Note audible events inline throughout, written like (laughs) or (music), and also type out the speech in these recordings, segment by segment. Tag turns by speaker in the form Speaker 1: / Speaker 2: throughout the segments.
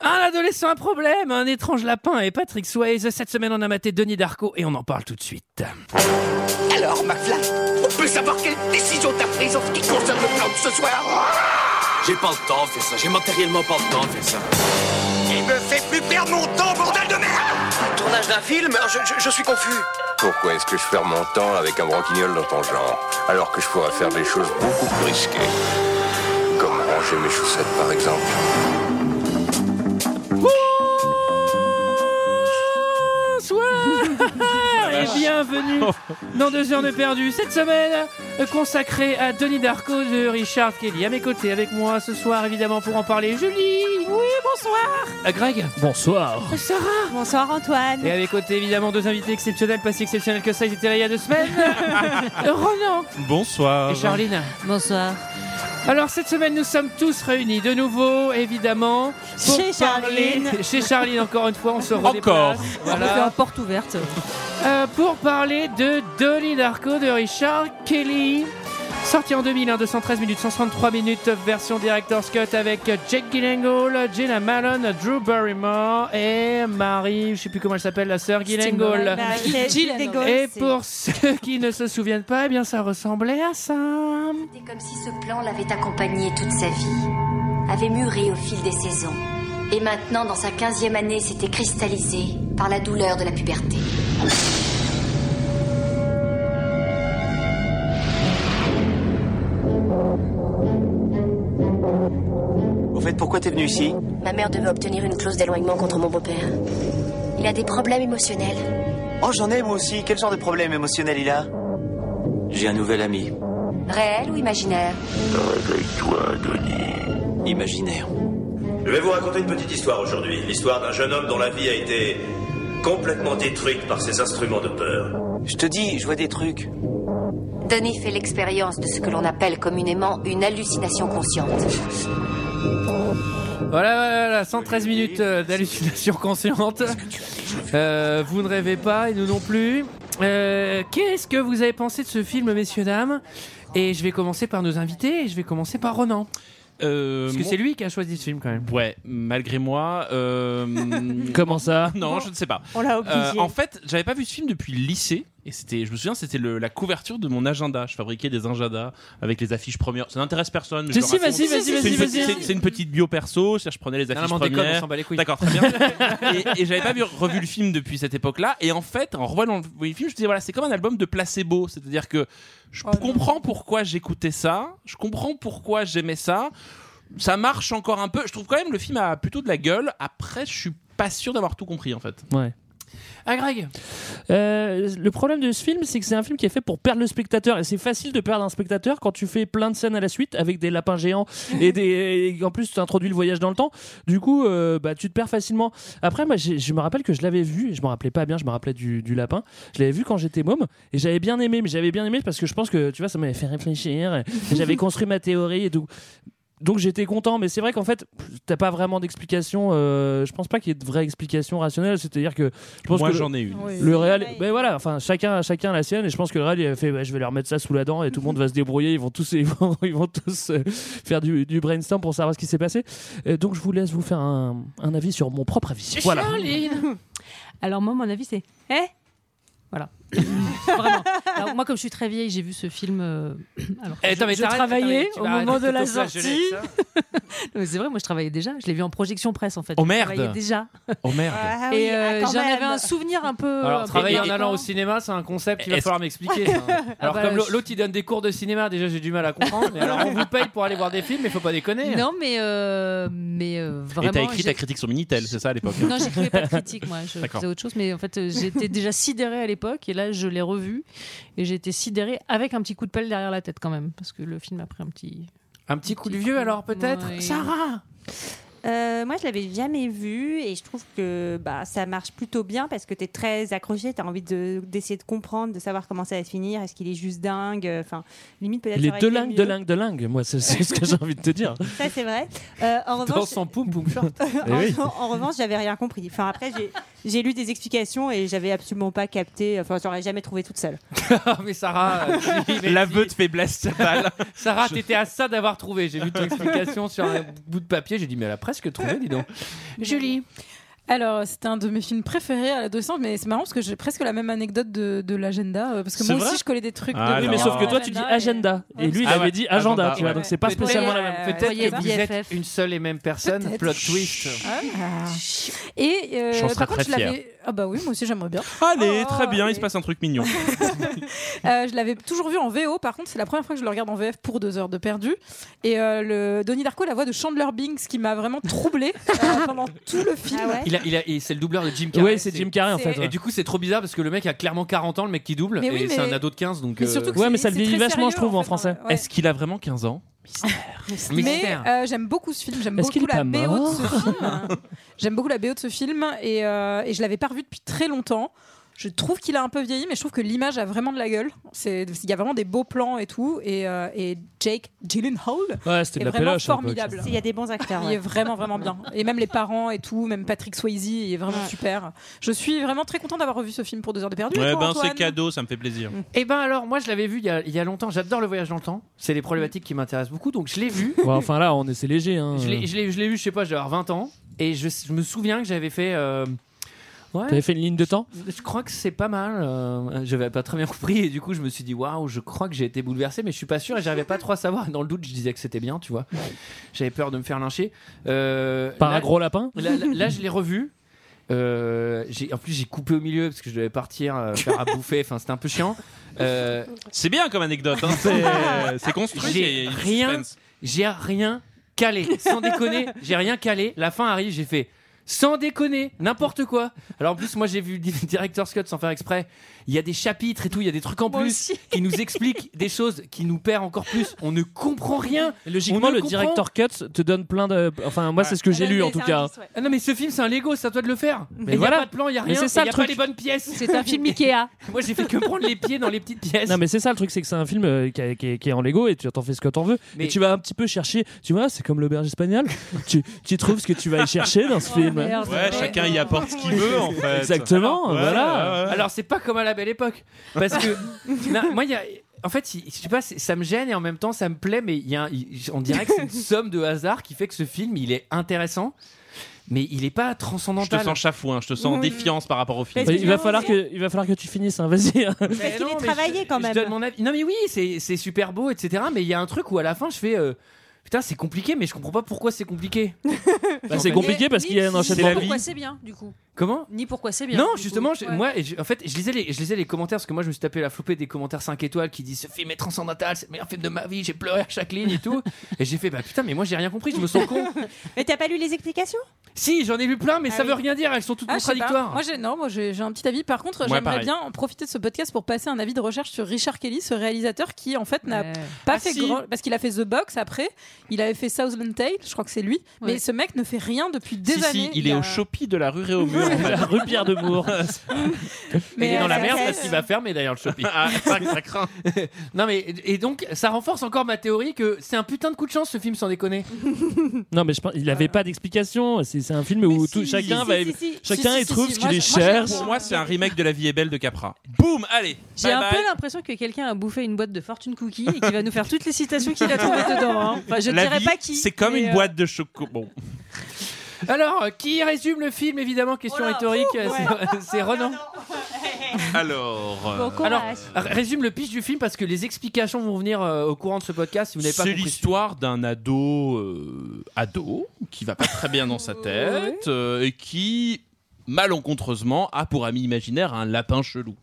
Speaker 1: Un adolescent à Ah, problème, un étrange lapin et Patrick Swayze. Cette semaine, on a maté Denis Darko et on en parle tout de suite.
Speaker 2: Alors, McFly, on peut savoir quelle décision t'as prise en ce qui concerne le plan de ce soir
Speaker 3: J'ai pas le temps de faire ça, j'ai matériellement pas le temps de faire ça.
Speaker 2: Il me fait plus perdre mon temps, bordel de merde
Speaker 4: Tournage d'un film je, je- je suis confus.
Speaker 5: Pourquoi est-ce que je perds mon temps avec un broquignol dans ton genre Alors que je pourrais faire des choses beaucoup plus risquées. Comme ranger mes chaussettes par exemple.
Speaker 1: Bonsoir et bienvenue dans deux heures de perdu. Cette semaine euh, consacrée à Denis Darko de Richard Kelly. À mes côtés, avec moi ce soir évidemment pour en parler, Julie. Oui,
Speaker 6: Euh,
Speaker 1: bonsoir. Greg. Bonsoir. Sarah.
Speaker 7: Bonsoir Antoine.
Speaker 1: Et à mes côtés évidemment deux invités exceptionnels, pas si exceptionnels que ça, ils étaient là il y a
Speaker 7: (laughs)
Speaker 1: deux semaines. Ronan
Speaker 8: Bonsoir.
Speaker 1: et Charline.
Speaker 7: Bonsoir.
Speaker 1: Alors cette semaine, nous sommes tous réunis de nouveau, évidemment, pour
Speaker 7: Chez
Speaker 1: parler-
Speaker 7: Charline.
Speaker 1: (laughs) Chez Charline, encore une fois, on se redéplace.
Speaker 8: Encore.
Speaker 1: Voilà.
Speaker 7: On fait une porte ouverte.
Speaker 1: Euh, pour parler de Dolly Darko de Richard Kelly. Sorti en hein, 2001, 213 minutes, 163 minutes, version Director's Cut avec Jake Gyllenhaal, Jenna Mallon, Drew Barrymore et Marie, je sais plus comment elle s'appelle, la sœur Gyllenhaal. Et pour ceux qui ne se souviennent pas, eh bien ça ressemblait à ça.
Speaker 9: C'était comme si ce plan l'avait accompagné toute sa vie, avait mûri au fil des saisons. Et maintenant, dans sa quinzième année, s'était cristallisé par la douleur de la puberté.
Speaker 4: Au fait, pourquoi t'es venu ici
Speaker 9: Ma mère devait obtenir une clause d'éloignement contre mon beau-père. Il a des problèmes émotionnels.
Speaker 4: Oh, j'en ai moi aussi. Quel genre de problème émotionnel il a J'ai un nouvel ami.
Speaker 9: Réels ou imaginaires
Speaker 4: Imaginaire.
Speaker 10: Je vais vous raconter une petite histoire aujourd'hui. L'histoire d'un jeune homme dont la vie a été complètement détruite par ses instruments de peur.
Speaker 4: Je te dis, je vois des trucs.
Speaker 9: Denis fait l'expérience de ce que l'on appelle communément une hallucination consciente.
Speaker 1: Voilà, voilà, voilà, 113 minutes euh, d'hallucination consciente. Euh, vous ne rêvez pas, et nous non plus. Euh, Qu'est-ce que vous avez pensé de ce film, messieurs, dames Et je vais commencer par nos invités, et je vais commencer par Ronan.
Speaker 8: Euh,
Speaker 1: Parce que
Speaker 8: mon-
Speaker 1: c'est lui qui a choisi ce film, quand même.
Speaker 8: Ouais, malgré moi. euh,
Speaker 1: (laughs) Comment ça
Speaker 8: (laughs) Non, je ne sais pas.
Speaker 7: On l'a
Speaker 8: Euh,
Speaker 7: obligé.
Speaker 8: en fait, j'avais pas vu ce film depuis le lycée. Et c'était, je me souviens, c'était le- la couverture de mon agenda. Je fabriquais des agendas avec les affiches premières. Ça n'intéresse personne. mais je
Speaker 1: Si,
Speaker 8: le
Speaker 1: si,
Speaker 8: raconte.
Speaker 1: vas-y, vas-y,
Speaker 8: C'est
Speaker 1: vas-y,
Speaker 8: une petite-
Speaker 1: vas-y.
Speaker 8: c'est- C'est une petite bio perso. C'est-à-dire, je prenais les
Speaker 1: Non,
Speaker 8: affiches
Speaker 1: non, mais on déconne, on
Speaker 8: premières.
Speaker 1: s'en bat les couilles.
Speaker 8: D'accord, très bien. et et j'avais pas vu, revu le film depuis cette époque-là. Et en fait, en revoyant le oui, le film, je me disais, voilà, c'est comme un album de placebo. C'est-à-dire que je
Speaker 7: Oh
Speaker 8: comprends pourquoi j'écoutais ça. Je comprends pourquoi j'aimais ça. Ça marche encore un peu. Je trouve quand même le film a plutôt de la gueule. Après, je suis pas sûr d'avoir tout compris en fait.
Speaker 1: Ah, Greg
Speaker 6: Euh, le problème de ce film, c'est que c'est un film qui est fait pour perdre le spectateur. Et c'est facile de perdre un spectateur quand tu fais plein de scènes à la suite avec des lapins géants et, des, et en plus tu introduis le voyage dans le temps. Du coup, euh, bah, tu te perds facilement. Après, moi, j'ai- je me rappelle que je l'avais vu, et je me rappelais pas bien, je me rappelais du, du lapin. Je l'avais vu quand j'étais môme et j'avais bien aimé, mais j'avais bien aimé parce que je pense que tu vois, ça m'avait fait réfléchir. et J'avais construit ma théorie et tout. Donc j'étais content, mais c'est vrai qu'en fait, t'as pas vraiment d'explication. euh, je pense pas qu'il y ait de vraie explication rationnelle. C'est-à-dire que je pense
Speaker 8: Moi,
Speaker 6: que
Speaker 8: j'en ai une.
Speaker 6: le Real, ben voilà, enfin chacun, chacun la sienne, et je pense que le Real il a fait, bah, je vais leur mettre ça sous la dent, et tout le monde va se débrouiller, ils vont tous, (laughs) ils vont, ils vont tous euh, faire du, du brainstorm pour savoir ce qui s'est passé. Et donc je vous laisse vous faire un, un avis sur mon propre avis. Voilà.
Speaker 7: (laughs) Alors moi, mon avis, c'est... Eh Voilà. Vraiment. Alors, moi, comme je suis très vieille, j'ai vu ce film... euh, Alors, que
Speaker 1: Eh,
Speaker 7: je-
Speaker 1: attends, mais
Speaker 7: je
Speaker 1: t'arrêtes,
Speaker 7: travaillais
Speaker 1: t'arrêtes, tu
Speaker 7: au
Speaker 1: vas
Speaker 7: moment
Speaker 1: arrêter
Speaker 7: de la
Speaker 1: te flageller
Speaker 8: (laughs)
Speaker 7: sortie.
Speaker 1: avec ça.
Speaker 7: Mais C'est vrai, moi, je travaillais déjà. Je l'ai vu en projection presse, en fait.
Speaker 8: Oh,
Speaker 7: Je
Speaker 8: merde.
Speaker 7: travaillais déjà.
Speaker 8: Oh merde.
Speaker 11: Ah
Speaker 7: Et euh, j'en avais un souvenir un peu... euh,
Speaker 1: Alors,
Speaker 11: Euh,
Speaker 7: un peu
Speaker 1: travailler en
Speaker 7: marquant.
Speaker 1: allant au cinéma, c'est un concept qu'il va
Speaker 8: Est-ce-
Speaker 1: falloir m'expliquer. hein. Ah ça. (laughs) Alors,
Speaker 7: bah,
Speaker 1: comme l'au-
Speaker 7: je-
Speaker 1: l'autre, il donne des cours de cinéma, déjà, j'ai du mal à comprendre. Mais alors, on vous paye pour aller voir des films, mais faut pas déconner. hein.
Speaker 7: Non, mais, euh, mais euh, vraiment...
Speaker 8: et t'as écrit
Speaker 7: j'ai-
Speaker 8: ta critique sur Minitel, c'est ça à l'époque hein
Speaker 7: Non, j'écrivais pas de critique, moi. Je
Speaker 8: D'accord.
Speaker 7: faisais autre chose. Mais en fait, euh, j'étais déjà sidérée à l'époque. Et là, je l'ai revu. Et j'étais sidérée avec un petit coup de pelle derrière la tête, quand même. Parce que le film a pris un petit.
Speaker 1: Un petit coup de vieux, alors, peut-être
Speaker 7: Ouais.
Speaker 1: Sarah
Speaker 11: Euh, moi, je l'avais jamais vu et je trouve que bah, ça marche plutôt bien parce que tu es très accroché, tu as envie de- d'essayer de, comprendre, de savoir comment ça va se finir, est-ce qu'il est juste dingue, euh, enfin, limite peut-être.
Speaker 6: Il
Speaker 11: ça
Speaker 6: est
Speaker 11: aurait
Speaker 6: de
Speaker 11: été
Speaker 6: lingue,
Speaker 11: mieux.
Speaker 6: de lingue, de lingue. Moi, c'est c'est ce que j'ai envie de te dire. Eh
Speaker 11: Ça, c'est vrai. Euh, en
Speaker 1: (laughs) Dans
Speaker 11: revanche, (laughs)
Speaker 1: son Eh poum poum short.
Speaker 11: en, en revanche, j'avais rien compris. Enfin, après, j'ai- j'ai lu des explications et j'avais absolument pas capté. Enfin, j'aurais jamais trouvé toute
Speaker 1: (laughs)
Speaker 11: seule.
Speaker 1: Ah, mais (laughs) Sarah, euh,
Speaker 11: (laughs)
Speaker 8: L'aveu de faiblesse totale.
Speaker 1: (laughs) Sarah, t'étais à ça d'avoir trouvé. J'ai vu (laughs) ton explication sur un bout de papier. J'ai dit, mais elle a presque trouvé, dis donc. Julie.
Speaker 12: Alors, c'était un de mes films préférés à l'adolescence, mais c'est marrant parce que j'ai presque la même anecdote de, de l'agenda. euh, Parce que
Speaker 6: C'est
Speaker 12: moi
Speaker 6: vrai
Speaker 12: aussi, je collais des trucs. de
Speaker 6: Ah, oui, mais sauf que toi, tu dis agenda. Et lui, il
Speaker 1: Ah
Speaker 6: avait dit agenda, tu vois, donc c'est pas
Speaker 1: bah Peut-être- euh,
Speaker 6: spécialement la même.
Speaker 1: Peut-être
Speaker 12: voyez,
Speaker 1: que vous êtes
Speaker 12: BFF.
Speaker 1: une seule et même personne.
Speaker 12: Peut-être.
Speaker 1: Plot twist. Ah
Speaker 12: Ah. Et euh,
Speaker 8: J'en serais
Speaker 12: par contre,
Speaker 8: très
Speaker 12: je l'avais.
Speaker 8: fier.
Speaker 12: Ah bah oui, moi aussi, j'aimerais bien.
Speaker 8: Allez,
Speaker 12: Oh,
Speaker 8: très bien, il se passe un truc mignon.
Speaker 12: Euh, je l'avais toujours vu en VO, par contre, c'est la première fois que je le regarde en VF pour deux heures de perdu. Et euh, le Donnie Darko, la voix de Chandler Bing, ce qui m'a vraiment troublé pendant tout le film.
Speaker 1: Il a, il a- et c'est le doubleur de Jim Carrey.
Speaker 6: Ouais, c'est Jim Carrey, en fait, ouais.
Speaker 1: Et du coup, c'est trop bizarre parce que le mec a clairement 40 ans, le mec qui double,
Speaker 12: Mais oui,
Speaker 1: et c'est
Speaker 12: mais-
Speaker 1: un ado de 15. Donc, euh,
Speaker 12: Mais surtout que
Speaker 6: Ouais,
Speaker 12: c'est-
Speaker 6: mais ça le
Speaker 12: c'est
Speaker 6: vieillit
Speaker 12: très sérieux,
Speaker 6: vachement, je trouve,
Speaker 12: en
Speaker 6: en
Speaker 12: fait,
Speaker 6: français.
Speaker 12: ouais.
Speaker 8: Est-ce qu'il a vraiment 15 ans
Speaker 12: Mais
Speaker 1: Mystère.
Speaker 12: euh, j'aime beaucoup ce film, j'aime
Speaker 6: Est-ce qu'il
Speaker 12: beaucoup
Speaker 6: est
Speaker 12: la
Speaker 6: pas
Speaker 12: BO de ce
Speaker 6: mort
Speaker 12: film. (laughs) J'aime beaucoup la BO de ce film et, euh, et je l'avais pas revu depuis très longtemps. Je trouve qu'il a un peu vieilli, mais je trouve que l'image a vraiment de la gueule. C'est- Il y a vraiment des beaux plans et tout. Et, euh, et Jake Gyllenhaal
Speaker 6: Ouais, c'était de
Speaker 12: est
Speaker 6: la
Speaker 12: vraiment
Speaker 6: péloche, un peu,
Speaker 12: formidable.
Speaker 6: ça.
Speaker 11: Il y a des bons acteurs.
Speaker 12: Il
Speaker 11: ouais.
Speaker 12: est vraiment vraiment bien. Et même les parents et tout, même Patrick Swayze, il est vraiment super. Je suis vraiment très contente d'avoir revu ce film pour deux heures de perdu. Et toi, Antoine
Speaker 8: ben, cadeau, ça me fait plaisir.
Speaker 1: Eh ben alors, moi je l'avais vu il y, a, il y a longtemps. J'adore le voyage dans le temps. C'est les problématiques qui m'intéressent beaucoup. Donc je l'ai vu.
Speaker 6: Ouais, enfin là, on est c'est léger. Hein.
Speaker 1: Je l'ai- je l'ai je l'ai vu, je sais pas, j'avais 20 ans. Et je, je me souviens que j'avais fait. euh, ouais,
Speaker 6: T'avais fait une ligne de temps
Speaker 1: Je crois que c'est pas mal. euh, J'avais pas très bien compris et du coup je me suis dit waouh, je crois que j'ai été bouleversé, mais je suis pas sûr et j'arrivais pas trop à savoir. Dans le doute, je disais que c'était bien, tu vois. J'avais peur de me faire lyncher. Euh,
Speaker 6: Par
Speaker 1: là-
Speaker 6: un gros lapin
Speaker 1: Là, là- là, je l'ai revu. Euh, j'ai- en plus, j'ai coupé au milieu parce que je devais partir euh, faire à bouffer. Enfin, c'était un peu chiant. Euh,
Speaker 8: C'est bien comme anecdote, hein. c'est c'est construit.
Speaker 1: j'ai
Speaker 8: c'est-
Speaker 1: rien, j'ai rien calé. Sans déconner, j'ai rien calé. La fin arrive, j'ai fait. Sans déconner, n'importe quoi. Alors en plus, moi j'ai vu Director Scott sans faire exprès. Il y a des chapitres et tout, il y a des trucs en
Speaker 12: Moi
Speaker 1: plus
Speaker 12: aussi.
Speaker 1: qui nous expliquent des choses qui nous perdent encore plus. On ne comprend rien.
Speaker 6: Logiquement,
Speaker 1: On ne
Speaker 6: le
Speaker 1: comprend-
Speaker 6: director cut te donne plein de. Enfin, moi, c'est ce que j'ai lu en tout cas.
Speaker 1: Ah non, mais ce film c'est un Lego, c'est à toi de le faire.
Speaker 6: Mais
Speaker 1: Et il y
Speaker 6: voilà.
Speaker 1: a pas de plan, il y a
Speaker 6: Mais
Speaker 1: rien,
Speaker 6: c'est ça
Speaker 1: il y a
Speaker 6: le
Speaker 1: pas les
Speaker 6: truc.
Speaker 1: bonnes pièces.
Speaker 12: C'est un film Ikea.
Speaker 1: (laughs) Moi, j'ai fait que prendre les pieds dans les petites pièces.
Speaker 6: Non mais c'est ça le truc, c'est que c'est un film euh, qui, a- qui est- qui est en Lego et tu t'en fais ce que t'en veux.
Speaker 1: Mais-
Speaker 6: Et tu vas un petit peu chercher, tu vois, c'est comme
Speaker 11: (laughs)
Speaker 6: l'auberge espagnole. tu, tu trouves ce que tu vas y chercher dans ce
Speaker 11: Oh,
Speaker 6: film.
Speaker 12: merde.
Speaker 8: Ouais, chacun y apporte ce qu'il veut en fait.
Speaker 6: Exactement,
Speaker 8: Ouais,
Speaker 6: voilà.
Speaker 8: ouais, ouais.
Speaker 1: Alors, c'est pas comme à la belle époque. Parce que, (laughs) Non, moi, il y a. En fait, il- je sais pas, c'est- ça me gêne et en même temps ça me plaît, mais il y a, un- il- on dirait que
Speaker 11: (laughs)
Speaker 1: c'est une somme de hasard qui fait que ce film il est intéressant, mais il est pas
Speaker 8: Je te
Speaker 1: transcendantal.
Speaker 8: sens chafouin, je te sens défiance par rapport au film.
Speaker 11: Parce que
Speaker 6: Bah, Il va
Speaker 11: sinon,
Speaker 6: falloir que, il va falloir que tu finisses, hein, vas-y. hein.
Speaker 11: Parce
Speaker 1: Mais
Speaker 11: qu'il
Speaker 1: non,
Speaker 11: est
Speaker 1: mais
Speaker 11: travaillé
Speaker 1: je-
Speaker 11: quand
Speaker 1: je
Speaker 11: même.
Speaker 1: donne mon avis. Non, mais oui, c'est c'est super beau, etc. Mais il y a un truc où à la fin je fais. euh, Putain, c'est compliqué, mais je comprends pas pourquoi c'est compliqué.
Speaker 6: Bah, c'est compliqué parce qu'il y a un enchaînement.
Speaker 8: la vie.
Speaker 12: Pourquoi c'est bien du coup
Speaker 1: Comment
Speaker 12: Ni pourquoi c'est bien.
Speaker 1: Non,
Speaker 12: du
Speaker 1: justement,
Speaker 12: coup.
Speaker 1: je-
Speaker 12: Ouais.
Speaker 1: moi, je- en fait, je lisais, les, je lisais les commentaires parce que moi, je me suis tapé la flopée des commentaires 5 étoiles qui disent ce film est transcendantal, c'est le meilleur film de ma vie, j'ai pleuré à chaque ligne
Speaker 12: (laughs)
Speaker 1: et tout. et j'ai fait, bah putain, mais moi, j'ai rien compris, je me sens con.
Speaker 11: (laughs) Mais t'as pas lu les explications
Speaker 1: si, j'en ai lu plein, mais
Speaker 11: Ah
Speaker 1: ça
Speaker 11: oui.
Speaker 1: veut rien dire, elles sont toutes
Speaker 12: Ah, je sais pas.
Speaker 1: contradictoires.
Speaker 12: Moi, j'ai non, moi j'ai j'ai un petit avis. Par contre,
Speaker 8: Moi,
Speaker 12: j'aimerais
Speaker 8: pareil.
Speaker 12: bien en profiter de ce podcast pour passer un avis de recherche sur Richard Kelly, ce réalisateur qui en fait n'a pas
Speaker 8: Ah,
Speaker 12: fait
Speaker 8: si.
Speaker 12: grand parce qu'il a fait The Box après. Il avait fait Southland Tale, je crois que c'est lui. Mais
Speaker 7: Ouais.
Speaker 12: ce mec ne fait rien depuis des
Speaker 8: Si, si,
Speaker 12: années.
Speaker 8: il est
Speaker 12: a-
Speaker 8: au chopi de la rue Réaumur. en fait.
Speaker 6: La rue Pierre de
Speaker 8: (laughs)
Speaker 6: Moore.
Speaker 1: Mais (laughs) il est
Speaker 12: euh,
Speaker 1: dans la
Speaker 12: ça
Speaker 1: merde
Speaker 12: fait-
Speaker 1: parce qu'il va fermer d'ailleurs le shopping.
Speaker 8: Ah, ça, ça craint.
Speaker 1: (laughs) non, mais et donc, ça renforce encore ma théorie que c'est un putain de coup de chance ce film,
Speaker 12: (laughs)
Speaker 1: sans déconner.
Speaker 6: Non, mais je pense, il n'avait pas d'explication. C'est c'est un film où tout, chacun
Speaker 11: Si,
Speaker 6: va.
Speaker 11: si, si.
Speaker 6: Chacun
Speaker 12: Si, si,
Speaker 6: y
Speaker 12: si,
Speaker 6: trouve
Speaker 12: si,
Speaker 6: ce
Speaker 12: moi,
Speaker 6: qu'il y
Speaker 12: je- moi, j'ai-
Speaker 6: cherche.
Speaker 8: Pour moi, c'est un remake de La vie est belle de Capra. Boum, allez.
Speaker 12: J'ai
Speaker 8: bye
Speaker 12: un peu
Speaker 8: bye.
Speaker 12: l'impression que quelqu'un a bouffé une boîte de fortune cookie et qui va nous faire toutes les citations qu'il
Speaker 1: (laughs)
Speaker 12: a
Speaker 8: (laughs)
Speaker 12: trouvées dedans. hein. Enfin, je ne
Speaker 8: La
Speaker 12: dirais
Speaker 8: vie,
Speaker 12: pas qui.
Speaker 8: C'est comme
Speaker 12: mais,
Speaker 8: une
Speaker 12: euh,
Speaker 8: boîte de chocolat. Bon.
Speaker 1: Alors, euh, qui résume le film Évidemment, question
Speaker 12: Oh là,
Speaker 1: rhétorique, c'est- (laughs)
Speaker 12: (laughs)
Speaker 1: c'est Renan.
Speaker 8: Alors. euh,
Speaker 11: Bon courage.
Speaker 1: Alors, r- résume le pitch du film parce que les explications vont venir euh, au courant de ce podcast si vous n'avez pas
Speaker 8: c'est
Speaker 1: compris.
Speaker 8: l'histoire d'un ado, euh, ado qui va pas très bien dans
Speaker 1: (laughs)
Speaker 8: sa tête euh, et qui malencontreusement a pour ami imaginaire un lapin
Speaker 1: (laughs)
Speaker 8: chelou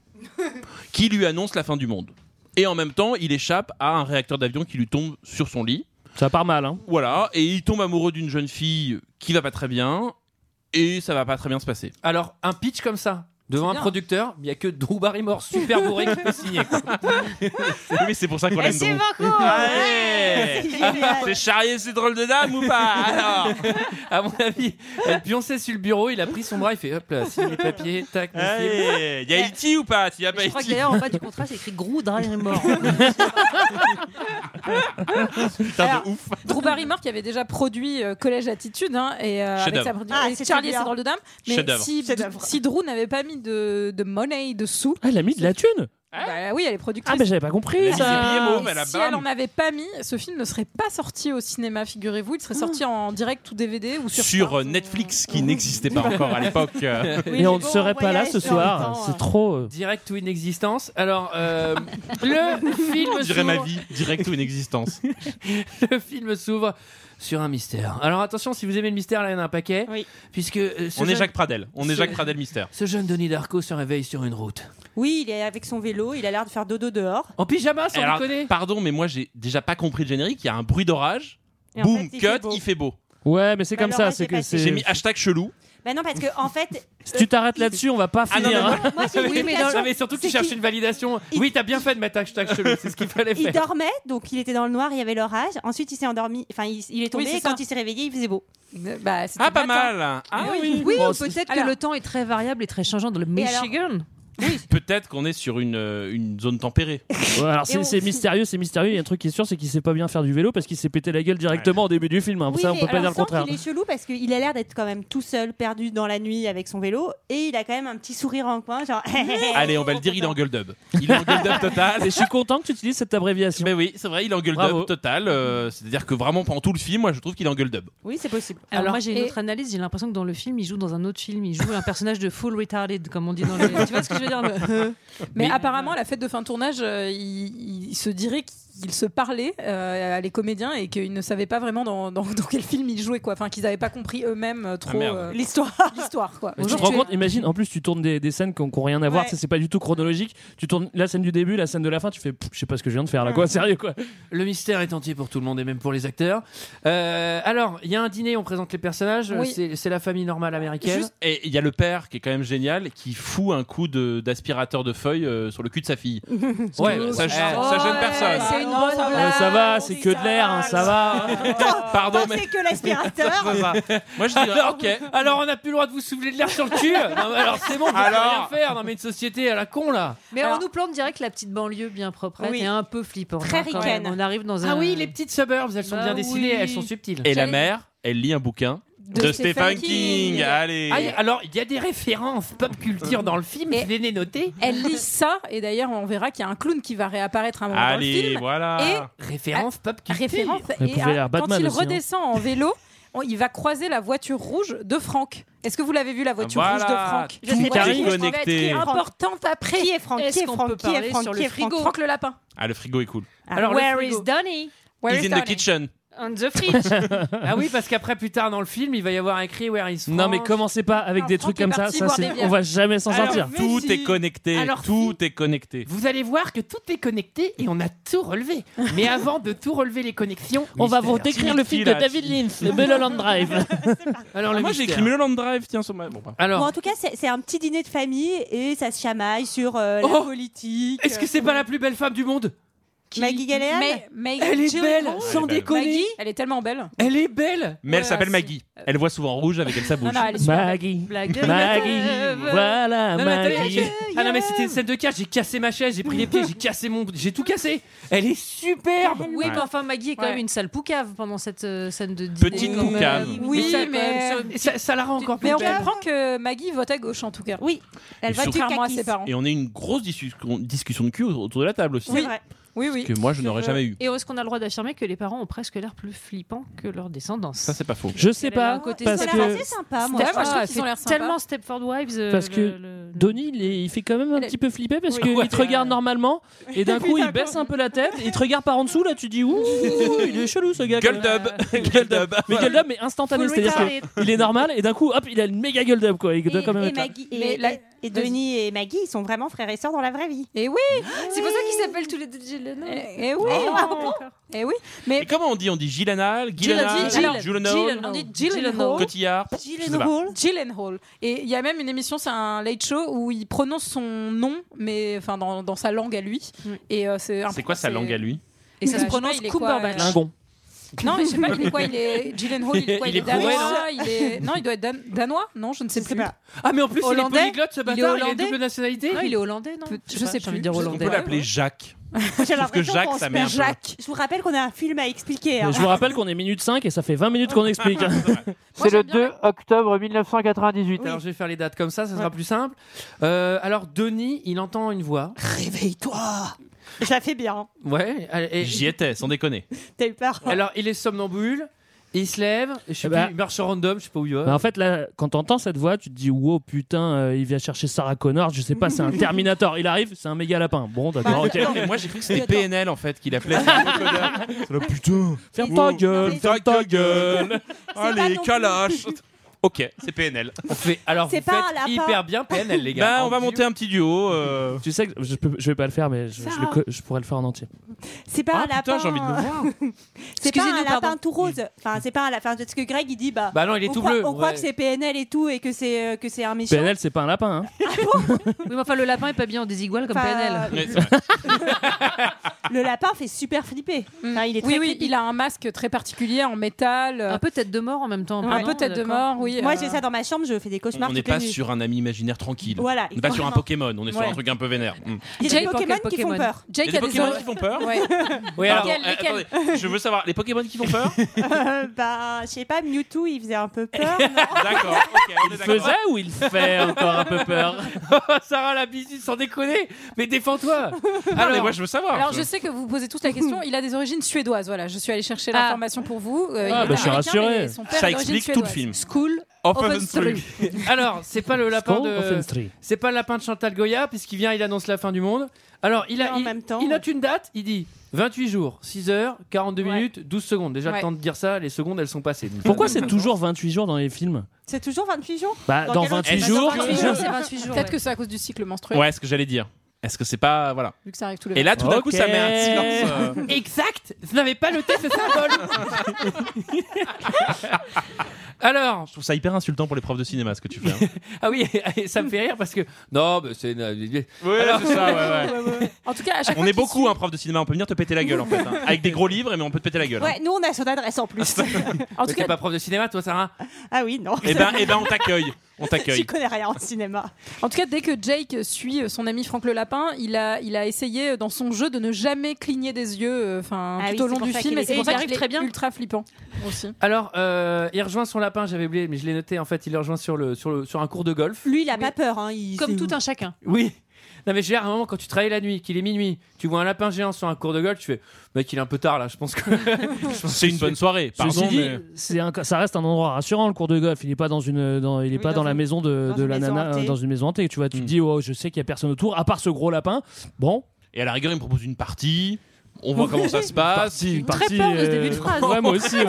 Speaker 8: qui lui annonce la fin du monde. Et en même temps, il échappe à un réacteur d'avion qui lui tombe sur son lit.
Speaker 6: Ça part mal, hein.
Speaker 8: Voilà, et il tombe amoureux d'une jeune fille qui va pas très bien et ça va pas très bien se passer.
Speaker 1: Alors, un pitch comme ça, devant un
Speaker 7: bien.
Speaker 1: producteur, il n'y a que Drew Barrymore super bourré qui peut signer. quoi.
Speaker 8: (laughs) Oui, c'est pour ça qu'on
Speaker 1: Et
Speaker 8: l'aime
Speaker 1: c'est
Speaker 8: donc.
Speaker 1: beaucoup,
Speaker 8: Allez
Speaker 1: ouais, c'est génial.
Speaker 8: C'est charrier ces drôles de dames ou pas Alors
Speaker 1: (laughs) À mon avis, elle pionçait sur le bureau, il a pris son bras, il fait hop là, signe les papiers, tac, mon
Speaker 8: Allez,
Speaker 1: film.
Speaker 8: y a E.T. ou pas S'il y a pas E
Speaker 7: Je crois que
Speaker 8: E.T..
Speaker 7: d'ailleurs, en bas du contrat, c'est écrit Gros Dragon
Speaker 8: (laughs)
Speaker 7: mort.
Speaker 12: Alors, Drew Barrymore qui avait déjà produit euh, Collège Attitude hein, et euh, avec
Speaker 7: Chef-d'œuvre.
Speaker 12: sa produ-
Speaker 11: Ah,
Speaker 12: et
Speaker 11: c'est
Speaker 12: Charlie et
Speaker 11: bien.
Speaker 12: ses drôles de dames. Mais
Speaker 6: Chef-d'œuvre.
Speaker 12: si, si Drew n'avait pas mis de, de money, de sous,
Speaker 6: Ah, elle a mis de la thune
Speaker 12: bah oui, elle est productrice.
Speaker 6: Ah, mais j'avais pas compris
Speaker 12: Et
Speaker 6: ça
Speaker 12: si elle en avait pas mis, ce film ne serait pas sorti au cinéma, figurez-vous. Il serait
Speaker 11: Ah.
Speaker 12: sorti en direct ou DVD ou sur.
Speaker 8: Sur euh, Netflix qui n'existait pas encore à l'époque. euh.
Speaker 6: Et on ne serait pas là ce soir,
Speaker 1: hein.
Speaker 6: c'est trop. euh,
Speaker 1: Direct ou inexistence. Alors, euh, (laughs) le film.
Speaker 8: On dirait ma
Speaker 1: s'ouvre-
Speaker 8: vie, direct ou inexistence.
Speaker 1: (laughs) le film s'ouvre sur un mystère. Alors attention, si vous aimez le mystère, là il y en a un paquet. Puisque euh, ce
Speaker 8: On est
Speaker 1: jeune-
Speaker 8: Jacques Pradel. On est
Speaker 1: ce-
Speaker 8: Jacques Pradel mystère.
Speaker 1: Ce jeune Denis Darko se réveille sur une route.
Speaker 11: Oui, il est avec son vélo, il a l'air de faire dodo dehors.
Speaker 1: En pyjama, sans
Speaker 8: Alors,
Speaker 1: déconner.
Speaker 8: Pardon, mais moi j'ai déjà pas compris le générique. Il y a un bruit d'orage.
Speaker 11: Et en fait,
Speaker 8: Boum,
Speaker 11: il
Speaker 8: cut,
Speaker 11: fait beau.
Speaker 8: il fait beau.
Speaker 6: Ouais, mais c'est
Speaker 11: Bah,
Speaker 6: comme
Speaker 11: Laura,
Speaker 6: ça,
Speaker 11: j'ai
Speaker 6: c'est que
Speaker 11: pas
Speaker 6: c'est.
Speaker 8: J'ai mis hashtag chelou.
Speaker 11: Bah non, parce que en fait.
Speaker 6: (laughs)
Speaker 11: euh,
Speaker 6: Si tu t'arrêtes là-dessus, on va pas
Speaker 1: Ah non,
Speaker 6: finir.
Speaker 1: mais
Speaker 6: hein.
Speaker 11: moi,
Speaker 1: (laughs)
Speaker 11: j'ai une
Speaker 1: Oui, mais,
Speaker 11: explication.
Speaker 1: non, mais surtout que tu
Speaker 11: C'est
Speaker 1: cherches
Speaker 11: qu'il-
Speaker 1: une validation. Oui, t'as bien fait de mettre hashtag chelou, c'est ce qu'il fallait
Speaker 11: Il
Speaker 1: faire.
Speaker 11: dormait, donc il était dans le noir, il y avait l'orage. Ensuite, il s'est endormi, enfin, il, il est tombé,
Speaker 12: Oui, c'est
Speaker 11: et quand
Speaker 12: ça. Bah,
Speaker 11: il s'est réveillé, il faisait beau.
Speaker 8: Ah, pas mal. Ah oui.
Speaker 7: Oui,
Speaker 8: Bon,
Speaker 7: peut-être que
Speaker 11: Alors-
Speaker 7: le temps est très variable et très changeant dans le
Speaker 11: Et alors-
Speaker 7: Michigan.
Speaker 8: Peut-être qu'on est sur une, euh, une zone tempérée.
Speaker 6: (laughs) Ouais, alors c'est c'est mystérieux, c'est mystérieux. Il y a un truc qui est sûr, c'est qu'il sait pas bien faire du vélo parce qu'il s'est pété la gueule directement au début du film. hein.
Speaker 11: Oui,
Speaker 6: ça, on
Speaker 11: mais
Speaker 6: peut pas
Speaker 11: alors,
Speaker 6: dire le
Speaker 11: on sent
Speaker 6: contraire.
Speaker 11: qu'il est chelou parce qu'il a l'air d'être quand même tout seul, perdu dans la nuit avec son vélo, et il a quand même un petit sourire en coin, genre. (laughs)
Speaker 8: Allez, on va le dire, il est en
Speaker 6: (laughs)
Speaker 8: gueule dub. Il est en gueule dub total.
Speaker 6: Et je suis content que tu utilises cette abréviation.
Speaker 8: Mais oui, c'est vrai, il est en gueule
Speaker 6: Bravo.
Speaker 8: dub total. euh, C'est-à-dire que vraiment pendant tout le film, moi je trouve qu'il est en gueule dub.
Speaker 11: Oui, c'est possible.
Speaker 7: Alors,
Speaker 11: Alors,
Speaker 7: moi j'ai une
Speaker 11: et-
Speaker 7: autre analyse, j'ai l'impression que dans le film il joue dans un autre film, il joue un personnage de full retarded comme on
Speaker 12: (laughs)
Speaker 7: dit dans les... Tu vois ce que je veux dire le-
Speaker 12: Mais apparemment, à la fête de fin de tournage, euh, il, il se dirait qu'ils se parlaient, euh, les comédiens, et qu'ils ne savaient pas vraiment dans, dans- dans quel film ils jouaient, quoi. Enfin, qu'ils n'avaient pas compris eux-mêmes euh, trop
Speaker 6: merde.
Speaker 11: l'histoire.
Speaker 12: L'histoire, quoi.
Speaker 6: Mais tu te
Speaker 12: Bonjour,
Speaker 6: rends compte, imagine, en plus tu tournes des, des scènes qui n'ont rien à voir,
Speaker 12: Ouais.
Speaker 6: tu sais, c'est pas du tout chronologique. Tu tournes la scène du début, la scène de la fin, tu fais, pff, je sais pas ce que je viens de faire là, quoi, sérieux quoi.
Speaker 1: Le mystère est entier pour tout le monde et même pour les acteurs. Euh, alors, il y a un dîner, on présente les personnages.
Speaker 12: Oui.
Speaker 1: C'est c'est la famille normale américaine.
Speaker 8: Juste- Et il y a le père qui est quand même génial, qui fout un coup de- d'aspirateur de, feuilles euh, sur le cul de sa fille.
Speaker 1: Ouais, Oh, Ah,
Speaker 8: Euh, ça,
Speaker 1: ouais.
Speaker 8: gêne- ça gêne personne.
Speaker 12: C'est une bonne
Speaker 6: Euh,
Speaker 12: blague.
Speaker 6: ça va, c'est que de l'air, hein, ça va.
Speaker 8: Pardon, mais.
Speaker 11: C'est que
Speaker 8: (laughs)
Speaker 11: l'aspirateur.
Speaker 8: Ça va. Moi je dirais,
Speaker 1: Alors,
Speaker 8: ok.
Speaker 1: alors, on n'a plus le droit de vous souffler de l'air sur le cul. Non, mais alors, c'est bon, vous pouvez
Speaker 8: Alors-
Speaker 1: rien faire. Non, mais une société à la con là.
Speaker 7: Mais
Speaker 11: Alors-
Speaker 7: on nous plante direct la petite banlieue bien propre
Speaker 11: Oui.
Speaker 7: et un peu flippante.
Speaker 11: Très
Speaker 7: hein, quand
Speaker 11: ricaine.
Speaker 7: même. On arrive dans un...
Speaker 1: Ah oui, les petites suburbs, elles sont
Speaker 7: Bah
Speaker 1: bien dessinées,
Speaker 7: oui.
Speaker 1: elles sont subtiles.
Speaker 8: Et la
Speaker 7: J'allais-
Speaker 8: mère, elle lit un bouquin de, Stephen King. Allez.
Speaker 1: Ah, y- alors, il y a des références pop culture dans le film,
Speaker 12: Et-
Speaker 1: je les ai notées.
Speaker 12: Elle lit ça, et d'ailleurs, on verra qu'il y a un clown qui va réapparaître à un moment dans le
Speaker 8: Allez,
Speaker 12: film. Ah,
Speaker 8: voilà.
Speaker 1: Référence pop culture.
Speaker 12: référence.
Speaker 6: Elle
Speaker 12: Et
Speaker 6: pouvait
Speaker 12: à-
Speaker 6: l'air
Speaker 12: quand
Speaker 6: Batman
Speaker 12: il
Speaker 6: aussi, hein.
Speaker 12: redescend en vélo, on- il va croiser la voiture rouge de Franck. Est-ce que vous l'avez vu la voiture
Speaker 8: Voilà.
Speaker 12: rouge de Franck
Speaker 8: Tout
Speaker 11: sais pas
Speaker 8: est
Speaker 11: qui est Franck.
Speaker 8: connecté.
Speaker 11: Franck.
Speaker 12: Importante après.
Speaker 11: Qui est Franck Qui
Speaker 7: Est-ce
Speaker 11: est
Speaker 7: qu'on
Speaker 11: Franck
Speaker 7: peut
Speaker 11: Qui est
Speaker 7: parler
Speaker 11: Franck
Speaker 7: sur
Speaker 11: Qui
Speaker 7: le
Speaker 11: est Franck
Speaker 7: frigo
Speaker 12: Franck le lapin.
Speaker 8: Ah, le frigo est cool.
Speaker 1: Alors, le
Speaker 11: Where
Speaker 1: frigo.
Speaker 11: is
Speaker 7: Donny
Speaker 12: Where
Speaker 8: He's
Speaker 12: is
Speaker 8: in the
Speaker 12: Donnie
Speaker 8: kitchen.
Speaker 7: on the fridge.
Speaker 1: Ah oui, parce qu'après, plus tard dans le film, il va y avoir écrit Where is Frank.
Speaker 6: Non, mais commencez pas avec
Speaker 12: Non,
Speaker 6: des
Speaker 12: Franck
Speaker 6: trucs
Speaker 12: est
Speaker 6: comme ça,
Speaker 12: parti
Speaker 6: ça
Speaker 12: boire
Speaker 6: c'est-
Speaker 12: des bières.
Speaker 6: on va jamais s'en
Speaker 1: Alors,
Speaker 6: sortir.
Speaker 1: mais
Speaker 8: Tout
Speaker 1: si.
Speaker 8: est connecté.
Speaker 1: Alors,
Speaker 8: tout est connecté.
Speaker 1: Vous allez voir que tout est connecté et on a tout relevé. Mais avant de tout relever les connexions,
Speaker 6: On va
Speaker 1: mystère.
Speaker 6: vous décrire le film de David Lynch, le Mulholland Drive.
Speaker 1: (laughs) Alors, le
Speaker 8: moi j'ai
Speaker 1: mystère.
Speaker 8: écrit Mulholland Drive, tiens, sur ma. Bon,
Speaker 11: Bon,
Speaker 8: bah.
Speaker 1: Alors,
Speaker 11: en tout cas, c'est c'est un petit dîner de famille et ça se chamaille sur euh, la
Speaker 1: Oh
Speaker 11: politique.
Speaker 1: est-ce que c'est pas la plus belle femme du monde
Speaker 11: Maggie Gallagher
Speaker 12: Mais, mais
Speaker 1: Elle est
Speaker 12: Jill
Speaker 1: belle,
Speaker 12: Hall.
Speaker 1: sans
Speaker 8: Elle est belle.
Speaker 1: déconner.
Speaker 12: Maggie, elle est tellement belle.
Speaker 1: Elle est belle.
Speaker 8: Mais elle
Speaker 12: Ouais,
Speaker 8: s'appelle
Speaker 12: si.
Speaker 8: Maggie. Elle voit souvent rouge avec elle sa bouche.
Speaker 12: Non, non, elle est super belle.
Speaker 6: Maggie,
Speaker 7: Blague de
Speaker 6: Maggie,
Speaker 7: rêve.
Speaker 6: voilà
Speaker 1: Non, mais attendez,
Speaker 6: Maggie.
Speaker 1: j'ai- ah non mais c'était une scène de casse, j'ai cassé ma chaise, j'ai pris les pieds, j'ai cassé mon... J'ai tout cassé Elle est superbe
Speaker 7: (laughs) Oui, mais enfin Maggie est quand
Speaker 12: Ouais.
Speaker 7: même une sale poucave pendant cette euh, scène de dîner.
Speaker 8: Petite
Speaker 7: quand même.
Speaker 8: poucave.
Speaker 12: Oui,
Speaker 7: ça, quand
Speaker 12: mais-
Speaker 7: même, sur-
Speaker 1: Et ça, ça la rend encore plus
Speaker 12: Mais on
Speaker 1: belle.
Speaker 12: comprend que Maggie vote à gauche en tout cas.
Speaker 11: Oui, elle
Speaker 8: Et
Speaker 11: va du
Speaker 12: Contrairement à
Speaker 11: kakis.
Speaker 12: ses parents.
Speaker 8: Et on a eu une grosse discussion discussion de cul autour de la table aussi.
Speaker 11: C'est vrai.
Speaker 12: Oui, oui.
Speaker 8: Que moi je n'aurais jamais eu.
Speaker 7: Et est-ce qu'on a le droit d'affirmer que les parents ont presque l'air plus flippants que leur descendance
Speaker 8: Ça, c'est pas faux.
Speaker 6: Je sais
Speaker 7: Elle a un
Speaker 6: pas,
Speaker 7: côté ah,
Speaker 6: parce
Speaker 11: Ils ont
Speaker 6: que
Speaker 11: l'air assez sympas, moi.
Speaker 12: Ouais,
Speaker 11: je
Speaker 12: moi, je
Speaker 11: trouve.
Speaker 12: trouve qu'ils ont l'air sympas.
Speaker 7: tellement Stepford Wives. euh,
Speaker 6: Parce que
Speaker 7: le- le-
Speaker 6: Donnie, il, est- il fait quand même un
Speaker 12: Elle est-
Speaker 6: petit peu flipper parce
Speaker 1: Oui.
Speaker 6: qu'il
Speaker 1: Ouais.
Speaker 6: te regarde normalement et d'un coup il baisse un peu la tête, il te regarde par en dessous là, tu dis ouh, il est chelou ce gars.
Speaker 8: Gueule
Speaker 6: quoi.
Speaker 8: dub. Gueule dub.
Speaker 6: Mais (laughs) gueule d'homme, mais instantané,
Speaker 7: Full
Speaker 6: c'est-à-dire
Speaker 7: retarded.
Speaker 6: qu'il est normal et d'un coup hop, il a une méga gueule d'homme quoi. Il doit
Speaker 11: Et-
Speaker 6: quand même
Speaker 11: et
Speaker 6: être là.
Speaker 11: Maggie- et-
Speaker 12: Mais la,
Speaker 11: et- Et Denis et Maggie, ils sont vraiment frères et sœurs dans la vraie vie. Eh,
Speaker 12: Et oui
Speaker 7: Ah
Speaker 12: C'est pour ça qu'ils s'appellent tous les deux Jill Lennon. Et oui
Speaker 11: Ah,
Speaker 8: Oh.
Speaker 12: Et Eh oui
Speaker 8: Mais comment on dit On dit Gilanal, Gilanal,
Speaker 12: Gyllenhaal.
Speaker 8: Gilanal,
Speaker 12: On dit Gyllenhaal.
Speaker 8: Cotillard. je sais pas.
Speaker 12: Gyllenhaal. Et il y a même une émission, c'est un late show où il prononce son nom, mais enfin dans, dans sa langue à lui.
Speaker 11: Mm.
Speaker 12: Et euh, c'est un-
Speaker 8: C'est quoi sa
Speaker 12: c'est-
Speaker 8: langue à lui
Speaker 12: Et ça se prononce
Speaker 11: euh,
Speaker 12: Cumberbatch. Non, mais je sais pas, il est quoi Il
Speaker 1: (laughs)
Speaker 12: est Gyllenhaal, il est quoi
Speaker 8: Il est
Speaker 12: danois
Speaker 8: bourré,
Speaker 12: il est... Non, il doit être dan- danois Non, je ne sais plus.
Speaker 1: hein. Ah, mais en plus,
Speaker 12: Hollandais
Speaker 1: il est polyglotte, ce
Speaker 12: Il est
Speaker 1: bâtard. Il, a
Speaker 12: hollandais
Speaker 1: double nationalité.
Speaker 12: Non, il est hollandais, non
Speaker 1: Peut-
Speaker 12: Je sais
Speaker 1: j'ai
Speaker 12: pas,
Speaker 1: envie de
Speaker 12: plus.
Speaker 8: On peut l'appeler Jacques.
Speaker 6: Sauf que Jacques, ça met un peu-
Speaker 11: Jacques. Je vous rappelle qu'on a un film à expliquer. hein.
Speaker 6: Je vous rappelle qu'on est minute 5 et ça fait 20 minutes qu'on
Speaker 1: (laughs)
Speaker 6: explique.
Speaker 1: C'est le 2 octobre 1998.
Speaker 6: Oui.
Speaker 1: Alors je vais faire les dates comme ça, ça sera plus simple. Euh, alors Denis, il entend une voix.
Speaker 11: Réveille-toi Je la fais bien. hein.
Speaker 1: Ouais.
Speaker 8: J'y étais, sans déconner.
Speaker 11: T'as eu peur
Speaker 1: Alors il est somnambule, il se lève, je sais
Speaker 6: Eh ben-
Speaker 1: plus, il marche random, je sais pas où il va.
Speaker 6: Bah, en fait, là, quand t'entends cette voix, tu te dis Wow, putain, euh, il vient chercher Sarah Connor, je sais pas, c'est un Terminator. Il arrive, c'est un méga lapin. Bon, Bah, d'accord, ok.
Speaker 8: Non, mais moi j'ai cru que c'était PNL en fait qu'il appelait.
Speaker 6: putain, ferme ta gueule, ferme ta gueule.
Speaker 8: (laughs) Allez, calache Ok, c'est PNL.
Speaker 1: On fait, alors
Speaker 8: vous
Speaker 1: C'est pas un lapin. hyper bien PNL, les gars.
Speaker 8: Bah, on va monter un petit duo. euh.
Speaker 6: Tu sais que je, peux- je vais pas le faire, mais je, je le co- je pourrais le faire en entier.
Speaker 11: C'est pas
Speaker 6: Ah,
Speaker 11: un lapin. euh,
Speaker 6: putain, j'ai envie de le voir.
Speaker 11: (laughs) c'est pas un
Speaker 6: Excusez-nous,
Speaker 11: lapin
Speaker 6: pardon.
Speaker 11: tout rose. Enfin, c'est pas un lapin. Parce que Greg, il dit bah.
Speaker 6: Bah non, il est
Speaker 11: on
Speaker 6: tout
Speaker 11: croit-
Speaker 6: bleu,
Speaker 11: On croit
Speaker 6: ouais.
Speaker 11: que c'est PNL et tout et que c'est euh, que c'est un méchant.
Speaker 6: PNL, c'est pas un lapin. Hein.
Speaker 7: Oui, mais enfin, le lapin est pas bien en désigual comme
Speaker 11: Enfin, euh,
Speaker 7: PNL.
Speaker 11: Le lapin fait super flipper. Enfin, il est
Speaker 12: Mm. Oui,
Speaker 11: très
Speaker 12: oui, il a un masque très particulier en métal. Un
Speaker 7: peu tête de mort en même temps.
Speaker 12: Un peu tête de mort, oui.
Speaker 11: Moi,
Speaker 12: euh,
Speaker 11: j'ai ça dans ma chambre, je fais des cauchemars.
Speaker 8: On n'est
Speaker 11: toute la
Speaker 8: pas
Speaker 11: nuit.
Speaker 8: sur un ami imaginaire tranquille.
Speaker 11: Voilà,
Speaker 8: on n'est pas sur un
Speaker 11: exactement.
Speaker 8: Pokémon, on est sur
Speaker 11: Ouais.
Speaker 8: un truc un peu vénère. Mm.
Speaker 11: Il y a des
Speaker 12: Jake,
Speaker 11: Pokémon,
Speaker 12: quel
Speaker 11: qui font
Speaker 12: Pokémon
Speaker 11: peur.
Speaker 12: Jake
Speaker 8: Il y a des Pokémon qui font peur
Speaker 12: Ouais.
Speaker 8: Oui, alors,
Speaker 11: Lesquels,
Speaker 8: euh,
Speaker 11: lesquels
Speaker 8: attendez, je veux savoir, les Pokémon qui font (laughs) peur
Speaker 11: Euh, (laughs) bah, je sais pas, Mewtwo, il faisait un peu peur.
Speaker 8: D'accord, ok, on est d'accord.
Speaker 6: Faisait ou il fait encore un peu peur
Speaker 1: (laughs) Sarah, la bise, sans déconner,
Speaker 6: (laughs)
Speaker 1: mais défends-toi.
Speaker 8: mais moi, je veux savoir.
Speaker 12: Alors je sais que vous vous posez tous la (laughs) question. Il a des origines suédoises, voilà. Je suis allé chercher l'information pour vous. Euh, il
Speaker 1: Ah,
Speaker 12: est
Speaker 1: bah, je suis
Speaker 12: américain,
Speaker 1: rassuré.
Speaker 12: mais son père
Speaker 1: Ça
Speaker 12: est d'origine
Speaker 1: explique tout le
Speaker 12: suédoise.
Speaker 1: film.
Speaker 12: School
Speaker 1: Off
Speaker 12: of
Speaker 1: Street. (laughs) Alors, c'est pas le lapin
Speaker 6: Skull of Open
Speaker 1: de.
Speaker 6: Street.
Speaker 1: C'est pas le lapin de Chantal Goya, puisqu'il vient, il annonce la fin du monde. Alors, il, a, il, il note une date, il dit 28 jours, 6 heures, 42 minutes, 12 secondes. Déjà,
Speaker 11: Ouais.
Speaker 1: le temps de dire ça, les secondes, elles sont passées.
Speaker 6: Pourquoi c'est toujours 28 jours dans les films
Speaker 11: C'est toujours 28 jours
Speaker 6: Bah, dans
Speaker 11: quel autre-
Speaker 6: 28 jours.
Speaker 8: (laughs)
Speaker 12: c'est 28 jours. Peut-être que c'est à cause du cycle menstruel.
Speaker 8: Ouais, ce que j'allais dire. Est-ce que c'est pas. Voilà.
Speaker 12: Vu que ça arrive tous les
Speaker 8: Et là, tout d'un
Speaker 12: Ok.
Speaker 8: coup, ça met un silence. euh,
Speaker 12: (laughs)
Speaker 1: Exact Vous n'avez pas noté ce symbole
Speaker 6: (laughs)
Speaker 1: (laughs) Alors,
Speaker 8: Je trouve ça hyper insultant pour les profs de cinéma ce que tu fais. hein.
Speaker 1: ah oui, ça me fait rire parce que. Non, mais c'est.
Speaker 8: Oui, c'est ça,
Speaker 11: (laughs)
Speaker 8: ouais, ouais.
Speaker 12: En tout cas, à chaque
Speaker 8: On est beaucoup, un prof de cinéma, on peut venir te péter la gueule en fait. hein. Avec des gros livres, mais on peut te péter la gueule. hein.
Speaker 11: Ouais, nous, on a son adresse en
Speaker 8: (laughs)
Speaker 11: plus.
Speaker 1: En tout cas, t'es pas prof de cinéma, toi, Sarah
Speaker 11: Ah oui, non.
Speaker 8: Eh ben, eh ben, on t'accueille. On t'accueille.
Speaker 11: J'y connais rien en cinéma.
Speaker 12: En tout cas, dès que Jake suit euh, son ami Franck le Lapin, il a, il a essayé euh, dans son jeu de ne jamais cligner des yeux euh, enfin, tout
Speaker 11: Ah oui,
Speaker 12: au
Speaker 11: c'est
Speaker 12: long
Speaker 11: pour
Speaker 12: du
Speaker 11: ça
Speaker 12: film.
Speaker 11: qu'il
Speaker 12: Et c'est
Speaker 11: est-
Speaker 12: pour
Speaker 11: il
Speaker 12: ça
Speaker 11: arrive
Speaker 12: qu'il
Speaker 11: très
Speaker 12: est
Speaker 11: bien.
Speaker 12: ultra flippant aussi.
Speaker 1: Alors, euh, il rejoint son lapin, j'avais oublié, mais je l'ai noté en fait, il le rejoint sur, le, sur, le, sur un cours de golf. (laughs)
Speaker 11: Lui, il a pas peur. Hein, il-
Speaker 7: Comme tout un chacun.
Speaker 1: Oui. Non mais j'ai un moment quand tu travailles la nuit, qu'il est minuit, tu vois un lapin géant sur un cours de golf, tu fais mec il est un peu tard là, je pense que (laughs)
Speaker 8: C'est une bonne soirée.
Speaker 6: Ceci
Speaker 8: Pardon,
Speaker 6: dit,
Speaker 8: mais-
Speaker 6: c'est un- ça reste un endroit rassurant le cours de golf. Il n'est pas dans une, dans- il est pas dans, la maison de, de
Speaker 1: une
Speaker 6: la
Speaker 1: maison
Speaker 6: nana,
Speaker 1: hantée.
Speaker 6: euh, dans une maison hantée. Tu vois,
Speaker 8: Hmm.
Speaker 6: tu te dis, oh, je sais qu'il y a personne autour, à part ce gros lapin. Bon.
Speaker 8: Et à la rigueur, il me propose une partie. On voit comment ça se passe.
Speaker 6: Une partie, euh, Ouais, moi aussi. ouais.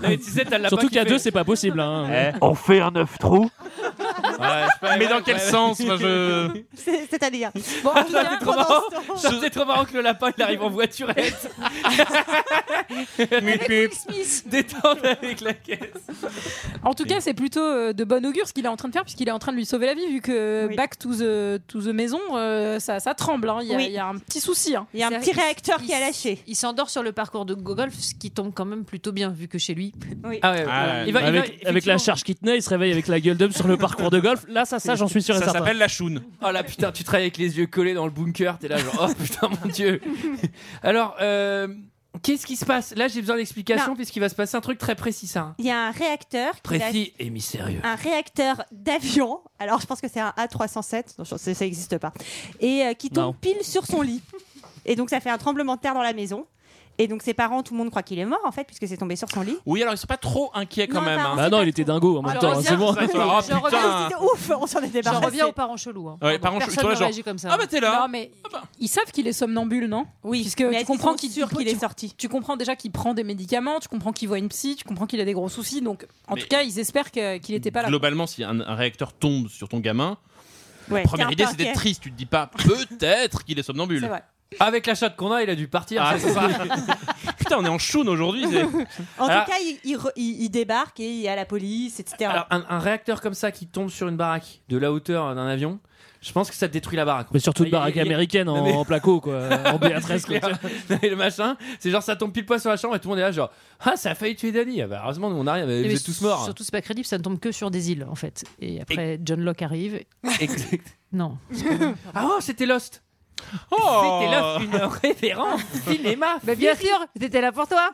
Speaker 1: Mais tu sais, t'as le lapin
Speaker 6: Surtout
Speaker 1: qui
Speaker 6: qu'à
Speaker 1: fait-
Speaker 6: deux, c'est pas possible. hein.
Speaker 8: Eh.
Speaker 6: On fait un neuf trous.
Speaker 8: mais dans quel sens moi, je...
Speaker 11: C'est- (laughs) C'est-à-dire.
Speaker 12: Bon,
Speaker 8: Ah,
Speaker 1: Ça, c'est trop marrant. Ça, c'est trop marrant que le lapin il arrive en voiturette. (laughs) Détente avec la caisse.
Speaker 12: En tout cas, c'est plutôt euh, de bon augure ce qu'il est en train de faire, puisqu'il est en train de lui sauver la vie, vu que euh, Back to the, to the Maison, euh, ça, ça tremble. hein. Il y a-
Speaker 11: Oui.
Speaker 12: il y, a un petit souci. hein.
Speaker 11: Il y a un petit réacteur qui a lâché.
Speaker 7: Il s'endort sur le parcours de golf, ce qui tombe quand même plutôt bien, vu que chez lui. (laughs)
Speaker 11: Oui.
Speaker 1: Ah ouais,
Speaker 6: avec, avec la charge qui tenait, il se réveille avec la gueule d'homme sur le parcours de golf. Là, ça, ça, j'en suis sûr et
Speaker 8: Ça
Speaker 6: certain.
Speaker 8: s'appelle la choune.
Speaker 1: Oh là putain, tu travailles avec les yeux collés dans le bunker, t'es là genre oh putain
Speaker 11: (laughs)
Speaker 1: mon dieu. Alors euh, qu'est-ce qui se passe Là j'ai besoin d'explications
Speaker 11: Non.
Speaker 1: puisqu'il va se passer un truc très précis ça. hein.
Speaker 11: Il y a un réacteur. qui
Speaker 1: Précis et mystérieux.
Speaker 11: lâche- Un réacteur d'avion. Alors, je pense que c'est un A307. Non, je pense que ça n'existe pas. Et euh, qui tombe
Speaker 1: Non.
Speaker 11: pile sur son lit. Et donc, ça fait un tremblement de terre dans la maison. Et donc, ses parents, tout le monde croit qu'il est mort, en fait, puisque c'est tombé sur son lit.
Speaker 8: Oui, alors ils sont pas trop inquiets quand
Speaker 11: Non,
Speaker 8: même.
Speaker 11: enfin,
Speaker 8: hein.
Speaker 6: Bah non, il était dingo en même
Speaker 8: Alors,
Speaker 6: temps. hein,
Speaker 8: reviens,
Speaker 6: C'est bon.
Speaker 8: ça, ils sont là, oh, putain.
Speaker 11: C'était ouf, on s'en est débarrassé.
Speaker 7: J'en reviens aux parents chelous. hein.
Speaker 8: Ouais, parents,
Speaker 7: Personne
Speaker 8: toi,
Speaker 7: ne
Speaker 8: genre,
Speaker 7: réagit comme ça.
Speaker 8: Ah bah t'es là.
Speaker 12: Non, mais ils savent qu'il est somnambule, non
Speaker 11: Oui.
Speaker 12: Puisque
Speaker 11: Mais
Speaker 12: tu
Speaker 11: est-ce
Speaker 12: comprends
Speaker 11: qu'ils
Speaker 12: qu'il
Speaker 11: sont sûrs qu'il
Speaker 12: tu-
Speaker 11: est sorti.
Speaker 12: Tu comprends déjà qu'il prend des médicaments, tu comprends qu'il voit une psy, tu comprends qu'il a des gros soucis. Donc, en
Speaker 8: Mais-
Speaker 12: tout cas, ils espèrent que- qu'il n'était pas là.
Speaker 8: Globalement, si un, un réacteur tombe sur ton gamin, La
Speaker 1: Ouais,
Speaker 8: première
Speaker 1: c'est un
Speaker 8: idée,
Speaker 1: peu
Speaker 8: c'est d'être
Speaker 1: inquiet.
Speaker 8: triste. Tu te dis pas peut-être qu'il est somnambule.
Speaker 1: C'est vrai. Avec la chatte qu'on a, il a dû partir.
Speaker 8: Ah,
Speaker 1: c'est ça.
Speaker 8: (laughs) Putain, on est en choune aujourd'hui. c'est-
Speaker 11: (laughs) En
Speaker 1: Alors-
Speaker 11: tout cas, il, il re- il- il débarque et il y a la police, etc.
Speaker 1: Alors, un, un réacteur comme ça qui tombe sur une baraque de la hauteur d'un avion, je pense que ça détruit la baraque.
Speaker 6: Mais surtout une
Speaker 1: Il Ah, y a-
Speaker 6: baraque
Speaker 1: il y a-
Speaker 6: américaine en,
Speaker 1: Non, mais-
Speaker 6: en placo, quoi. en
Speaker 1: C'est
Speaker 6: BA13, quoi.
Speaker 1: clair. (laughs) Non, mais le machin, c'est genre ça tombe pile poil sur la chambre et tout le monde est là, genre Ah, ça a failli tuer Danny. Ah, bah, heureusement, nous on arrive,
Speaker 7: Et
Speaker 1: vous
Speaker 7: mais
Speaker 1: êtes tous morts. hein.
Speaker 7: Surtout, c'est pas crédible, ça ne tombe que sur des îles en fait. Et après, John Locke arrive.
Speaker 1: Exact.
Speaker 7: (laughs) Non.
Speaker 1: Ah, oh, c'était Lost.
Speaker 8: Oh.
Speaker 1: C'était Lost, une (laughs) référence cinéma.
Speaker 7: Mais Bah, bien sûr, c'était là pour toi.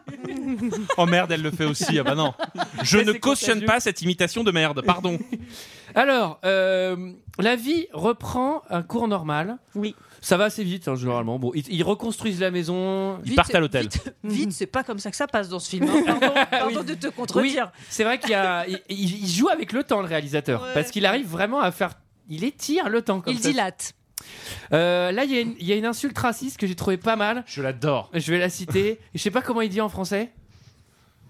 Speaker 8: Oh merde, elle le fait aussi. Ah bah
Speaker 1: (laughs)
Speaker 8: non. Je
Speaker 1: Mais
Speaker 8: ne
Speaker 1: c'est
Speaker 8: cautionne pas cette imitation de merde. Pardon.
Speaker 1: Alors, euh, la vie reprend un cours normal.
Speaker 11: Oui.
Speaker 1: Ça va assez vite, hein, généralement. Bon, ils, ils reconstruisent la maison.
Speaker 7: Vite, Vite, vite, c'est pas comme ça que ça passe dans ce film. (laughs) hein. Pardon, pardon de te (laughs)
Speaker 1: Oui,
Speaker 7: contredire.
Speaker 1: c'est vrai qu'il
Speaker 7: (laughs)
Speaker 1: y a- il, il- il joue avec le temps, le réalisateur. Parce qu'il arrive vraiment à faire. Il étire le temps. Comme
Speaker 7: Il
Speaker 1: ça.
Speaker 7: dilate.
Speaker 1: Euh, là, il y, a une- il y a une insulte raciste que j'ai trouvé pas mal.
Speaker 8: Je l'adore.
Speaker 1: Je vais la citer. Je sais pas comment il dit en français.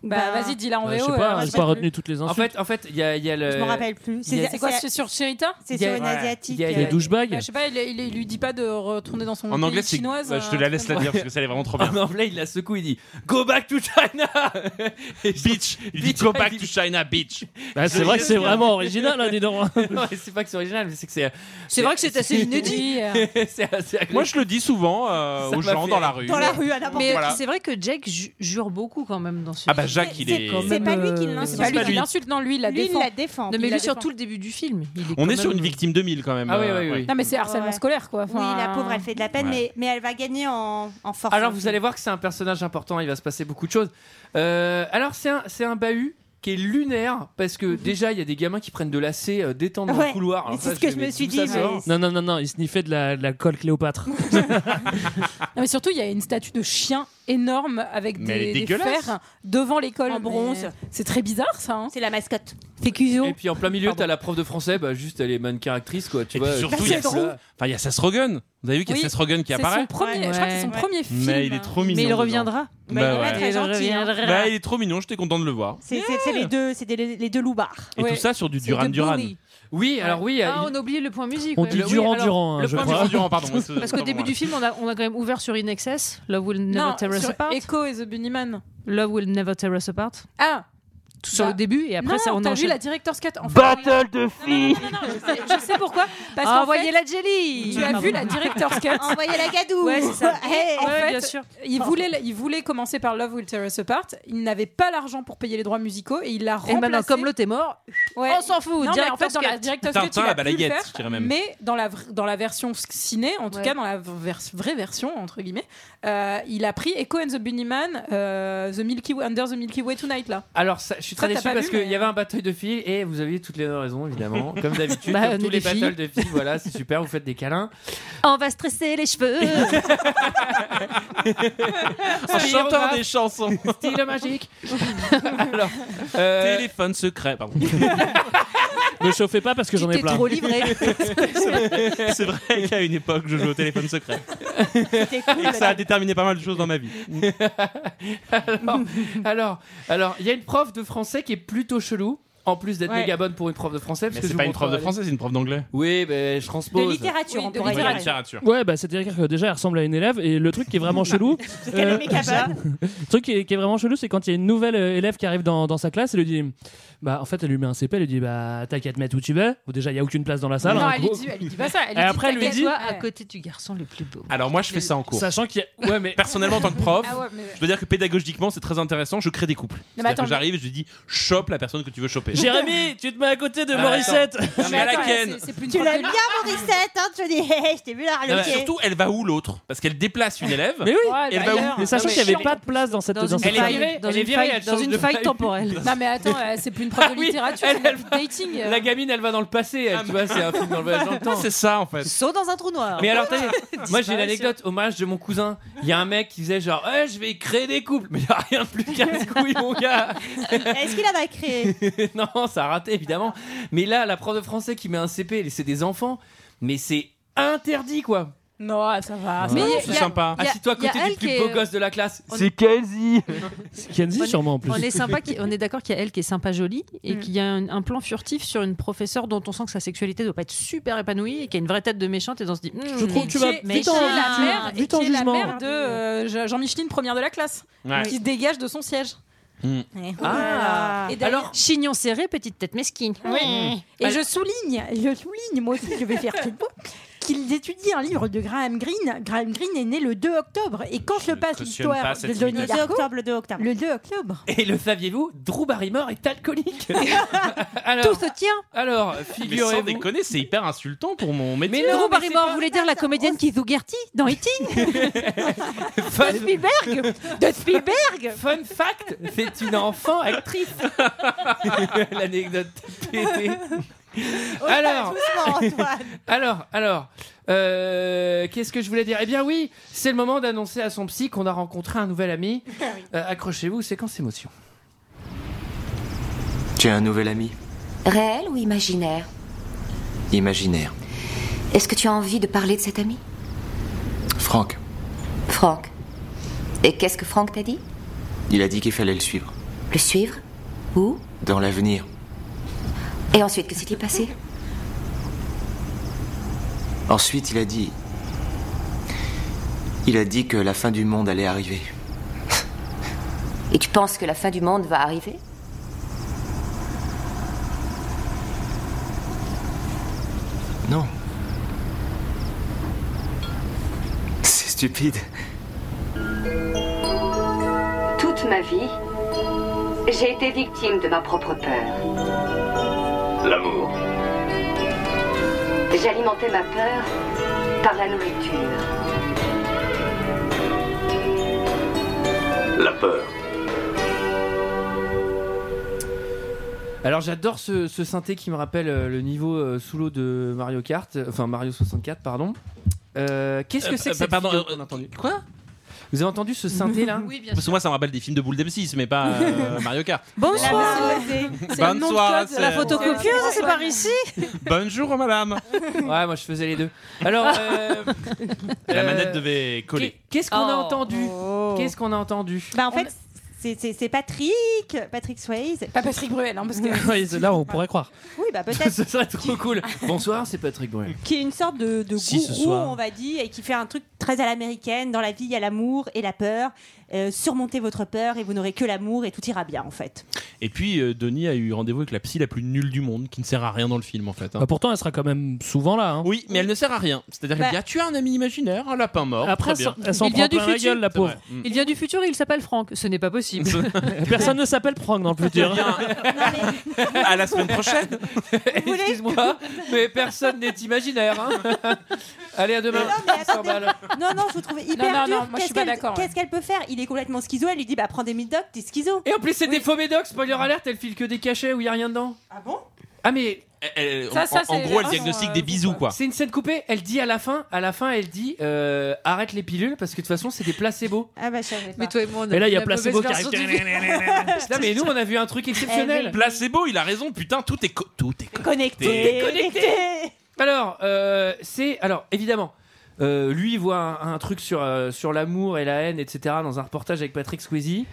Speaker 12: Bah, vas-y, dis-la en VO.
Speaker 6: Bah, je sais
Speaker 12: alors,
Speaker 6: pas,
Speaker 12: je
Speaker 6: j'ai
Speaker 12: sais
Speaker 6: pas
Speaker 12: plus.
Speaker 6: retenu toutes les
Speaker 1: En
Speaker 6: insultes.
Speaker 1: fait, en fait, il y a, Euh, il y a le.
Speaker 12: Je
Speaker 1: me
Speaker 12: m'en rappelle
Speaker 11: plus.
Speaker 12: C'est c'est quoi C'est sur Sherita
Speaker 11: C'est
Speaker 1: Il y a- sur une ouais.
Speaker 11: asiatique.
Speaker 1: Il y a-
Speaker 6: il y a douchebag.
Speaker 12: Bah, je sais pas, il, il- il lui dit pas de retourner dans son
Speaker 8: En
Speaker 12: pays
Speaker 8: anglais, c'est.
Speaker 12: chinoise. euh,
Speaker 8: Bah, je te la laisse la dire parce que ça elle est vraiment trop bien.
Speaker 1: En anglais, il la secoue, il dit Go back to
Speaker 8: (laughs)
Speaker 1: China
Speaker 8: Bitch Il dit Go back to China, bitch
Speaker 6: Bah, c'est vrai que
Speaker 1: (laughs)
Speaker 6: c'est vraiment original, hein, dis donc.
Speaker 1: Non, mais c'est pas que c'est original, mais c'est que c'est.
Speaker 7: C'est vrai que c'est
Speaker 1: (laughs)
Speaker 7: assez inédit.
Speaker 1: c'est assez agréable.
Speaker 8: Moi, je le dis souvent euh,
Speaker 1: Ça
Speaker 8: aux
Speaker 1: m'a
Speaker 8: gens
Speaker 1: fait
Speaker 8: dans la
Speaker 1: rire.
Speaker 8: rue.
Speaker 11: Dans la rue, à n'importe
Speaker 7: Mais
Speaker 11: quoi.
Speaker 8: Voilà.
Speaker 7: c'est vrai que Jake ju- jure beaucoup quand même dans ce film.
Speaker 8: Ah bah, Jacques, il est.
Speaker 11: C'est pas lui qui l'insulte.
Speaker 7: C'est pas lui qui
Speaker 12: l'insulte, non, lui, il la
Speaker 11: Lui, il
Speaker 12: défend.
Speaker 11: la défend.
Speaker 7: Non,
Speaker 11: Il
Speaker 7: mais
Speaker 11: la
Speaker 7: lui, sur
Speaker 11: défend.
Speaker 7: tout le début du film. il
Speaker 8: On
Speaker 7: quand
Speaker 8: est sur
Speaker 7: même-
Speaker 8: une victime 2000 quand même.
Speaker 1: Ah oui,
Speaker 8: euh,
Speaker 1: oui, oui.
Speaker 8: ouais.
Speaker 12: Non, mais c'est harcèlement
Speaker 11: Ouais.
Speaker 12: scolaire, quoi. Enfin,
Speaker 11: Oui, la pauvre, elle fait de la peine,
Speaker 8: Ouais.
Speaker 11: mais, mais elle va gagner en, en force.
Speaker 1: Alors vous allez voir que c'est un personnage important, il va se passer beaucoup de choses. Euh, alors c'est un, c'est un bahut qui est lunaire parce que déjà il y a des gamins qui prennent de l'AC euh, détendre dans
Speaker 11: Ouais,
Speaker 1: le couloir.
Speaker 8: hein.
Speaker 1: Alors
Speaker 11: c'est
Speaker 1: ça,
Speaker 11: ce que
Speaker 1: vais
Speaker 11: je me
Speaker 1: mettre
Speaker 11: suis
Speaker 1: tout ça
Speaker 11: dit,
Speaker 1: dehors.
Speaker 6: Non, non, non, non, il sniffait de la, de la colle Cléopâtre.
Speaker 12: Non, mais surtout, il y a une statue de chien énorme avec
Speaker 6: Mais elle est
Speaker 12: des, des
Speaker 6: dégueulasse.
Speaker 12: fers devant l'école
Speaker 11: En bronze.
Speaker 12: C'est très bizarre, ça. hein.
Speaker 11: C'est la mascotte.
Speaker 12: C'est cuisot.
Speaker 1: Et puis en plein milieu t'as la prof de français, bah juste elle est mannequin actrice quoi, tu
Speaker 8: Et
Speaker 1: vois.
Speaker 8: puis surtout,
Speaker 1: euh,
Speaker 8: il y a
Speaker 1: tout
Speaker 8: Seth-
Speaker 1: ça.
Speaker 8: Enfin, il y a Seth Rogen. Vous avez vu qu'il y a
Speaker 12: Oui,
Speaker 8: Seth Rogen
Speaker 12: C'est
Speaker 8: qui apparaie
Speaker 12: son premier,
Speaker 11: Ouais.
Speaker 12: je crois que c'est son
Speaker 11: Ouais.
Speaker 12: premier film.
Speaker 8: Mais il
Speaker 11: hein.
Speaker 8: est trop mignon.
Speaker 7: Mais il
Speaker 8: dedans.
Speaker 7: reviendra.
Speaker 11: Bah, il
Speaker 8: Bah
Speaker 11: est
Speaker 8: ouais.
Speaker 11: pas très
Speaker 7: Il
Speaker 11: gentil. hein.
Speaker 7: reviendra.
Speaker 8: Bah, il est trop mignon, j'étais content de le voir.
Speaker 11: C'est c'est- c'est les deux, c'est des- les deux loupards.
Speaker 8: Et tout ça sur du Duran Duran. (laughs)
Speaker 1: Oui, alors oui,
Speaker 7: Ah,
Speaker 1: il-
Speaker 7: on a oublié le point musique.
Speaker 6: euh, On
Speaker 7: ouais.
Speaker 6: dit
Speaker 7: Le- oui,
Speaker 6: Durand
Speaker 7: alors,
Speaker 6: Durand, hein,
Speaker 7: le
Speaker 6: je
Speaker 7: point
Speaker 6: crois.
Speaker 8: Duran Duran, pardon.
Speaker 7: Parce qu'au début du film, on a, on a quand même ouvert sur In Excess, Love Will Never
Speaker 12: Non,
Speaker 7: Tear Us
Speaker 12: sur
Speaker 7: Apart.
Speaker 12: Echo et The Bunnyman.
Speaker 7: Love Will Never Tear Us Apart.
Speaker 12: Ah
Speaker 7: Tout sur
Speaker 12: Bah,
Speaker 7: le début et après
Speaker 12: non,
Speaker 7: ça on
Speaker 12: t'as vu
Speaker 7: enchaîne.
Speaker 12: la director's cut enfin,
Speaker 6: Battle de filles
Speaker 12: Non, non, non, je sais, je sais pourquoi. Parce qu'en fait,
Speaker 7: Envoyez la jelly.
Speaker 12: tu as vu la director's cut.
Speaker 11: Envoyez la gadoue
Speaker 12: Ouais, c'est ça.
Speaker 11: (laughs) Hey,
Speaker 12: En
Speaker 7: Ouais,
Speaker 12: fait,
Speaker 7: bien sûr.
Speaker 12: Il voulait, il voulait commencer par Love Will Tear Us Apart. Il n'avait pas l'argent pour payer les droits musicaux et il l'a remplacé.
Speaker 7: Et maintenant comme l'autre est mort,
Speaker 12: Ouais.
Speaker 7: on s'en fout.
Speaker 12: Non, mais en fait,
Speaker 7: Director's
Speaker 12: dans la
Speaker 7: cut.
Speaker 12: director's cut,
Speaker 8: Tintin,
Speaker 12: il a
Speaker 8: la
Speaker 12: pu le
Speaker 8: balayette,
Speaker 12: faire,
Speaker 8: je dirais même.
Speaker 12: Mais dans la, vr- dans la version sc- ciné, en tout
Speaker 7: Ouais.
Speaker 12: cas dans la vers- vraie version, entre guillemets, euh, il a pris Echo and the Bunnyman, euh, the Milky Way, Under the Milky Way Tonight, là.
Speaker 1: alors ça, je suis
Speaker 12: Ça,
Speaker 1: très
Speaker 12: t'as
Speaker 1: déçu
Speaker 12: pas
Speaker 1: parce
Speaker 12: vu,
Speaker 1: qu'il
Speaker 12: mais-
Speaker 1: y avait un battle de filles et vous aviez toutes les raisons évidemment, comme d'habitude,
Speaker 7: Bah,
Speaker 1: comme
Speaker 7: nous,
Speaker 1: tous les
Speaker 7: les filles.
Speaker 1: battles de filles, voilà, c'est super, vous faites
Speaker 8: (laughs)
Speaker 1: des câlins. (laughs)
Speaker 7: On va stresser les cheveux.
Speaker 6: Ah,
Speaker 8: En
Speaker 1: Style
Speaker 8: chantant
Speaker 1: ma-
Speaker 8: des chansons.
Speaker 1: Style magique. alors, euh,
Speaker 8: Téléphone secret, (laughs) pardon.
Speaker 6: Ne chauffez pas parce que j'en ai
Speaker 7: T'es
Speaker 6: plein.
Speaker 7: trop livré.
Speaker 8: (laughs) C'est vrai qu'à une époque, je jouais au téléphone secret.
Speaker 1: (laughs)
Speaker 8: Et que ça a déterminé pas mal de choses dans ma vie.
Speaker 1: alors, alors, alors, il y a une prof de français qui est plutôt chelou. En plus d'être
Speaker 12: Ouais.
Speaker 1: méga bonne pour une prof de français, parce
Speaker 8: Mais
Speaker 1: que
Speaker 8: c'est
Speaker 1: je
Speaker 8: pas
Speaker 1: vous
Speaker 8: une prof de
Speaker 1: montre-
Speaker 8: français, c'est une prof d'anglais.
Speaker 1: Oui, mais je
Speaker 11: De
Speaker 1: transpose.
Speaker 11: littérature,
Speaker 12: Oui,
Speaker 11: on
Speaker 12: de
Speaker 11: pourrait
Speaker 12: Ouais,
Speaker 11: dire.
Speaker 12: littérature.
Speaker 8: littérature.
Speaker 6: Ouais, bah c'est-à-dire que déjà elle ressemble à une élève et le truc qui
Speaker 12: (laughs)
Speaker 6: est vraiment chelou,
Speaker 11: Parce qu'elle
Speaker 6: Euh,
Speaker 11: est méga bonne.
Speaker 6: (laughs) le truc qui est, qui est vraiment chelou, c'est quand il y a une nouvelle euh, élève qui arrive dans, dans sa classe, elle lui dit, bah en fait elle lui met un CP, elle lui dit bah t'as qu'à te mettre où tu veux, ou déjà il y a aucune place dans la salle,
Speaker 12: non,
Speaker 6: hein,
Speaker 12: elle,
Speaker 6: gros.
Speaker 12: lui dit, elle lui
Speaker 6: (laughs)
Speaker 12: dit pas ça. Elle
Speaker 6: Et après, elle lui
Speaker 12: t'inquiète,
Speaker 6: dit-
Speaker 7: Toi
Speaker 12: ouais.
Speaker 7: à côté du garçon le plus beau.
Speaker 8: Alors moi, je fais ça en cours.
Speaker 6: sachant qu'il y a...
Speaker 1: Ouais, mais
Speaker 8: Personnellement, en tant que prof,
Speaker 12: Ah ouais, mais-
Speaker 8: je dois dire que pédagogiquement, c'est très intéressant. Je crée des couples. C'est-à-dire
Speaker 12: attends,
Speaker 8: que j'arrive, et je lui dis, chope la personne que tu veux choper.
Speaker 6: Jérémy, tu te mets à côté de
Speaker 8: Ah,
Speaker 6: Morissette.
Speaker 8: Non, mais à la
Speaker 12: attends,
Speaker 8: ken.
Speaker 12: c'est- c'est plus une
Speaker 11: Tu
Speaker 12: prof de
Speaker 11: l'aimes bien, Morissette, hein (laughs) Tu dis, hé, hé, je t'ai vu la
Speaker 8: Non, mais
Speaker 11: raloquer.
Speaker 8: Surtout, elle va où l'autre Parce qu'elle déplace une élève.
Speaker 6: (laughs) Mais oui.
Speaker 12: Ouais,
Speaker 8: Elle
Speaker 12: bah,
Speaker 8: va où
Speaker 12: ailleurs.
Speaker 6: Mais sachant
Speaker 7: mais
Speaker 6: qu'il n'y
Speaker 7: chiant.
Speaker 6: avait pas de place dans cette
Speaker 7: Dans
Speaker 6: dans
Speaker 7: une
Speaker 6: cette
Speaker 1: Elle est
Speaker 6: faille.
Speaker 1: virée,
Speaker 7: faille, dans
Speaker 1: elle est
Speaker 7: une
Speaker 1: virée,
Speaker 7: faille-
Speaker 1: elle
Speaker 7: dans
Speaker 1: change de
Speaker 7: une
Speaker 1: faille.
Speaker 7: faille
Speaker 1: (laughs)
Speaker 7: temporelle.
Speaker 12: Non, mais attends, euh, c'est plus une prof
Speaker 1: Ah
Speaker 12: de
Speaker 1: oui,
Speaker 12: littérature,
Speaker 1: elle,
Speaker 12: c'est
Speaker 1: elle
Speaker 12: du
Speaker 1: va-
Speaker 12: dating. euh.
Speaker 1: La gamine, elle va dans le passé, elle, tu vois, c'est un film dans le voyage dans
Speaker 8: (laughs)
Speaker 1: le temps.
Speaker 8: Ah, C'est ça en fait.
Speaker 11: Saut dans un trou noir. (laughs)
Speaker 1: Mais alors, attendez, moi j'ai une anecdote au mariage de mon cousin. Il y a un mec qui faisait genre, ouais, je vais créer des couples, mais il n'y a rien
Speaker 11: (laughs)
Speaker 1: de plus qu'un couille, mon gars.
Speaker 11: Euh, Est-ce
Speaker 1: (laughs)
Speaker 11: qu'il en a (laughs) créé
Speaker 1: non, ça a raté évidemment. Mais là, la prof de français qui met un CP, c'est des enfants, mais c'est interdit quoi.
Speaker 12: Non, ça va.
Speaker 6: Mais
Speaker 12: il y a-
Speaker 6: Ah, c'est
Speaker 12: il y a-
Speaker 6: sympa.
Speaker 12: il y a-
Speaker 13: Assis-toi à
Speaker 12: il y a
Speaker 13: côté du
Speaker 12: elle
Speaker 13: plus
Speaker 12: qui
Speaker 13: beau
Speaker 12: est-
Speaker 13: gosse de la classe.
Speaker 7: on-
Speaker 6: C'est Kenzie C'est Kenzie
Speaker 7: On est-
Speaker 6: sûrement en plus.
Speaker 7: On est
Speaker 1: (laughs)
Speaker 7: sympa, qui- on est d'accord qu'il y a elle qui est sympa jolie et
Speaker 12: Mm.
Speaker 7: qu'il y a un, un plan furtif sur une professeure dont on sent que sa sexualité doit pas être super épanouie et qui a une vraie tête de méchante et dont on se dit. Hmm,
Speaker 12: Je trouve que tu vas vite en- la mère, et qui est la mère de euh, Je- Jean-Micheline, première de la classe,
Speaker 7: Ouais.
Speaker 12: qui se dégage de son siège.
Speaker 1: Hmm.
Speaker 7: Ah.
Speaker 12: Et d'ailleurs-
Speaker 7: Alors chignon serré, petite tête mesquine.
Speaker 12: Oui. Et je souligne, je souligne, moi aussi je vais faire tout beau, (laughs) qu'il étudie un livre de Graham Greene. Graham Greene est né le 2 octobre. Et quand je, passe
Speaker 13: cautionne
Speaker 12: l'histoire
Speaker 13: pas
Speaker 12: de
Speaker 13: cette
Speaker 12: Donnie
Speaker 13: imitation.
Speaker 12: Darko, le 2 octobre. Le 2 octobre.
Speaker 13: Et le saviez-vous Drew Barrymore est alcoolique.
Speaker 7: Tout se tient.
Speaker 1: Alors,
Speaker 8: Mais sans déconner, c'est hyper insultant pour mon métier.
Speaker 7: Mais Drew Barrymore voulait dire la comédienne qui Gertie dans E (laughs) E.T.
Speaker 13: Fun-
Speaker 7: de Spielberg De Spielberg
Speaker 13: Fun fact, c'est une enfant
Speaker 1: (laughs)
Speaker 13: actrice. L'anecdote pétée.
Speaker 1: Alors,
Speaker 13: doucement, Antoine.
Speaker 1: (laughs) alors, alors, euh, qu'est-ce que je voulais dire Eh bien oui, c'est le moment d'annoncer à son psy qu'on a rencontré un nouvel ami. Euh, Accrochez-vous, séquence émotion.
Speaker 4: Tu as un nouvel ami
Speaker 9: Réel ou imaginaire
Speaker 4: Imaginaire.
Speaker 9: Est-ce que tu as envie de parler de cet ami
Speaker 4: Franck.
Speaker 9: Franck. Et qu'est-ce que Franck t'a dit
Speaker 4: Il a dit qu'il fallait le suivre.
Speaker 9: Le suivre Où
Speaker 4: Dans l'avenir.
Speaker 9: Et ensuite, que s'est-il passé
Speaker 4: Ensuite, il a dit. Il a dit que la fin du monde allait arriver.
Speaker 9: Et tu penses que la fin du monde va arriver
Speaker 4: Non. C'est stupide.
Speaker 9: Toute ma vie, j'ai été victime de ma propre peur.
Speaker 2: L'amour.
Speaker 9: J'alimentais ma peur par la nourriture.
Speaker 10: La peur.
Speaker 1: Alors j'adore ce, ce synthé qui me rappelle euh, le niveau euh, sous l'eau de Mario Kart, euh, enfin Mario 64 pardon. Euh, Qu'est-ce que
Speaker 8: Euh,
Speaker 1: c'est que
Speaker 8: euh,
Speaker 1: cette
Speaker 8: pardon,
Speaker 1: vidéo
Speaker 8: euh,
Speaker 1: qu'on a entendue
Speaker 8: Quoi
Speaker 1: Vous avez entendu ce synthé là
Speaker 8: Oui, Parce que moi, ça me rappelle des films de boules d'M6, mais pas euh, Mario Kart.
Speaker 7: Bonsoir.
Speaker 8: Bonne soirée, c'est-
Speaker 7: La photocopieuse, c'est par ici
Speaker 8: Bonjour, madame.
Speaker 1: Ouais, moi je faisais les deux.
Speaker 8: (laughs)
Speaker 1: Alors, euh,
Speaker 8: La
Speaker 1: euh,
Speaker 8: manette devait coller.
Speaker 1: Qu'est-ce qu'on a
Speaker 11: Oh.
Speaker 1: entendu Qu'est-ce qu'on a entendu
Speaker 11: Bah, en fait, c'est- c'est c'est Patrick, Patrick Swayze.
Speaker 12: Pas Patrick Bruel, hein, parce que.
Speaker 1: (laughs) (laughs) Oui, c'est- là, on pourrait croire.
Speaker 11: Oui, bah peut-être.
Speaker 1: (laughs) Ce serait trop cool. Bonsoir, c'est Patrick Bruel.
Speaker 11: qui est une sorte de, de
Speaker 1: Si, ce
Speaker 11: gourou,
Speaker 1: soir.
Speaker 11: on va dire, et qui fait un truc très à l'américaine. Dans la vie, il y a l'amour et la peur. Euh, surmontez votre peur et vous n'aurez que l'amour et tout ira bien, en fait.
Speaker 8: Et puis, euh, Denis a eu rendez-vous avec la psy la plus nulle du monde, qui ne sert à rien dans le film, en fait. hein.
Speaker 6: Bah, pourtant, elle sera quand même souvent là. hein.
Speaker 8: Oui, mais elle ne sert à rien. C'est-à-dire
Speaker 6: Bah.
Speaker 8: qu'elle dit Ah, tu as un ami imaginaire, un lapin mort.
Speaker 6: Après,
Speaker 8: Très bien.
Speaker 6: elle s'en prend plein la gueule, la
Speaker 8: C'est
Speaker 6: pauvre.
Speaker 8: vrai. Mm.
Speaker 7: Il vient du futur et il s'appelle Franck. Ce n'est pas possible.
Speaker 6: Personne ne s'appelle Franck dans le futur.
Speaker 8: À la semaine prochaine.
Speaker 1: Excuse-moi, mais personne n'est imaginaire. hein. Allez, à demain. Cent balles.
Speaker 11: Non, non, je vous trouve hyper
Speaker 12: Non, non,
Speaker 11: dur.
Speaker 12: non, moi, je
Speaker 11: Qu'est-ce
Speaker 12: suis pas
Speaker 11: qu'elle-
Speaker 12: d'accord,
Speaker 11: Qu'est-ce qu'elle peut faire Il est complètement schizo. Elle lui dit, bah prends des midocs, t'es schizo.
Speaker 1: Et en plus, c'est des faux médocs, spoiler alerte, elle file que des cachets où il n'y a rien dedans.
Speaker 11: Ah bon
Speaker 1: Ah, mais.
Speaker 8: Elle- en- en, gros, elle diagnostique des bisous, quoi.
Speaker 1: euh, C'est une scène coupée, elle dit à la fin, à la fin elle dit euh, arrête les pilules parce que de toute façon c'est des placebos.
Speaker 11: Ah bah je savais pas.
Speaker 7: Mais toi et moi, on
Speaker 1: Et là, il y a
Speaker 7: la
Speaker 1: placebo
Speaker 7: mauvaise
Speaker 1: qui
Speaker 7: version
Speaker 1: arrive.
Speaker 7: du film.
Speaker 1: Non mais nous on a vu un truc exceptionnel.
Speaker 8: Placebo, il a raison, putain, tout est, co- tout est
Speaker 1: T'es
Speaker 11: Connecté.
Speaker 1: connecté. Alors, euh, c'est. Alors, évidemment. euh, lui il voit un, un truc sur, euh, sur l'amour et la haine, etc. dans un reportage avec Patrick Squeezie.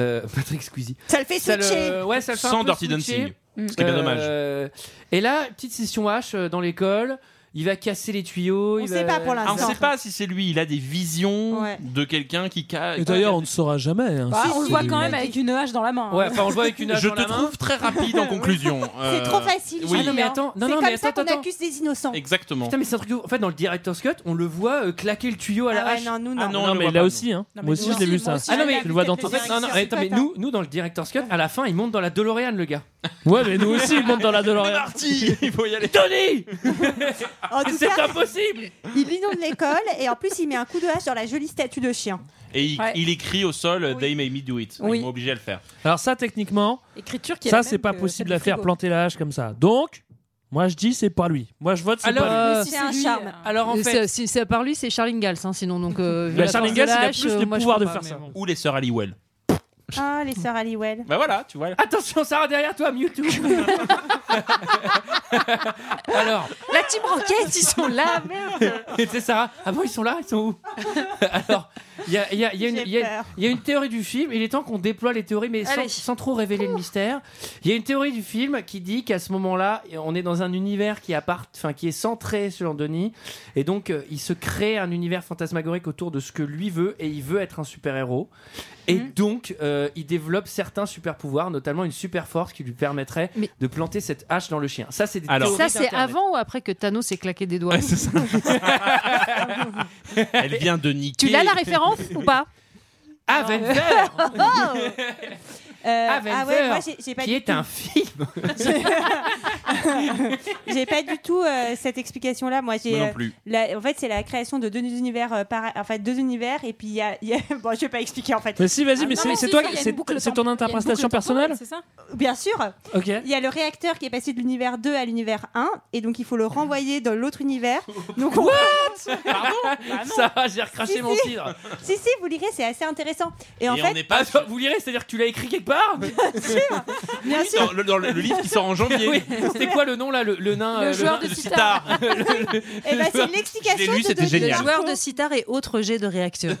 Speaker 1: Euh, (laughs) Patrick Squeezie.
Speaker 11: Ça le fait
Speaker 1: le-
Speaker 11: switcher. Mm.
Speaker 1: ouais, ça le fait
Speaker 8: Sans
Speaker 1: un peu
Speaker 8: Dirty
Speaker 1: switcher.
Speaker 8: Dancing, ce qui est bien
Speaker 1: Euh, Et là, petite session H euh, dans l'école. Il va casser les tuyaux. il va-
Speaker 6: bah,
Speaker 8: Ah, on sait pas si c'est lui, il a des visions
Speaker 11: Ouais.
Speaker 8: de quelqu'un qui ca-
Speaker 6: Et d'ailleurs, on ne saura jamais. hein.
Speaker 12: Bah,
Speaker 6: Si,
Speaker 12: on le
Speaker 6: si,
Speaker 12: voit
Speaker 6: c'est-
Speaker 12: quand même avec une hache dans la main. hein.
Speaker 1: Ouais, enfin, on le voit avec une hache
Speaker 8: Je
Speaker 1: dans
Speaker 8: te
Speaker 1: la main.
Speaker 8: trouve
Speaker 11: (laughs)
Speaker 8: très rapide en conclusion.
Speaker 11: C'est
Speaker 8: Euh,
Speaker 11: trop facile.
Speaker 8: oui.
Speaker 1: Ah non, mais attends, non,
Speaker 11: C'est
Speaker 1: non,
Speaker 11: comme
Speaker 1: mais
Speaker 11: ça
Speaker 1: attends,
Speaker 11: qu'on
Speaker 1: attends.
Speaker 11: accuse des innocents.
Speaker 8: Exactement.
Speaker 1: Putain, mais c'est un truc. de ouf. En fait, dans le director's cut, on le voit euh, claquer le tuyau à la
Speaker 11: Ah ouais,
Speaker 1: hache.
Speaker 11: non, nous non.
Speaker 8: Ah non,
Speaker 6: Non,
Speaker 8: on le
Speaker 6: mais
Speaker 8: voit
Speaker 6: là
Speaker 8: pas,
Speaker 6: aussi, hein.
Speaker 12: Non, mais
Speaker 6: moi aussi,
Speaker 12: nous
Speaker 6: je l'ai
Speaker 12: aussi,
Speaker 6: vu
Speaker 12: moi
Speaker 6: ça.
Speaker 12: aussi,
Speaker 1: Ah non,
Speaker 12: on
Speaker 1: mais
Speaker 12: l'a
Speaker 6: je
Speaker 12: vu
Speaker 6: le vois
Speaker 12: telle
Speaker 6: dans ton-
Speaker 1: En fait, non, non,
Speaker 12: direction,
Speaker 1: attends, mais
Speaker 12: pas
Speaker 1: nous, nous, dans le director's cut, à la fin, il monte dans la DeLorean, le gars.
Speaker 6: (laughs) Ouais, mais nous aussi, il monte dans la
Speaker 8: C'est
Speaker 6: DeLorean. (laughs)
Speaker 8: parti, il faut y aller.
Speaker 1: Tony
Speaker 11: En tout
Speaker 1: C'est
Speaker 11: cas,
Speaker 1: impossible
Speaker 11: il inonde l'école et en plus il met un coup de hache sur la jolie statue de chien.
Speaker 8: Et il,
Speaker 12: Ouais.
Speaker 8: il écrit au sol euh, They made me do it.
Speaker 12: Oui.
Speaker 8: Ils m'ont obligé à le faire.
Speaker 6: Alors, ça, techniquement,
Speaker 12: Écriture qui est
Speaker 6: ça,
Speaker 12: la
Speaker 6: c'est
Speaker 12: même
Speaker 6: pas
Speaker 12: que
Speaker 6: possible
Speaker 12: celle
Speaker 6: à
Speaker 12: du
Speaker 6: faire
Speaker 12: frigo.
Speaker 6: planter la hache comme ça. Donc, moi, je dis, c'est pas lui. Moi, je vote, c'est
Speaker 1: Alors,
Speaker 6: pas
Speaker 1: euh,
Speaker 6: lui.
Speaker 11: C'est un
Speaker 12: lui,
Speaker 11: charme.
Speaker 12: euh,
Speaker 1: Alors, en
Speaker 7: Et
Speaker 1: fait.
Speaker 7: c'est- Si c'est à part lui, c'est Charline Gals, hein, sinon donc. euh,
Speaker 8: Bah,
Speaker 7: vu
Speaker 6: La
Speaker 7: la
Speaker 6: Charlene
Speaker 7: force
Speaker 6: Gals, il a
Speaker 7: l'âge,
Speaker 6: plus
Speaker 7: euh,
Speaker 6: le
Speaker 7: moi, je
Speaker 6: pouvoir de
Speaker 7: comprends
Speaker 6: faire
Speaker 7: pas,
Speaker 6: ça.
Speaker 7: mais bon.
Speaker 8: Ou les
Speaker 6: (laughs)
Speaker 8: sœurs Halliwell.
Speaker 11: Ah, les sœurs Halliwell.
Speaker 8: Bah voilà, tu vois. là.
Speaker 11: (laughs)
Speaker 1: Attention, Sarah, derrière toi, Mewtwo (laughs) Alors,
Speaker 11: La
Speaker 12: la Team Rocket, ils sont là, merde
Speaker 1: (laughs) Et tu sais, Sarah, ah bon, ils sont là, ils sont où (laughs) Alors, il y a, il y a- il y a une- il y a- il y a une théorie du film, il est temps qu'on déploie les théories, mais sans,
Speaker 13: Allez.
Speaker 1: sans trop révéler le mystère. Il y a une théorie du film qui dit qu'à ce moment-là, on est dans un univers qui, appart, enfin, qui est centré sur Denis, et donc euh, il se crée un univers fantasmagorique autour de ce que lui veut, et il veut être un super-héros. Et
Speaker 7: Mm.
Speaker 1: donc, euh, il développe certains super-pouvoirs, notamment une super-force qui lui permettrait de planter cette hache dans le chien. Ça, c'est des théories
Speaker 7: ça, c'est
Speaker 1: d'Internet.
Speaker 7: avant ou après que Thanos s'est claqué des doigts
Speaker 6: (laughs)
Speaker 8: Elle vient de niquer.
Speaker 7: Tu l'as la référence ou pas
Speaker 1: Avenger
Speaker 11: (laughs) Oh ah ouais, moi, j'ai- j'ai pas
Speaker 1: qui
Speaker 11: du
Speaker 1: est
Speaker 11: tout. (laughs)
Speaker 1: un film.
Speaker 11: j'ai pas du tout euh, cette explication là moi j'ai
Speaker 1: Moi non
Speaker 11: euh,
Speaker 1: plus.
Speaker 11: la- en fait c'est la création de deux univers euh, para- enfin deux univers et puis il y a, il y a- (laughs) bon je vais pas expliquer en fait Ah,
Speaker 6: Mais si, vas-y, mais c'est c'est toi, qui- c'est c'est ton interprétation personnelle
Speaker 11: Bien sûr.
Speaker 6: Ok.
Speaker 11: Il y a le réacteur qui est passé de l'univers 2 à l'univers 1 et donc il faut le renvoyer dans l'autre univers. Donc on-
Speaker 1: Bah Ça va, j'ai recraché
Speaker 11: Bah Si,
Speaker 1: mon
Speaker 11: si.
Speaker 1: cidre.
Speaker 11: (laughs) si si, vous lirez, c'est assez intéressant. Et,
Speaker 8: Et
Speaker 11: en
Speaker 8: on
Speaker 11: fait,
Speaker 8: n'est pas
Speaker 1: sûr. Vous lirez, c'est-à-dire que tu l'as écrit quelque part
Speaker 11: Bien
Speaker 8: Oui, Dans, le, dans le- le livre qui sort en janvier.
Speaker 1: Oui, C'était quoi le nom là le, le nain
Speaker 7: Le
Speaker 1: euh,
Speaker 7: joueur
Speaker 1: nain-
Speaker 7: de
Speaker 1: le
Speaker 7: sitar.
Speaker 1: Le-
Speaker 11: eh ben, c'est
Speaker 1: Je l'ai
Speaker 11: l'explication
Speaker 1: lu,
Speaker 11: de
Speaker 1: c'était
Speaker 11: Denis
Speaker 1: génial.
Speaker 11: Darko.
Speaker 7: Joueur de sitar et autre jet de réaction.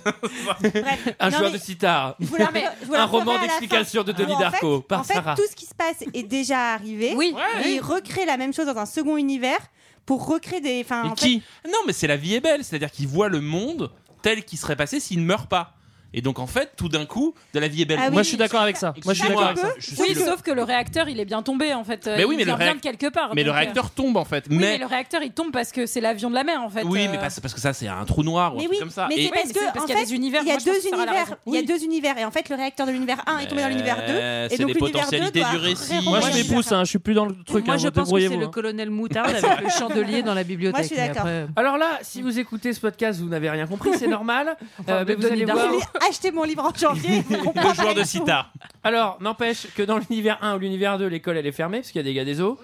Speaker 1: Un
Speaker 11: Non,
Speaker 1: joueur
Speaker 11: mais-
Speaker 1: de sitar.
Speaker 11: Je vous la- je vous la
Speaker 1: Un roman
Speaker 11: ferai à la
Speaker 1: d'explication
Speaker 11: fin.
Speaker 1: de Denis
Speaker 11: Où, en
Speaker 1: Ah. Darko
Speaker 11: fait-
Speaker 1: par
Speaker 11: En fait,
Speaker 1: Sarah.
Speaker 11: tout ce qui se passe est déjà arrivé.
Speaker 7: Oui.
Speaker 11: Et il recrée la même chose dans un second univers pour recréer des. Enfin,
Speaker 8: Mais
Speaker 11: en
Speaker 8: qui
Speaker 11: fait-
Speaker 8: Non, mais c'est la vie est belle, c'est-à-dire qu'il voit le monde tel qu'il serait passé s'il ne meurt pas. Et donc en fait, tout d'un coup, de la vie est belle.
Speaker 6: Ah Moi, oui. je suis d'accord avec ça. Moi, je suis d'accord avec ça.
Speaker 12: Oui, sauf que le réacteur, il est bien tombé en fait. Euh,
Speaker 8: Mais oui,
Speaker 12: il
Speaker 8: mais le
Speaker 12: vient bien
Speaker 8: réac-
Speaker 12: de quelque part.
Speaker 8: Mais le
Speaker 12: donc, euh,
Speaker 8: réacteur tombe en fait.
Speaker 12: Oui, mais...
Speaker 8: mais
Speaker 12: le réacteur, il tombe parce que c'est l'avion de la mer en fait.
Speaker 8: oui, mais
Speaker 12: euh.
Speaker 8: parce, parce que ça, c'est un trou noir ou un
Speaker 11: Mais
Speaker 8: truc
Speaker 11: oui,
Speaker 8: comme ça.
Speaker 11: mais
Speaker 8: Et-
Speaker 11: c'est parce
Speaker 12: mais
Speaker 11: que
Speaker 12: c'est parce
Speaker 11: en
Speaker 12: qu'il y a
Speaker 11: fait,
Speaker 12: des univers,
Speaker 11: Il y a
Speaker 12: moi, je pense
Speaker 11: deux
Speaker 12: que Sarah a la
Speaker 11: univers.
Speaker 12: raison.
Speaker 11: Il y a deux univers et en fait le réacteur de l'univers 1 est tombé dans l'univers 2 et
Speaker 8: Euh, c'est
Speaker 11: donc
Speaker 8: les
Speaker 11: l'univers 2
Speaker 8: potentialités
Speaker 11: doit
Speaker 8: du récit.
Speaker 11: ré-
Speaker 6: Moi, je m'épouse, hein, je suis plus dans le truc.
Speaker 7: Moi,
Speaker 6: hein,
Speaker 7: je
Speaker 6: vous
Speaker 7: pense que c'est
Speaker 6: débrouillez-vous,
Speaker 7: le
Speaker 6: hein.
Speaker 7: colonel Moutarde avec le
Speaker 1: (laughs)
Speaker 7: chandelier dans la bibliothèque.
Speaker 11: Moi, je suis
Speaker 7: mais
Speaker 11: d'accord.
Speaker 7: après- euh.
Speaker 1: Alors là, si vous écoutez ce podcast, vous n'avez rien compris, c'est normal.
Speaker 7: Enfin,
Speaker 1: Euh, mais
Speaker 7: le
Speaker 1: vous allez
Speaker 7: Denis
Speaker 1: voir.
Speaker 11: Vous voulez acheter mon livre en janvier
Speaker 1: (laughs)
Speaker 11: vous comprendrez.
Speaker 8: joueur de sitar.
Speaker 1: Alors, n'empêche que dans l'univers 1 ou l'univers 2, l'école elle est fermée parce qu'il y a des gars des eaux.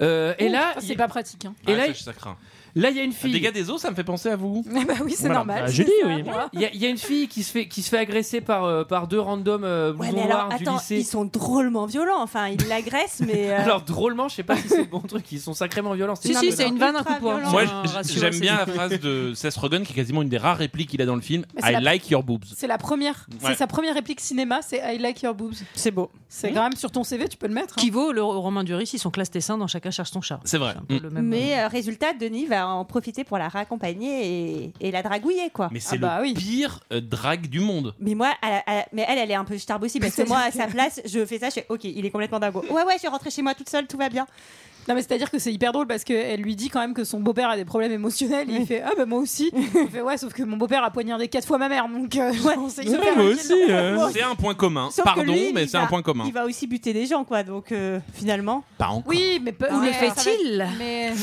Speaker 1: Euh, et
Speaker 12: Ouh,
Speaker 1: là,
Speaker 12: ça,
Speaker 1: il-
Speaker 12: c'est pas pratique. hein.
Speaker 1: et là,
Speaker 8: Ah, ça, ça craint.
Speaker 1: là, il y a une fille.
Speaker 8: Les gars des eaux, ça me fait penser à vous.
Speaker 12: Ah bah oui, c'est
Speaker 8: Voilà.
Speaker 12: normal.
Speaker 8: Bah,
Speaker 12: c'est
Speaker 8: Julie,
Speaker 12: ça,
Speaker 8: oui.
Speaker 12: voilà.
Speaker 1: Il y, a- il y a une fille qui se fait, qui se fait agresser par, euh, par deux randoms euh,
Speaker 11: Ouais,
Speaker 1: blousons
Speaker 11: mais alors
Speaker 1: noirs du
Speaker 11: attends,
Speaker 1: lycée.
Speaker 11: ils sont drôlement violents. Enfin, ils l'agressent, mais. euh,
Speaker 1: Alors drôlement, je sais pas si c'est le bon truc, ils sont sacrément violents.
Speaker 11: Si, si, c'est une vanne,
Speaker 1: à
Speaker 11: un coup
Speaker 12: Ah,
Speaker 11: de poing.
Speaker 8: Moi, j- j'aime bien la phrase de Seth Rogen qui est quasiment une des rares répliques qu'il a dans le film.
Speaker 12: Mais c'est
Speaker 8: I
Speaker 12: la-
Speaker 8: like your boobs.
Speaker 12: C'est la première.
Speaker 8: Ouais.
Speaker 12: C'est sa première réplique cinéma, c'est I like your boobs.
Speaker 11: C'est beau.
Speaker 12: C'est quand même sur ton CV, tu peux le mettre. hein.
Speaker 7: Qui vaut le Romain Duris, ils sont classés tes seins dans chacun cherche son chat.
Speaker 8: C'est vrai.
Speaker 7: le même-
Speaker 11: Mais euh, résultat, Denis va en profiter pour la raccompagner et, et la dragouiller,
Speaker 12: Ah,
Speaker 11: quoi.
Speaker 8: Mais c'est
Speaker 12: bah
Speaker 8: le pire euh, drague du monde.
Speaker 11: Mais moi, à la- à la- mais elle, elle est un peu starbossy parce que moi, à (laughs) sa place, je fais ça, je fais OK, il est complètement dingo. Ouais, ouais, je suis rentrée chez moi toute seule, tout va bien.
Speaker 12: Non mais c'est-à-dire que c'est hyper drôle parce qu'elle lui dit quand même que son beau-père a des problèmes émotionnels. Il fait ah bah moi aussi. Il fait ouais sauf que mon beau-père a poignardé quatre fois ma mère donc euh, on sait que ça fait un week-end. (laughs)
Speaker 8: C'est un point commun.
Speaker 11: Sauf que
Speaker 8: Pardon,
Speaker 11: lui,
Speaker 8: mais
Speaker 11: il
Speaker 8: c'est un
Speaker 11: va-
Speaker 8: point commun.
Speaker 11: Il va aussi buter des gens, quoi, donc euh, finalement.
Speaker 8: Pas encore.
Speaker 12: Oui, mais peu-
Speaker 11: Où le
Speaker 12: mais-
Speaker 11: fait-il (laughs)
Speaker 12: Mais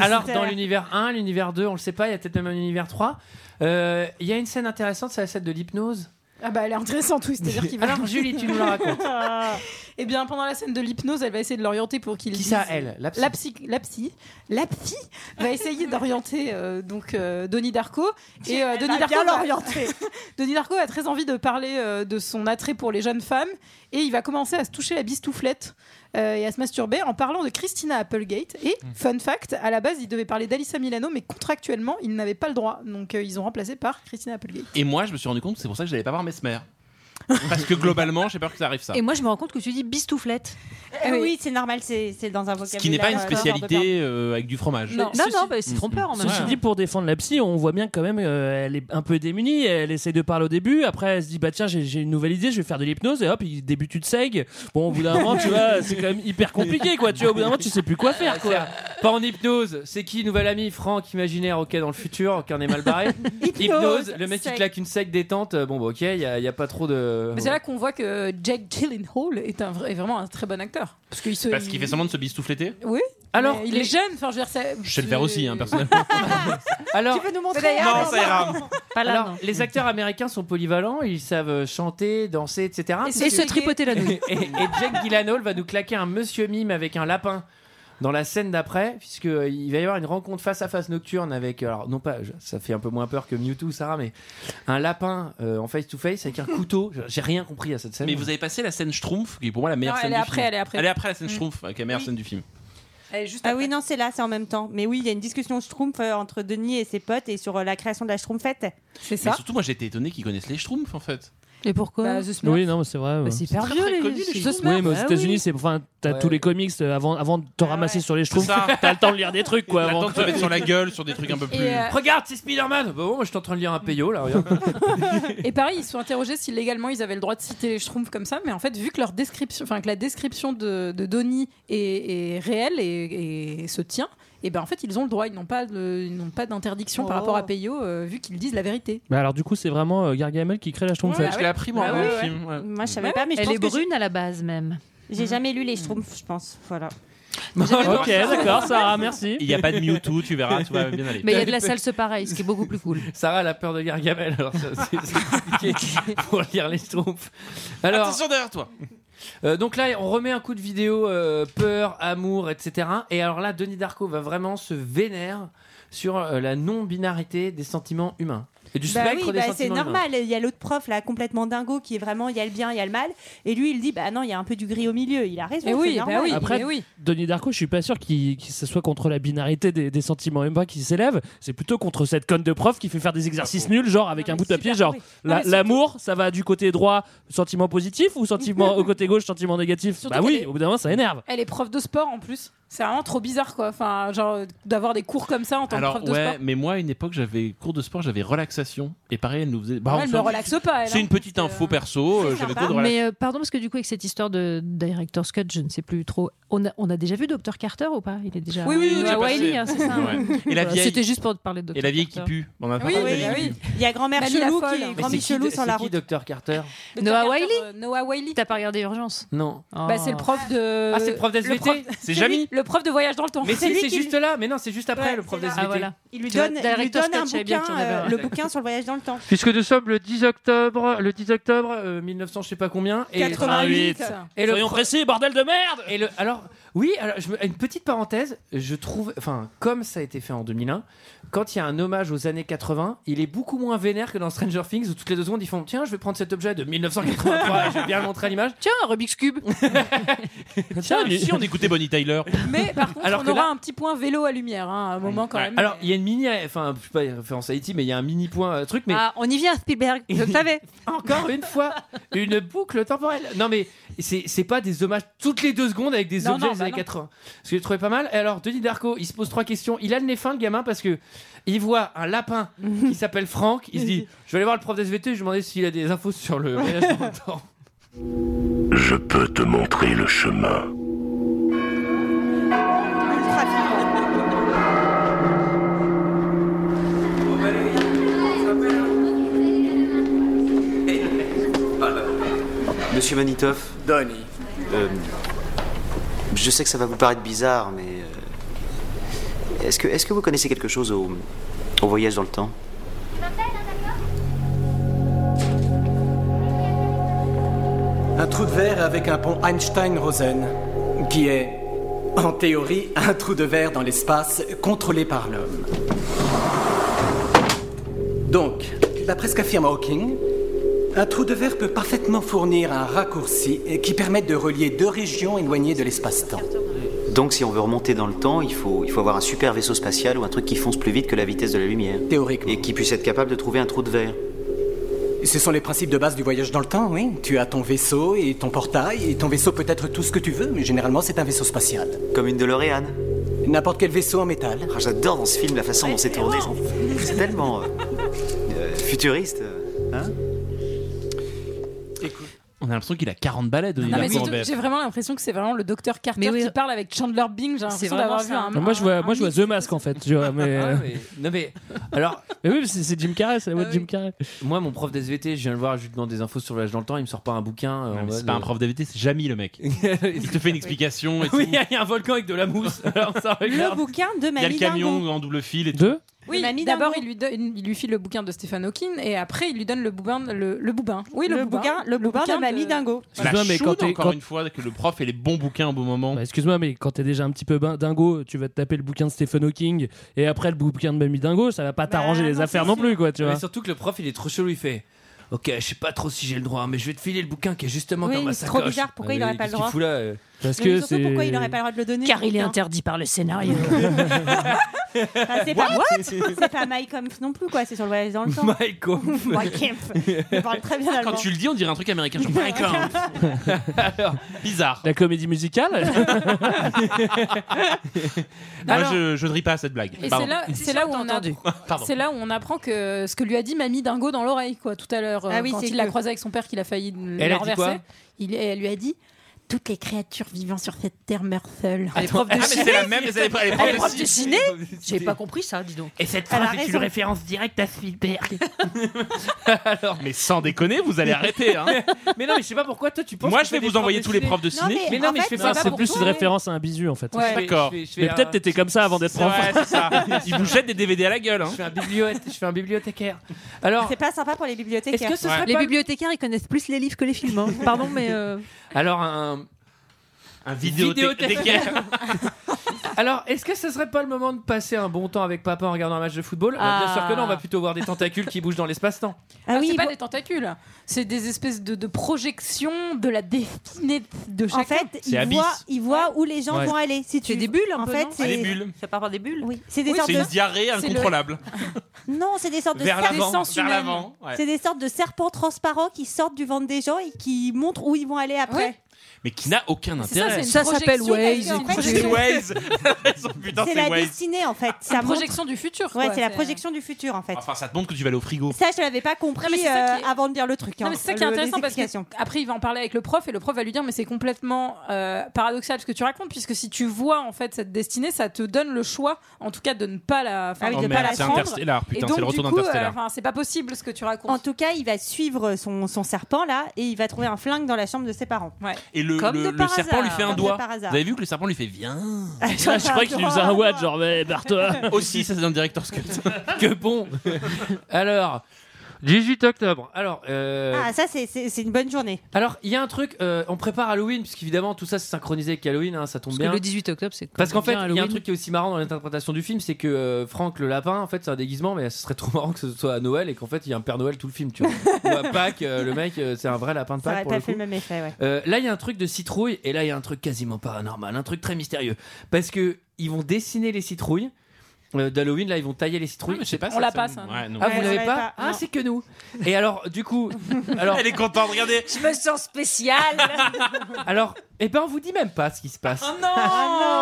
Speaker 1: Alors
Speaker 11: Mystère.
Speaker 1: dans l'univers 1, l'univers 2, on le sait pas, il y a peut-être même un univers 3. Euh, Il y a une scène intéressante, c'est la scène de l'hypnose.
Speaker 12: ah bah elle est intéressante oui c'est-à-dire qu'il va.
Speaker 1: Alors, Julie, tu nous la racontes.
Speaker 12: (laughs) Eh bien pendant la scène de l'hypnose elle va essayer de l'orienter pour qu'il
Speaker 1: Qui
Speaker 12: dise-
Speaker 1: ça, elle La psy
Speaker 12: La psy, la psy, la psy va essayer d'orienter euh, donc euh, Donnie Darko et euh,
Speaker 11: Elle
Speaker 12: Donnie
Speaker 11: va
Speaker 12: Darko
Speaker 11: bien
Speaker 12: va-
Speaker 11: l'orienter.
Speaker 12: (laughs) Denis Darko a très envie de parler euh, de son attrait pour les jeunes femmes et il va commencer à se toucher la bistouflette euh, et à se masturber en parlant de Christina Applegate. Et, fun fact, à la base, il devait parler d'Alissa Milano, mais contractuellement, il n'avait pas le droit. Donc, euh, ils ont remplacé par Christina Applegate.
Speaker 8: Et moi, je me suis rendu compte que c'est pour ça que j'allais pas voir Mesmer. Parce que globalement, j'ai peur que ça arrive ça.
Speaker 7: Et moi, je me rends compte que tu dis bistouflette.
Speaker 11: Ah oui, c'est normal, c'est c'est dans un vocabulaire.
Speaker 8: Ce qui n'est pas une
Speaker 11: euh,
Speaker 8: spécialité euh, avec du fromage.
Speaker 11: Non,
Speaker 8: Ceci-
Speaker 7: non, bah, c'est trompeur en même
Speaker 6: Ceci
Speaker 7: temps.
Speaker 6: dit, pour défendre la psy, on voit bien que quand même, euh, elle est un peu démunie. Elle essaie de parler au début. Après, elle se dit, bah tiens, j'ai j'ai une nouvelle idée, je vais faire de l'hypnose. Et hop, il débute une seg. Bon, au bout d'un moment, tu vois, c'est quand même hyper compliqué, quoi. Tu vois, au bout d'un moment, tu sais plus quoi
Speaker 1: Ah,
Speaker 6: faire, quoi.
Speaker 1: Pas en hypnose, c'est qui nouvel ami Franck imaginaire, ok dans le futur, ok on est mal
Speaker 12: (laughs)
Speaker 1: barré. hypnose, le mec qui
Speaker 12: sec.
Speaker 1: claque une sec détente, euh, bon bah ok, il y, a- il y a pas trop de.
Speaker 12: Mais c'est là qu'on voit que Jake Gyllenhaal est, un vrai- est vraiment un très bon acteur. Parce qu'il se.
Speaker 8: Parce qu'il fait semblant de se bistoufletter.
Speaker 12: Oui.
Speaker 1: Alors,
Speaker 12: Mais il
Speaker 1: les-
Speaker 12: est jeune, enfin, je veux dire, c'est-
Speaker 8: Je sais le faire aussi, hein,
Speaker 12: (laughs)
Speaker 8: personnellement.
Speaker 1: Alors,
Speaker 11: Tu veux nous montrer
Speaker 8: Non, ça ira.
Speaker 1: Alors, les acteurs américains sont polyvalents, ils savent euh, chanter, danser, etc.
Speaker 7: Et se Et se léguer. tripoter la nouille.
Speaker 1: (laughs) et, et Jack Gyllenhaal va nous claquer un monsieur mime avec un lapin dans la scène d'après, puisque euh, il va y avoir une rencontre face à face nocturne avec, euh, alors non pas, je- ça fait un peu moins peur que Mewtwo, Sarah, mais un lapin euh, en face to face avec un couteau. Je- J'ai rien compris à cette scène.
Speaker 8: Mais vous avez passé la scène Schtroumpf, qui est pour moi la meilleure
Speaker 12: Non,
Speaker 8: scène
Speaker 12: elle est
Speaker 8: du
Speaker 12: après,
Speaker 8: film.
Speaker 12: elle est après.
Speaker 8: Elle est après la scène
Speaker 12: Mm.
Speaker 8: Schtroumpf, qui est la meilleure scène du film.
Speaker 12: Eh,
Speaker 11: ah oui, non, c'est là, c'est en même temps. Mais oui, il y a une discussion Schtroumpf euh, entre Denis et ses potes et sur euh, la création de la Schtroumpfette. C'est
Speaker 8: Mais surtout, moi, j'étais étonné qu'ils connaissent les Schtroumpfs, en fait.
Speaker 11: Et pourquoi
Speaker 6: Oui, non, mais c'est vrai. ouais.
Speaker 11: c'est hyper vieux, les- les
Speaker 6: Oui,
Speaker 11: Schtroumpfs.
Speaker 6: mais aux
Speaker 11: Ah oui.
Speaker 6: États-Unis, c'est enfin, t'as tous les comics euh, avant, avant de te
Speaker 12: Ah
Speaker 6: ramasser sur les schtroumpfs.
Speaker 8: C'est ça.
Speaker 6: (laughs) T'as le temps de lire des trucs, quoi. Avant
Speaker 8: Attends, tu vas mettre sur la gueule, sur des trucs un peu plus.
Speaker 12: Et, euh,
Speaker 1: Regarde, c'est Spider-Man. Bah bon, moi, je suis en train de lire un payo là. Regarde.
Speaker 11: (laughs)
Speaker 12: Et pareil, ils se sont interrogés si légalement ils avaient le droit de citer les Schtroumpfs comme ça, mais en fait, vu que leur description, enfin que la description de, de Donnie est, est réelle et, et se tient, et ben en fait, ils ont le droit, ils n'ont pas, de- ils n'ont pas d'interdiction
Speaker 11: Oh.
Speaker 12: par rapport à Peyo, euh, vu qu'ils disent la vérité.
Speaker 6: Mais alors, du coup, c'est vraiment euh, Gargamel qui crée la schtroumpfette.
Speaker 12: Ouais, je l'ai appris, moi, Ah dans le ouais, film,
Speaker 11: Moi, je savais
Speaker 12: Ouais,
Speaker 11: pas, mais je
Speaker 7: Elle
Speaker 11: pense
Speaker 7: est
Speaker 11: que j'ai-
Speaker 7: brune à la base, même.
Speaker 11: J'ai jamais lu les Schtroumpfs, je pense. Voilà.
Speaker 6: ok, d'accord, Sarah, Ah, merci.
Speaker 8: Il n'y a
Speaker 6: (laughs)
Speaker 8: pas de Mewtwo, tu verras, tu vas bien aller.
Speaker 7: Mais il y a de la salse pareil, ce qui est beaucoup plus cool.
Speaker 1: (laughs) Sarah, elle a peur de Gargamel. Alors, ça, c'est c'est
Speaker 7: (laughs)
Speaker 1: compliqué pour lire les Schtroumpfs. Alors,
Speaker 8: Attention derrière toi.
Speaker 1: Euh, donc là, on remet un coup de vidéo euh, peur, amour, etc. Et alors là, Denis Darko va vraiment se vénère sur euh, la non-binarité des sentiments humains et du
Speaker 11: Bah
Speaker 1: spectre
Speaker 11: oui,
Speaker 1: des
Speaker 11: bah
Speaker 1: sentiments
Speaker 11: c'est
Speaker 1: humains.
Speaker 11: normal. Il y a l'autre prof là, complètement dingo, qui est vraiment, il y a le bien, il y a le mal. Et lui, il dit, bah non, il y a un peu du gris au milieu. Il a raison.
Speaker 12: Eh oui,
Speaker 11: c'est
Speaker 12: bah
Speaker 11: normal.
Speaker 6: Après, Denis Darko, je suis pas sûr qu'il que ce soit contre la binarité des, des sentiments humains qui s'élèvent. C'est plutôt contre cette conne de prof qui fait faire des exercices nuls, genre avec un bout de papier, genre
Speaker 12: Non,
Speaker 6: la-
Speaker 12: mais surtout-
Speaker 6: l'amour, ça va du côté droit, sentiment positif,
Speaker 12: (laughs)
Speaker 6: ou sentiment au côté gauche, sentiment négatif. bah oui, au bout d'un moment, ça énerve.
Speaker 12: Elle est prof de sport en plus. C'est vraiment trop bizarre, quoi. Enfin, genre euh, d'avoir des cours comme ça en tant que
Speaker 8: Alors,
Speaker 12: prof de
Speaker 8: ouais,
Speaker 12: sport.
Speaker 8: mais moi, à une époque, j'avais cours de sport, j'avais relaxation. Et pareil, elle nous faisait. bah,
Speaker 12: Ouais, elle
Speaker 8: on
Speaker 12: me
Speaker 8: s'en-
Speaker 12: relaxe pas, elle,
Speaker 8: C'est
Speaker 12: hein.
Speaker 8: une petite info perso, euh, j'avais cours de relaxation.
Speaker 7: Mais euh, pardon, parce que du coup, avec cette histoire de Director's Cut, je ne sais plus trop. On a, on a déjà vu Dr. Carter ou pas Il est déjà.
Speaker 12: Oui, oui, oui,
Speaker 7: à
Speaker 12: j'ai
Speaker 7: Wiley,
Speaker 12: passé.
Speaker 7: hein, c'est ça.
Speaker 8: Ouais. Et la
Speaker 7: Voilà,
Speaker 8: vieille-
Speaker 7: C'était juste pour te parler de Dr.
Speaker 8: Et la vieille qui
Speaker 7: Carter.
Speaker 8: pue. On en a pas
Speaker 7: Oui,
Speaker 8: parlé de
Speaker 7: oui,
Speaker 8: la vieille
Speaker 1: Ah
Speaker 7: bah
Speaker 8: qui
Speaker 7: oui.
Speaker 8: pue.
Speaker 11: Il y a grand-mère
Speaker 12: Mamie la
Speaker 11: chelou
Speaker 12: folle.
Speaker 11: qui est
Speaker 12: Mais
Speaker 1: Mais
Speaker 11: grand
Speaker 1: c'est qui,
Speaker 11: Michelou
Speaker 1: c'est
Speaker 11: sur la
Speaker 1: qui,
Speaker 11: route.
Speaker 1: Dr Carter
Speaker 7: Noah Wiley
Speaker 12: euh, Noah Wiley.
Speaker 7: T'as pas regardé Urgence
Speaker 1: Non.
Speaker 12: Bah, c'est le prof de.
Speaker 1: Ah, c'est le prof SVT. C'est
Speaker 12: lui,
Speaker 1: Jamie.
Speaker 12: (laughs) Le prof de voyage dans le temps.
Speaker 1: Mais si, c'est juste là. Mais non, c'est juste après le prof de SVT.
Speaker 11: Il lui
Speaker 12: Ah, Tu vois,
Speaker 11: donne, il lui
Speaker 12: Director's
Speaker 11: donne un
Speaker 12: Cut, j'avais bien
Speaker 11: bouquin,
Speaker 12: qu'il y en avait
Speaker 11: euh,
Speaker 12: un.
Speaker 11: le bouquin sur le voyage dans le temps.
Speaker 1: Puisque nous sommes le 10 octobre, le 10 octobre euh, 1900, je sais pas combien, et
Speaker 6: 88. Soyons précis, bordel de merde.
Speaker 1: Et le, alors, oui, alors, je me- une petite parenthèse, je trouve, enfin, comme ça a été fait en 2001, quand il y a un hommage aux années 80, il est beaucoup moins vénère que dans Stranger Things où toutes les deux secondes ils font tiens, je vais prendre cet objet de 1983 et je vais bien le montrer à l'image.
Speaker 7: Tiens, un Rubik's
Speaker 1: (laughs)
Speaker 7: Cube.
Speaker 1: Tiens,
Speaker 8: Ah, Si on écoutait Bonnie Tyler.
Speaker 12: Mais par contre,
Speaker 1: Alors
Speaker 12: on
Speaker 1: que
Speaker 12: aura
Speaker 1: là-
Speaker 12: un petit point vélo à lumière hein, à un moment quand même.
Speaker 1: Alors, il y a une mini, enfin, je sais pas, référence à Haïti, mais il y a un mini point euh, truc, mais.
Speaker 7: Ah, on y vient, Spielberg. Je le savais.
Speaker 12: (laughs)
Speaker 1: Encore une fois, une boucle temporelle. Non, mais c'est c'est pas des hommages toutes les deux secondes avec des
Speaker 13: Non,
Speaker 1: objets
Speaker 13: non,
Speaker 1: des
Speaker 13: bah
Speaker 1: années
Speaker 13: non.
Speaker 1: 80. Ce que j'ai trouvé pas mal. Et alors, Denis Darko, il se pose trois questions. Il a le nez fin, le gamin, parce que il voit un lapin qui s'appelle Franck. Il se dit Je vais aller voir le prof d'SVT, je vais demander s'il a des infos sur le voyage dans le
Speaker 6: (laughs)
Speaker 1: temps.
Speaker 14: Je peux te montrer le chemin.
Speaker 4: Monsieur Manitov Donny. je sais que ça va vous paraître bizarre, mais. euh, Est-ce que, est que vous connaissez quelque chose au, au voyage dans le temps
Speaker 15: Un trou de verre avec un pont Einstein-Rosen, qui est, en théorie, un trou de verre dans l'espace contrôlé par l'homme. Donc, d'après ce qu'affirme Hawking, un trou de verre peut parfaitement fournir un raccourci qui permette de relier deux régions éloignées de l'espace-temps.
Speaker 4: Donc, si on veut remonter dans le temps, il faut, il faut avoir un super vaisseau spatial ou un truc qui fonce plus vite que la vitesse de la lumière.
Speaker 15: Théoriquement.
Speaker 4: Et qui puisse être capable de trouver un trou de verre.
Speaker 15: Ce sont les principes de base du voyage dans le temps, oui. Tu as ton vaisseau et ton portail, et ton vaisseau peut être tout ce que tu veux, mais généralement c'est un vaisseau spatial.
Speaker 4: Comme une DeLorean Ah,
Speaker 15: N'importe quel vaisseau en métal.
Speaker 4: J'adore dans ce film la façon dont c'est tourné. C'est tellement. euh, euh, futuriste. euh, Hein
Speaker 8: On a l'impression qu'il a 40 balais, Donnie
Speaker 12: Non, mais
Speaker 8: Darko.
Speaker 12: surtout, j'ai vraiment l'impression que c'est vraiment le docteur Carter qui parle avec Chandler Bing. J'ai l'impression d'avoir vu un.
Speaker 6: moi, je vois, moi, je vois The Mask en fait. tu vois, mais, euh,
Speaker 1: Non,
Speaker 6: (laughs)
Speaker 1: mais alors.
Speaker 6: Mais oui, c'est Jim Carrey, c'est la voix de Jim Carrey.
Speaker 1: Moi, mon prof d'SVT, je viens le voir, je lui demande des infos sur le voyage dans le temps, il me sort pas un bouquin. euh, en
Speaker 8: mais c'est
Speaker 1: mode,
Speaker 8: pas un
Speaker 1: euh,
Speaker 8: prof d'AVT, c'est Jamie le
Speaker 1: (laughs)
Speaker 8: mec. Il te fait une explication. Et
Speaker 1: Oui, il y a un volcan avec de
Speaker 8: (laughs)
Speaker 1: la mousse. Alors, ça
Speaker 11: Le
Speaker 1: regarde.
Speaker 11: bouquin de
Speaker 8: Il y a le
Speaker 11: Mamie
Speaker 8: camion
Speaker 11: Dingo.
Speaker 8: en double fil et tout.
Speaker 6: Deux
Speaker 12: Oui, d'abord il lui donne- il lui file le bouquin de Stephen Hawking et après il lui donne le bouquin le, le bouquin. Oui, le,
Speaker 11: Le bouquin- le bouquin de Mamie Dingo.
Speaker 8: Excuse-moi, mais quand
Speaker 6: t'es-
Speaker 8: encore
Speaker 6: quand-
Speaker 8: une fois que le prof et les bons bouquins au bon moment.
Speaker 6: Bah, Excuse-moi, mais quand t'es déjà un petit peu bin- dingo, tu vas te taper le bouquin de Stephen Hawking et après le bouquin de Mamie Dingo, ça va pas t'arranger les affaires non plus, quoi, tu vois.
Speaker 1: (laughs) Mais surtout que le prof, il est trop chelou, il fait. Ok, je sais pas trop si j'ai le droit, hein, mais je vais te filer le bouquin qui est justement
Speaker 11: Oui,
Speaker 1: dans ma
Speaker 11: mais c'est trop
Speaker 1: sacoche.
Speaker 11: bizarre, pourquoi il
Speaker 1: mais
Speaker 11: aurait pas le
Speaker 1: qu'est-ce qu'il
Speaker 11: droit
Speaker 1: fout là, euh
Speaker 11: Mais surtout, pourquoi il n'aurait pas le droit de le donner
Speaker 16: Car il est
Speaker 11: putain
Speaker 16: interdit par le scénario.
Speaker 11: Enfin, c'est pas, c'est pas Mike Humph non plus, quoi. C'est sur le voyage dans le temps.
Speaker 1: Mike
Speaker 11: (laughs)
Speaker 1: Humph.
Speaker 11: Mike Humph. Il parle très bien allemand.
Speaker 8: Quand tu le dis, on dirait un truc américain. Genre, Mike Humph. Alors, bizarre.
Speaker 6: La
Speaker 12: (laughs)
Speaker 6: comédie musicale
Speaker 8: Moi,
Speaker 12: Alors-
Speaker 8: je, je ne ris pas à cette blague.
Speaker 12: Et
Speaker 8: Pardon.
Speaker 12: c'est là, c'est
Speaker 8: (laughs)
Speaker 12: là où on
Speaker 8: entendu.
Speaker 12: apprend,
Speaker 8: Pardon.
Speaker 12: c'est là où on apprend que ce que lui a dit Mamie Dingo dans l'oreille quoi tout à l'heure euh,
Speaker 11: Ah oui,
Speaker 12: quand
Speaker 11: c'est
Speaker 12: il l'a
Speaker 11: que-
Speaker 12: croisé avec son père qu'il a failli le
Speaker 11: Elle a dit quoi
Speaker 12: renverser. Il, elle lui a dit toutes les créatures vivant sur cette terre meurent seules.
Speaker 1: Elle est prof de Ah, mais ciné. c'est la même, elle est prof- elle est prof
Speaker 12: Elle est
Speaker 1: de
Speaker 12: prof de
Speaker 1: ciné.
Speaker 12: ciné. J'ai pas compris ça, dis donc.
Speaker 1: Et cette
Speaker 12: Elle a
Speaker 1: phrase est une
Speaker 12: raison.
Speaker 1: référence directe
Speaker 11: (laughs)
Speaker 1: à Spielberg.
Speaker 8: Mais sans déconner, vous allez arrêter. hein.
Speaker 1: mais non, mais je sais pas pourquoi toi tu penses.
Speaker 8: Moi,
Speaker 1: que
Speaker 8: je
Speaker 1: c'est
Speaker 8: vais
Speaker 1: des
Speaker 8: vous
Speaker 1: profs
Speaker 8: envoyer
Speaker 1: de
Speaker 8: tous les profs de
Speaker 1: ciné.
Speaker 8: ciné.
Speaker 1: Non, mais,
Speaker 8: Mais non,
Speaker 1: mais
Speaker 8: mais je fais
Speaker 6: Non, c'est plus une référence à un bisu en fait.
Speaker 1: Ouais.
Speaker 8: D'accord.
Speaker 1: Je vais- je vais- je vais
Speaker 6: Mais peut-être
Speaker 1: un-
Speaker 8: euh,
Speaker 6: t'étais comme ça avant d'être prof.
Speaker 8: Ouais, c'est (laughs) ça. Ils vous jettent des DVD à la gueule. hein.
Speaker 1: Je fais un bibliothèque. Je fais un bibliothécaire. Alors,
Speaker 11: C'est pas sympa pour les bibliothécaires.
Speaker 1: Est-ce que ce serait Ouais. pas
Speaker 7: Les
Speaker 1: le-
Speaker 7: bibliothécaires, ils connaissent plus les livres que les films. hein. Pardon, mais. euh,
Speaker 1: alors un.
Speaker 8: Un vidéothécaire.
Speaker 1: (laughs) Alors, est-ce que ce serait pas le moment de passer un bon temps avec papa en regardant un match de football Euh, Bien
Speaker 12: Ah.
Speaker 1: sûr que non, on va plutôt voir des tentacules qui bougent dans l'espace-temps.
Speaker 12: Alors, Ah, c'est pas des tentacules, c'est des espèces de, de projections de la destinée de chacun.
Speaker 11: En fait,
Speaker 12: C'est
Speaker 11: il
Speaker 12: Abyss.
Speaker 11: voit, il voit où les gens
Speaker 12: Ouais.
Speaker 11: vont aller. Si tu...
Speaker 12: C'est des bulles, un
Speaker 11: en
Speaker 12: peu,
Speaker 11: fait.
Speaker 12: non
Speaker 11: c'est-
Speaker 8: Ah, des bulles.
Speaker 11: Ça part par des bulles Oui, c'est des
Speaker 8: Oui,
Speaker 11: sortes
Speaker 8: c'est
Speaker 11: de-
Speaker 8: une diarrhée
Speaker 11: c'est le-
Speaker 8: incontrôlable.
Speaker 11: Non, c'est des sortes de
Speaker 8: Vers
Speaker 11: serpents-
Speaker 8: l'avant, Des sens vers humaines. l'avant, ouais.
Speaker 11: C'est des sortes de serpents transparents qui sortent du ventre des gens et qui montrent où ils vont aller après.
Speaker 8: Mais qui n'a aucun
Speaker 11: C'est ça,
Speaker 8: intérêt.
Speaker 11: c'est une Ça s'appelle projection, Waze, en fait.
Speaker 8: C'est Waze. Putain,
Speaker 11: c'est
Speaker 8: c'est
Speaker 11: la
Speaker 8: Waze.
Speaker 11: destinée en fait. Ça montre-
Speaker 12: projection du futur.
Speaker 11: Ouais,
Speaker 12: quoi,
Speaker 11: c'est la
Speaker 12: c'est-
Speaker 11: projection du futur en fait.
Speaker 8: (laughs) Enfin, ça te montre que tu vas aller au frigo.
Speaker 11: Ça, je l'avais pas compris
Speaker 12: Non, mais c'est ça qui
Speaker 11: euh, avant de dire le truc.
Speaker 12: Non,
Speaker 11: hein.
Speaker 12: mais c'est ça qui est
Speaker 11: Le- les
Speaker 12: intéressant parce
Speaker 11: explications.
Speaker 12: que après il va en parler avec le prof et le prof va lui dire mais c'est complètement euh, paradoxal ce que tu racontes puisque si tu vois en fait cette destinée ça te donne le choix en tout cas de ne pas la enfin,
Speaker 11: Ah oui,
Speaker 12: de
Speaker 11: de
Speaker 12: ne pas
Speaker 11: pas
Speaker 12: la
Speaker 11: la
Speaker 8: Oh, c'est
Speaker 12: prendre.
Speaker 8: Interstellar, putain,
Speaker 12: et donc
Speaker 8: c'est le retour
Speaker 12: du coup, euh,
Speaker 8: d'Interstellar.
Speaker 12: enfin, c'est pas possible ce que tu racontes.
Speaker 11: En tout cas, il va suivre son, son serpent là et il va trouver un flingue dans la chambre de ses parents.
Speaker 8: Et le, le- le serpent lui fait un
Speaker 11: Comme de
Speaker 8: doigt.
Speaker 11: par
Speaker 8: Vous
Speaker 11: hasard.
Speaker 8: avez vu que le serpent lui
Speaker 11: (laughs)
Speaker 8: fait viens.
Speaker 6: Ah, je croyais qu'il nous faisait un watt, genre, mais barre-toi.
Speaker 8: Aussi, ça c'est dans le director's cut.
Speaker 1: (laughs) que bon. Alors, 18 octobre. Alors, euh,
Speaker 11: Ah, ça, c'est- c'est c'est une bonne journée.
Speaker 1: alors il y a un truc. euh, on prépare Halloween puisqu'évidemment tout ça c'est synchronisé avec Halloween. hein, ça tombe
Speaker 7: Parce que
Speaker 1: bien.
Speaker 7: le 18 octobre, c'est.
Speaker 1: Parce qu'en
Speaker 7: quand
Speaker 1: fait,
Speaker 7: même
Speaker 1: il y a un
Speaker 7: Halloween.
Speaker 1: truc qui est aussi marrant dans l'interprétation du film, c'est que euh, Franck le lapin, en fait, c'est un déguisement, mais ce serait trop (laughs) marrant que ce soit à Noël et qu'en fait, il y a un Père Noël tout le film, tu vois. Ou à Pâques, euh, le mec, euh, c'est un vrai lapin de
Speaker 11: Ça
Speaker 1: Pâques
Speaker 11: aurait
Speaker 1: pour
Speaker 11: pas
Speaker 1: le
Speaker 11: fait
Speaker 1: coup.
Speaker 11: le même effet, ouais.
Speaker 1: Euh, là, il y a un truc de citrouille et là, il y a un truc quasiment paranormal, un truc très mystérieux. Parce que ils vont dessiner les citrouilles. euh, D'Halloween, là, ils vont tailler les citrouilles.
Speaker 8: Ah, mais je sais pas,
Speaker 12: On ça, l'a ça pas, me- ça. ouais, non.
Speaker 1: Ah,
Speaker 12: Ouais,
Speaker 1: vous
Speaker 12: on
Speaker 1: l'avez
Speaker 12: l'avait
Speaker 1: pas,
Speaker 12: pas,
Speaker 1: Ah,
Speaker 12: non.
Speaker 1: c'est que nous. Et alors,
Speaker 8: (laughs)
Speaker 1: du coup. Alors,
Speaker 8: Elle est contente, regardez.
Speaker 12: Je me sens
Speaker 1: (laughs)
Speaker 12: spécial.
Speaker 1: alors eh ben, on vous dit même pas ce qui se passe.
Speaker 12: non,
Speaker 1: Non,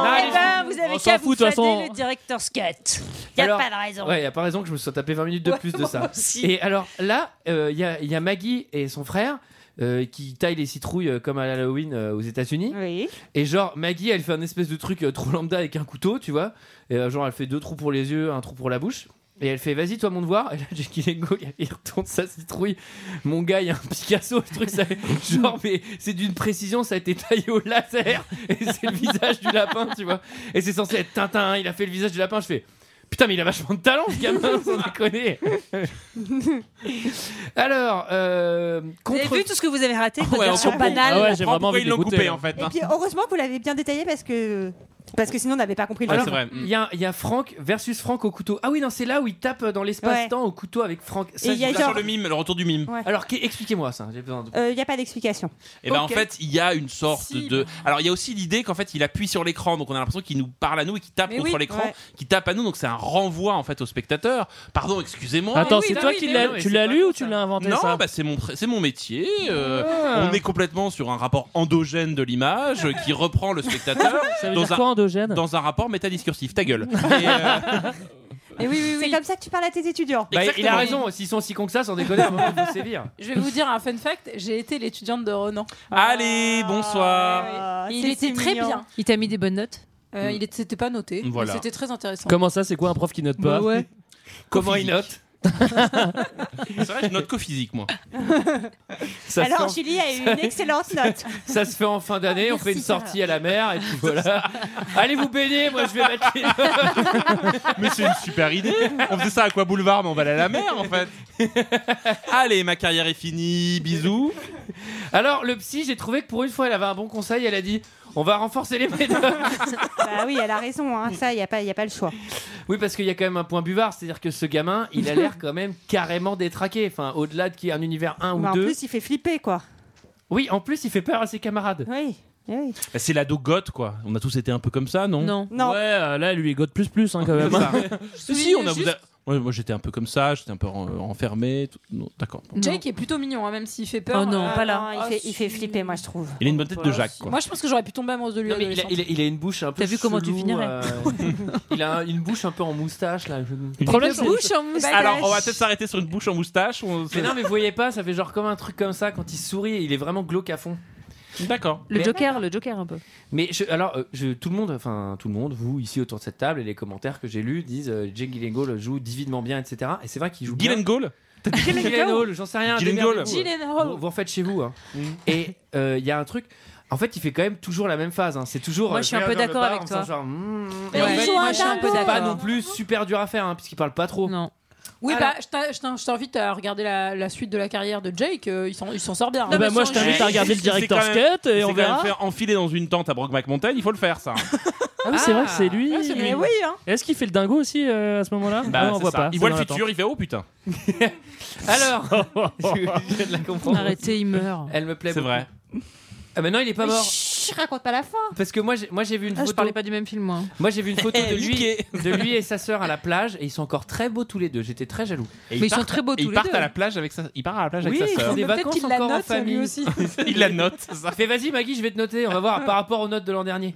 Speaker 12: Eh
Speaker 1: allez,
Speaker 12: ben,
Speaker 1: je-
Speaker 12: vous
Speaker 1: on
Speaker 12: avez
Speaker 1: s'en
Speaker 12: qu'à vous
Speaker 1: fout, de toute
Speaker 12: fader
Speaker 1: façon.
Speaker 12: le director's cut. Y a
Speaker 1: Alors-
Speaker 12: pas de raison.
Speaker 1: Ouais, y a pas raison que je me sois tapé 20 minutes de
Speaker 12: Ouais,
Speaker 1: plus de
Speaker 12: moi
Speaker 1: ça.
Speaker 12: aussi.
Speaker 1: Et alors là, euh, il y, a, y a Maggie et son frère. euh, qui taillent les citrouilles euh, comme à Halloween euh, aux États-Unis. Et genre, Maggie, elle fait un espèce de truc euh, trop lambda avec un couteau, tu vois. Et euh, genre, elle fait deux trous pour les yeux, un trou pour la bouche. Et elle fait, vas-y, toi, mon devoir. Et là, (laughs) Jackie Lengo, il retourne sa citrouille. Mon gars, il y a un Picasso, le truc, ça.
Speaker 12: (laughs)
Speaker 1: Genre, mais c'est d'une précision, ça a été taillé au laser. Et c'est le visage du lapin, tu vois. Et c'est censé être Tintin, hein, il a fait le visage du lapin. Je fais, putain, mais il a vachement de talent, ce gamin, sans déconner. Alors, euh,
Speaker 7: Vous avez
Speaker 1: contre.
Speaker 7: vu tout ce que vous avez raté
Speaker 1: Ouais,
Speaker 7: quoi, dire
Speaker 1: on
Speaker 7: sur
Speaker 1: comprend.
Speaker 7: banal
Speaker 1: Ah ouais, j'ai vraiment envie de l'écouter, hein.
Speaker 8: fait.
Speaker 11: Et puis, oh, heureusement que vous l'avez bien détaillé parce que, parce que sinon, on n'avait pas compris le
Speaker 1: Alors,
Speaker 11: film.
Speaker 1: Il y, a- il y a Franck versus Franck au couteau. Ah oui, non, c'est là où il tape dans l'espace-temps au couteau avec Franck.
Speaker 11: Et il y a
Speaker 8: Sur le mime, le retour du mime.
Speaker 11: Ouais.
Speaker 1: Alors, qu'est- expliquez-moi ça, j'ai besoin de.
Speaker 11: Il n'y euh, a pas d'explication.
Speaker 6: Eh
Speaker 8: Et ben
Speaker 1: Ok.
Speaker 8: en fait, il y a une sorte de. Alors il y a aussi l'idée qu'en fait, il appuie sur l'écran, donc on a l'impression qu'il nous parle à nous et qu'il tape
Speaker 11: Mais
Speaker 8: contre
Speaker 11: oui,
Speaker 8: l'écran,
Speaker 11: ouais.
Speaker 8: qu'il tape à nous, donc c'est un renvoi en fait au spectateur. Pardon, excusez-moi.
Speaker 6: Attends, c'est toi qui l'as, tu l'as lu ou tu l'as inventé
Speaker 8: Non,
Speaker 6: ça
Speaker 8: bah, c'est mon, pr- c'est mon métier. euh,
Speaker 6: Ah.
Speaker 8: On est complètement sur un rapport endogène de l'image euh, qui reprend le spectateur
Speaker 6: Ça veut
Speaker 8: dans,
Speaker 6: dire
Speaker 8: un,
Speaker 6: quoi, endogène
Speaker 8: dans un rapport métadiscursif. Ta gueule.
Speaker 11: C'est comme ça que tu parles à tes étudiants.
Speaker 1: Bah, il a
Speaker 12: (laughs)
Speaker 1: raison, s'ils sont si cons que ça, sans déconner, à un moment, il faut sévir.
Speaker 12: Je vais vous dire un fun fact, j'ai été l'étudiante de Renan.
Speaker 8: (laughs) Allez, bonsoir.
Speaker 11: Ah,
Speaker 12: Et il
Speaker 7: c'est
Speaker 12: était
Speaker 7: si
Speaker 12: très
Speaker 7: mignon.
Speaker 12: bien.
Speaker 7: Il t'a mis des bonnes notes
Speaker 1: Mm.
Speaker 12: Euh, Il était c'était pas noté, mais
Speaker 6: Voilà.
Speaker 12: c'était très intéressant.
Speaker 6: Comment ça, c'est quoi un prof qui note pas
Speaker 12: Bah ouais.
Speaker 1: Comment il note
Speaker 8: (laughs) C'est vrai, je note qu'au physique, moi.
Speaker 1: Ça se
Speaker 11: Alors,
Speaker 1: fait en-
Speaker 11: Julie a eu une excellente
Speaker 7: (laughs)
Speaker 11: note.
Speaker 1: (laughs) Ça se fait en fin d'année, on fait une sortie à la mer, et puis voilà. Allez vous baigner, moi je vais mettre les
Speaker 8: (laughs) Mais c'est une super idée. On faisait ça à quoi boulevard, mais on va aller à la mer en fait. (laughs) Allez, ma carrière est finie. Bisous.
Speaker 1: Alors, le psy, j'ai trouvé que pour une fois, elle avait un bon conseil. Elle a dit on va renforcer
Speaker 12: (laughs)
Speaker 1: les médocs.
Speaker 11: bah oui, elle a raison, hein. ça, il n'y a, pas- y a pas le choix.
Speaker 1: Oui, parce qu'il y a quand même un point buvard, c'est-à-dire que ce gamin, il a l'air quand même carrément détraqué. Enfin, au-delà de qu'il y ait un univers 1 ou
Speaker 11: Mais en
Speaker 1: 2.
Speaker 11: plus, il fait flipper, quoi.
Speaker 1: Oui, en plus, il fait peur à ses camarades.
Speaker 11: Oui. oui.
Speaker 8: Bah, c'est l'ado goth, quoi. On a tous été un peu comme ça, non
Speaker 11: Non. Non.
Speaker 6: Ouais, euh, là, lui, il gote plus plus hein, quand même.
Speaker 8: (laughs) Si, si, on a. vous a- Ouais, moi j'étais un peu comme ça, j'étais un peu en- euh, enfermé. tout- non, D'accord. bon.
Speaker 12: Jake est plutôt mignon, hein, même s'il fait peur.
Speaker 8: Oh non, pas
Speaker 11: là. Ah il, fait, il fait flipper, moi, je trouve.
Speaker 8: Il a une bonne tête de Jacques, quoi.
Speaker 12: Moi, je pense que j'aurais pu tomber amoureuse de lui.
Speaker 1: Non, mais il a,
Speaker 12: adolescente.
Speaker 1: il, a, il a une bouche un peu.
Speaker 12: T'as vu comment tu
Speaker 1: chelou, euh,
Speaker 12: finirais
Speaker 1: (laughs) Il a un- une bouche un peu en moustache là.
Speaker 8: Une
Speaker 12: bouche en moustache.
Speaker 8: Alors, on va peut-être s'arrêter sur une bouche en moustache. on-
Speaker 1: Mais non, mais vous voyez pas, ça fait genre comme un truc comme ça quand il sourit, il est vraiment glauque à fond.
Speaker 8: D'accord.
Speaker 7: Le Joker, le Joker un peu.
Speaker 1: Mais je- alors, euh, je- tout le monde, enfin tout le monde, vous ici autour de cette table et les commentaires que j'ai lus disent euh, Jake Gyllenhaal joue divinement bien, etc. Et c'est vrai qu'il joue.
Speaker 8: Gyllenhaal
Speaker 1: bien. Gyllenhaal, j'en sais rien.
Speaker 8: Gyllenhaal. Mm.
Speaker 1: démerdez-vous.
Speaker 8: Gyllenhaal.
Speaker 1: Vous, vous en faites chez vous. hein. Et euh, il y a un truc. En fait, il fait quand même toujours la même phase. hein. C'est toujours.
Speaker 7: Moi,
Speaker 1: euh,
Speaker 7: je suis un peu
Speaker 1: regarde le
Speaker 7: d'accord
Speaker 1: bar
Speaker 7: avec
Speaker 1: en
Speaker 7: toi.
Speaker 1: faisant genre, Mm.
Speaker 8: hmm.
Speaker 12: Mais
Speaker 1: Et en
Speaker 12: il
Speaker 1: fait,
Speaker 12: joue un dingo.
Speaker 1: C'est pas non plus super dur à faire, hein, puisqu'il parle pas trop.
Speaker 7: Non.
Speaker 12: Oui, bah, je t'in- je t'in- je t'invite à regarder la, la suite de la carrière de Jake. euh, il s'en il s'en sort bien.
Speaker 8: Eh ben,
Speaker 6: bah, moi, je t'invite à regarder le
Speaker 8: directeur
Speaker 6: director's cut et on verra.
Speaker 8: faire enfiler dans une tente à Brock McMontagne, il faut le faire, ça.
Speaker 6: Ah oui, c'est vrai que c'est lui.
Speaker 8: c'est lui. Eh oui, hein.
Speaker 6: Est-ce qu'il fait le dingo aussi euh, à ce moment-là
Speaker 8: Bah,
Speaker 6: Ah, on
Speaker 8: c'est
Speaker 6: voit
Speaker 8: ça.
Speaker 6: pas.
Speaker 8: Il
Speaker 6: c'est
Speaker 8: voit le
Speaker 6: dans la
Speaker 8: futur,
Speaker 6: tente.
Speaker 8: il fait oh putain.
Speaker 1: (laughs)
Speaker 8: (laughs)
Speaker 1: Alors, (laughs) je viens de la comprendre.
Speaker 7: Arrêtez, il meurt.
Speaker 1: Elle me plaît.
Speaker 8: C'est vrai.
Speaker 1: Ah, mais non, il est pas
Speaker 7: Mais
Speaker 1: mort.
Speaker 11: Je raconte pas la fin.
Speaker 1: Parce que moi, j'ai- moi j'ai vu une
Speaker 7: Ah, je
Speaker 1: photo.
Speaker 7: parlais pas du même film, moi.
Speaker 1: Moi j'ai vu
Speaker 7: (laughs)
Speaker 1: une photo de lui,
Speaker 7: Niqué.
Speaker 1: de lui et sa sœur à la plage et ils sont encore très beaux tous les deux. J'étais très jaloux.
Speaker 8: Et il part- et il part à la plage avec sa, il part à la plage
Speaker 1: Oui,
Speaker 8: avec sa
Speaker 1: ils font
Speaker 8: sœur.
Speaker 1: des vacances
Speaker 12: qu'il la
Speaker 1: encore en
Speaker 12: note, lui
Speaker 1: famille.
Speaker 12: aussi.
Speaker 8: (laughs) il la note. c'est ça.
Speaker 1: Il fait vas-y Maggie, je vais te noter. On va
Speaker 7: Ah.
Speaker 1: voir par rapport aux notes de l'an
Speaker 7: (laughs)
Speaker 1: dernier.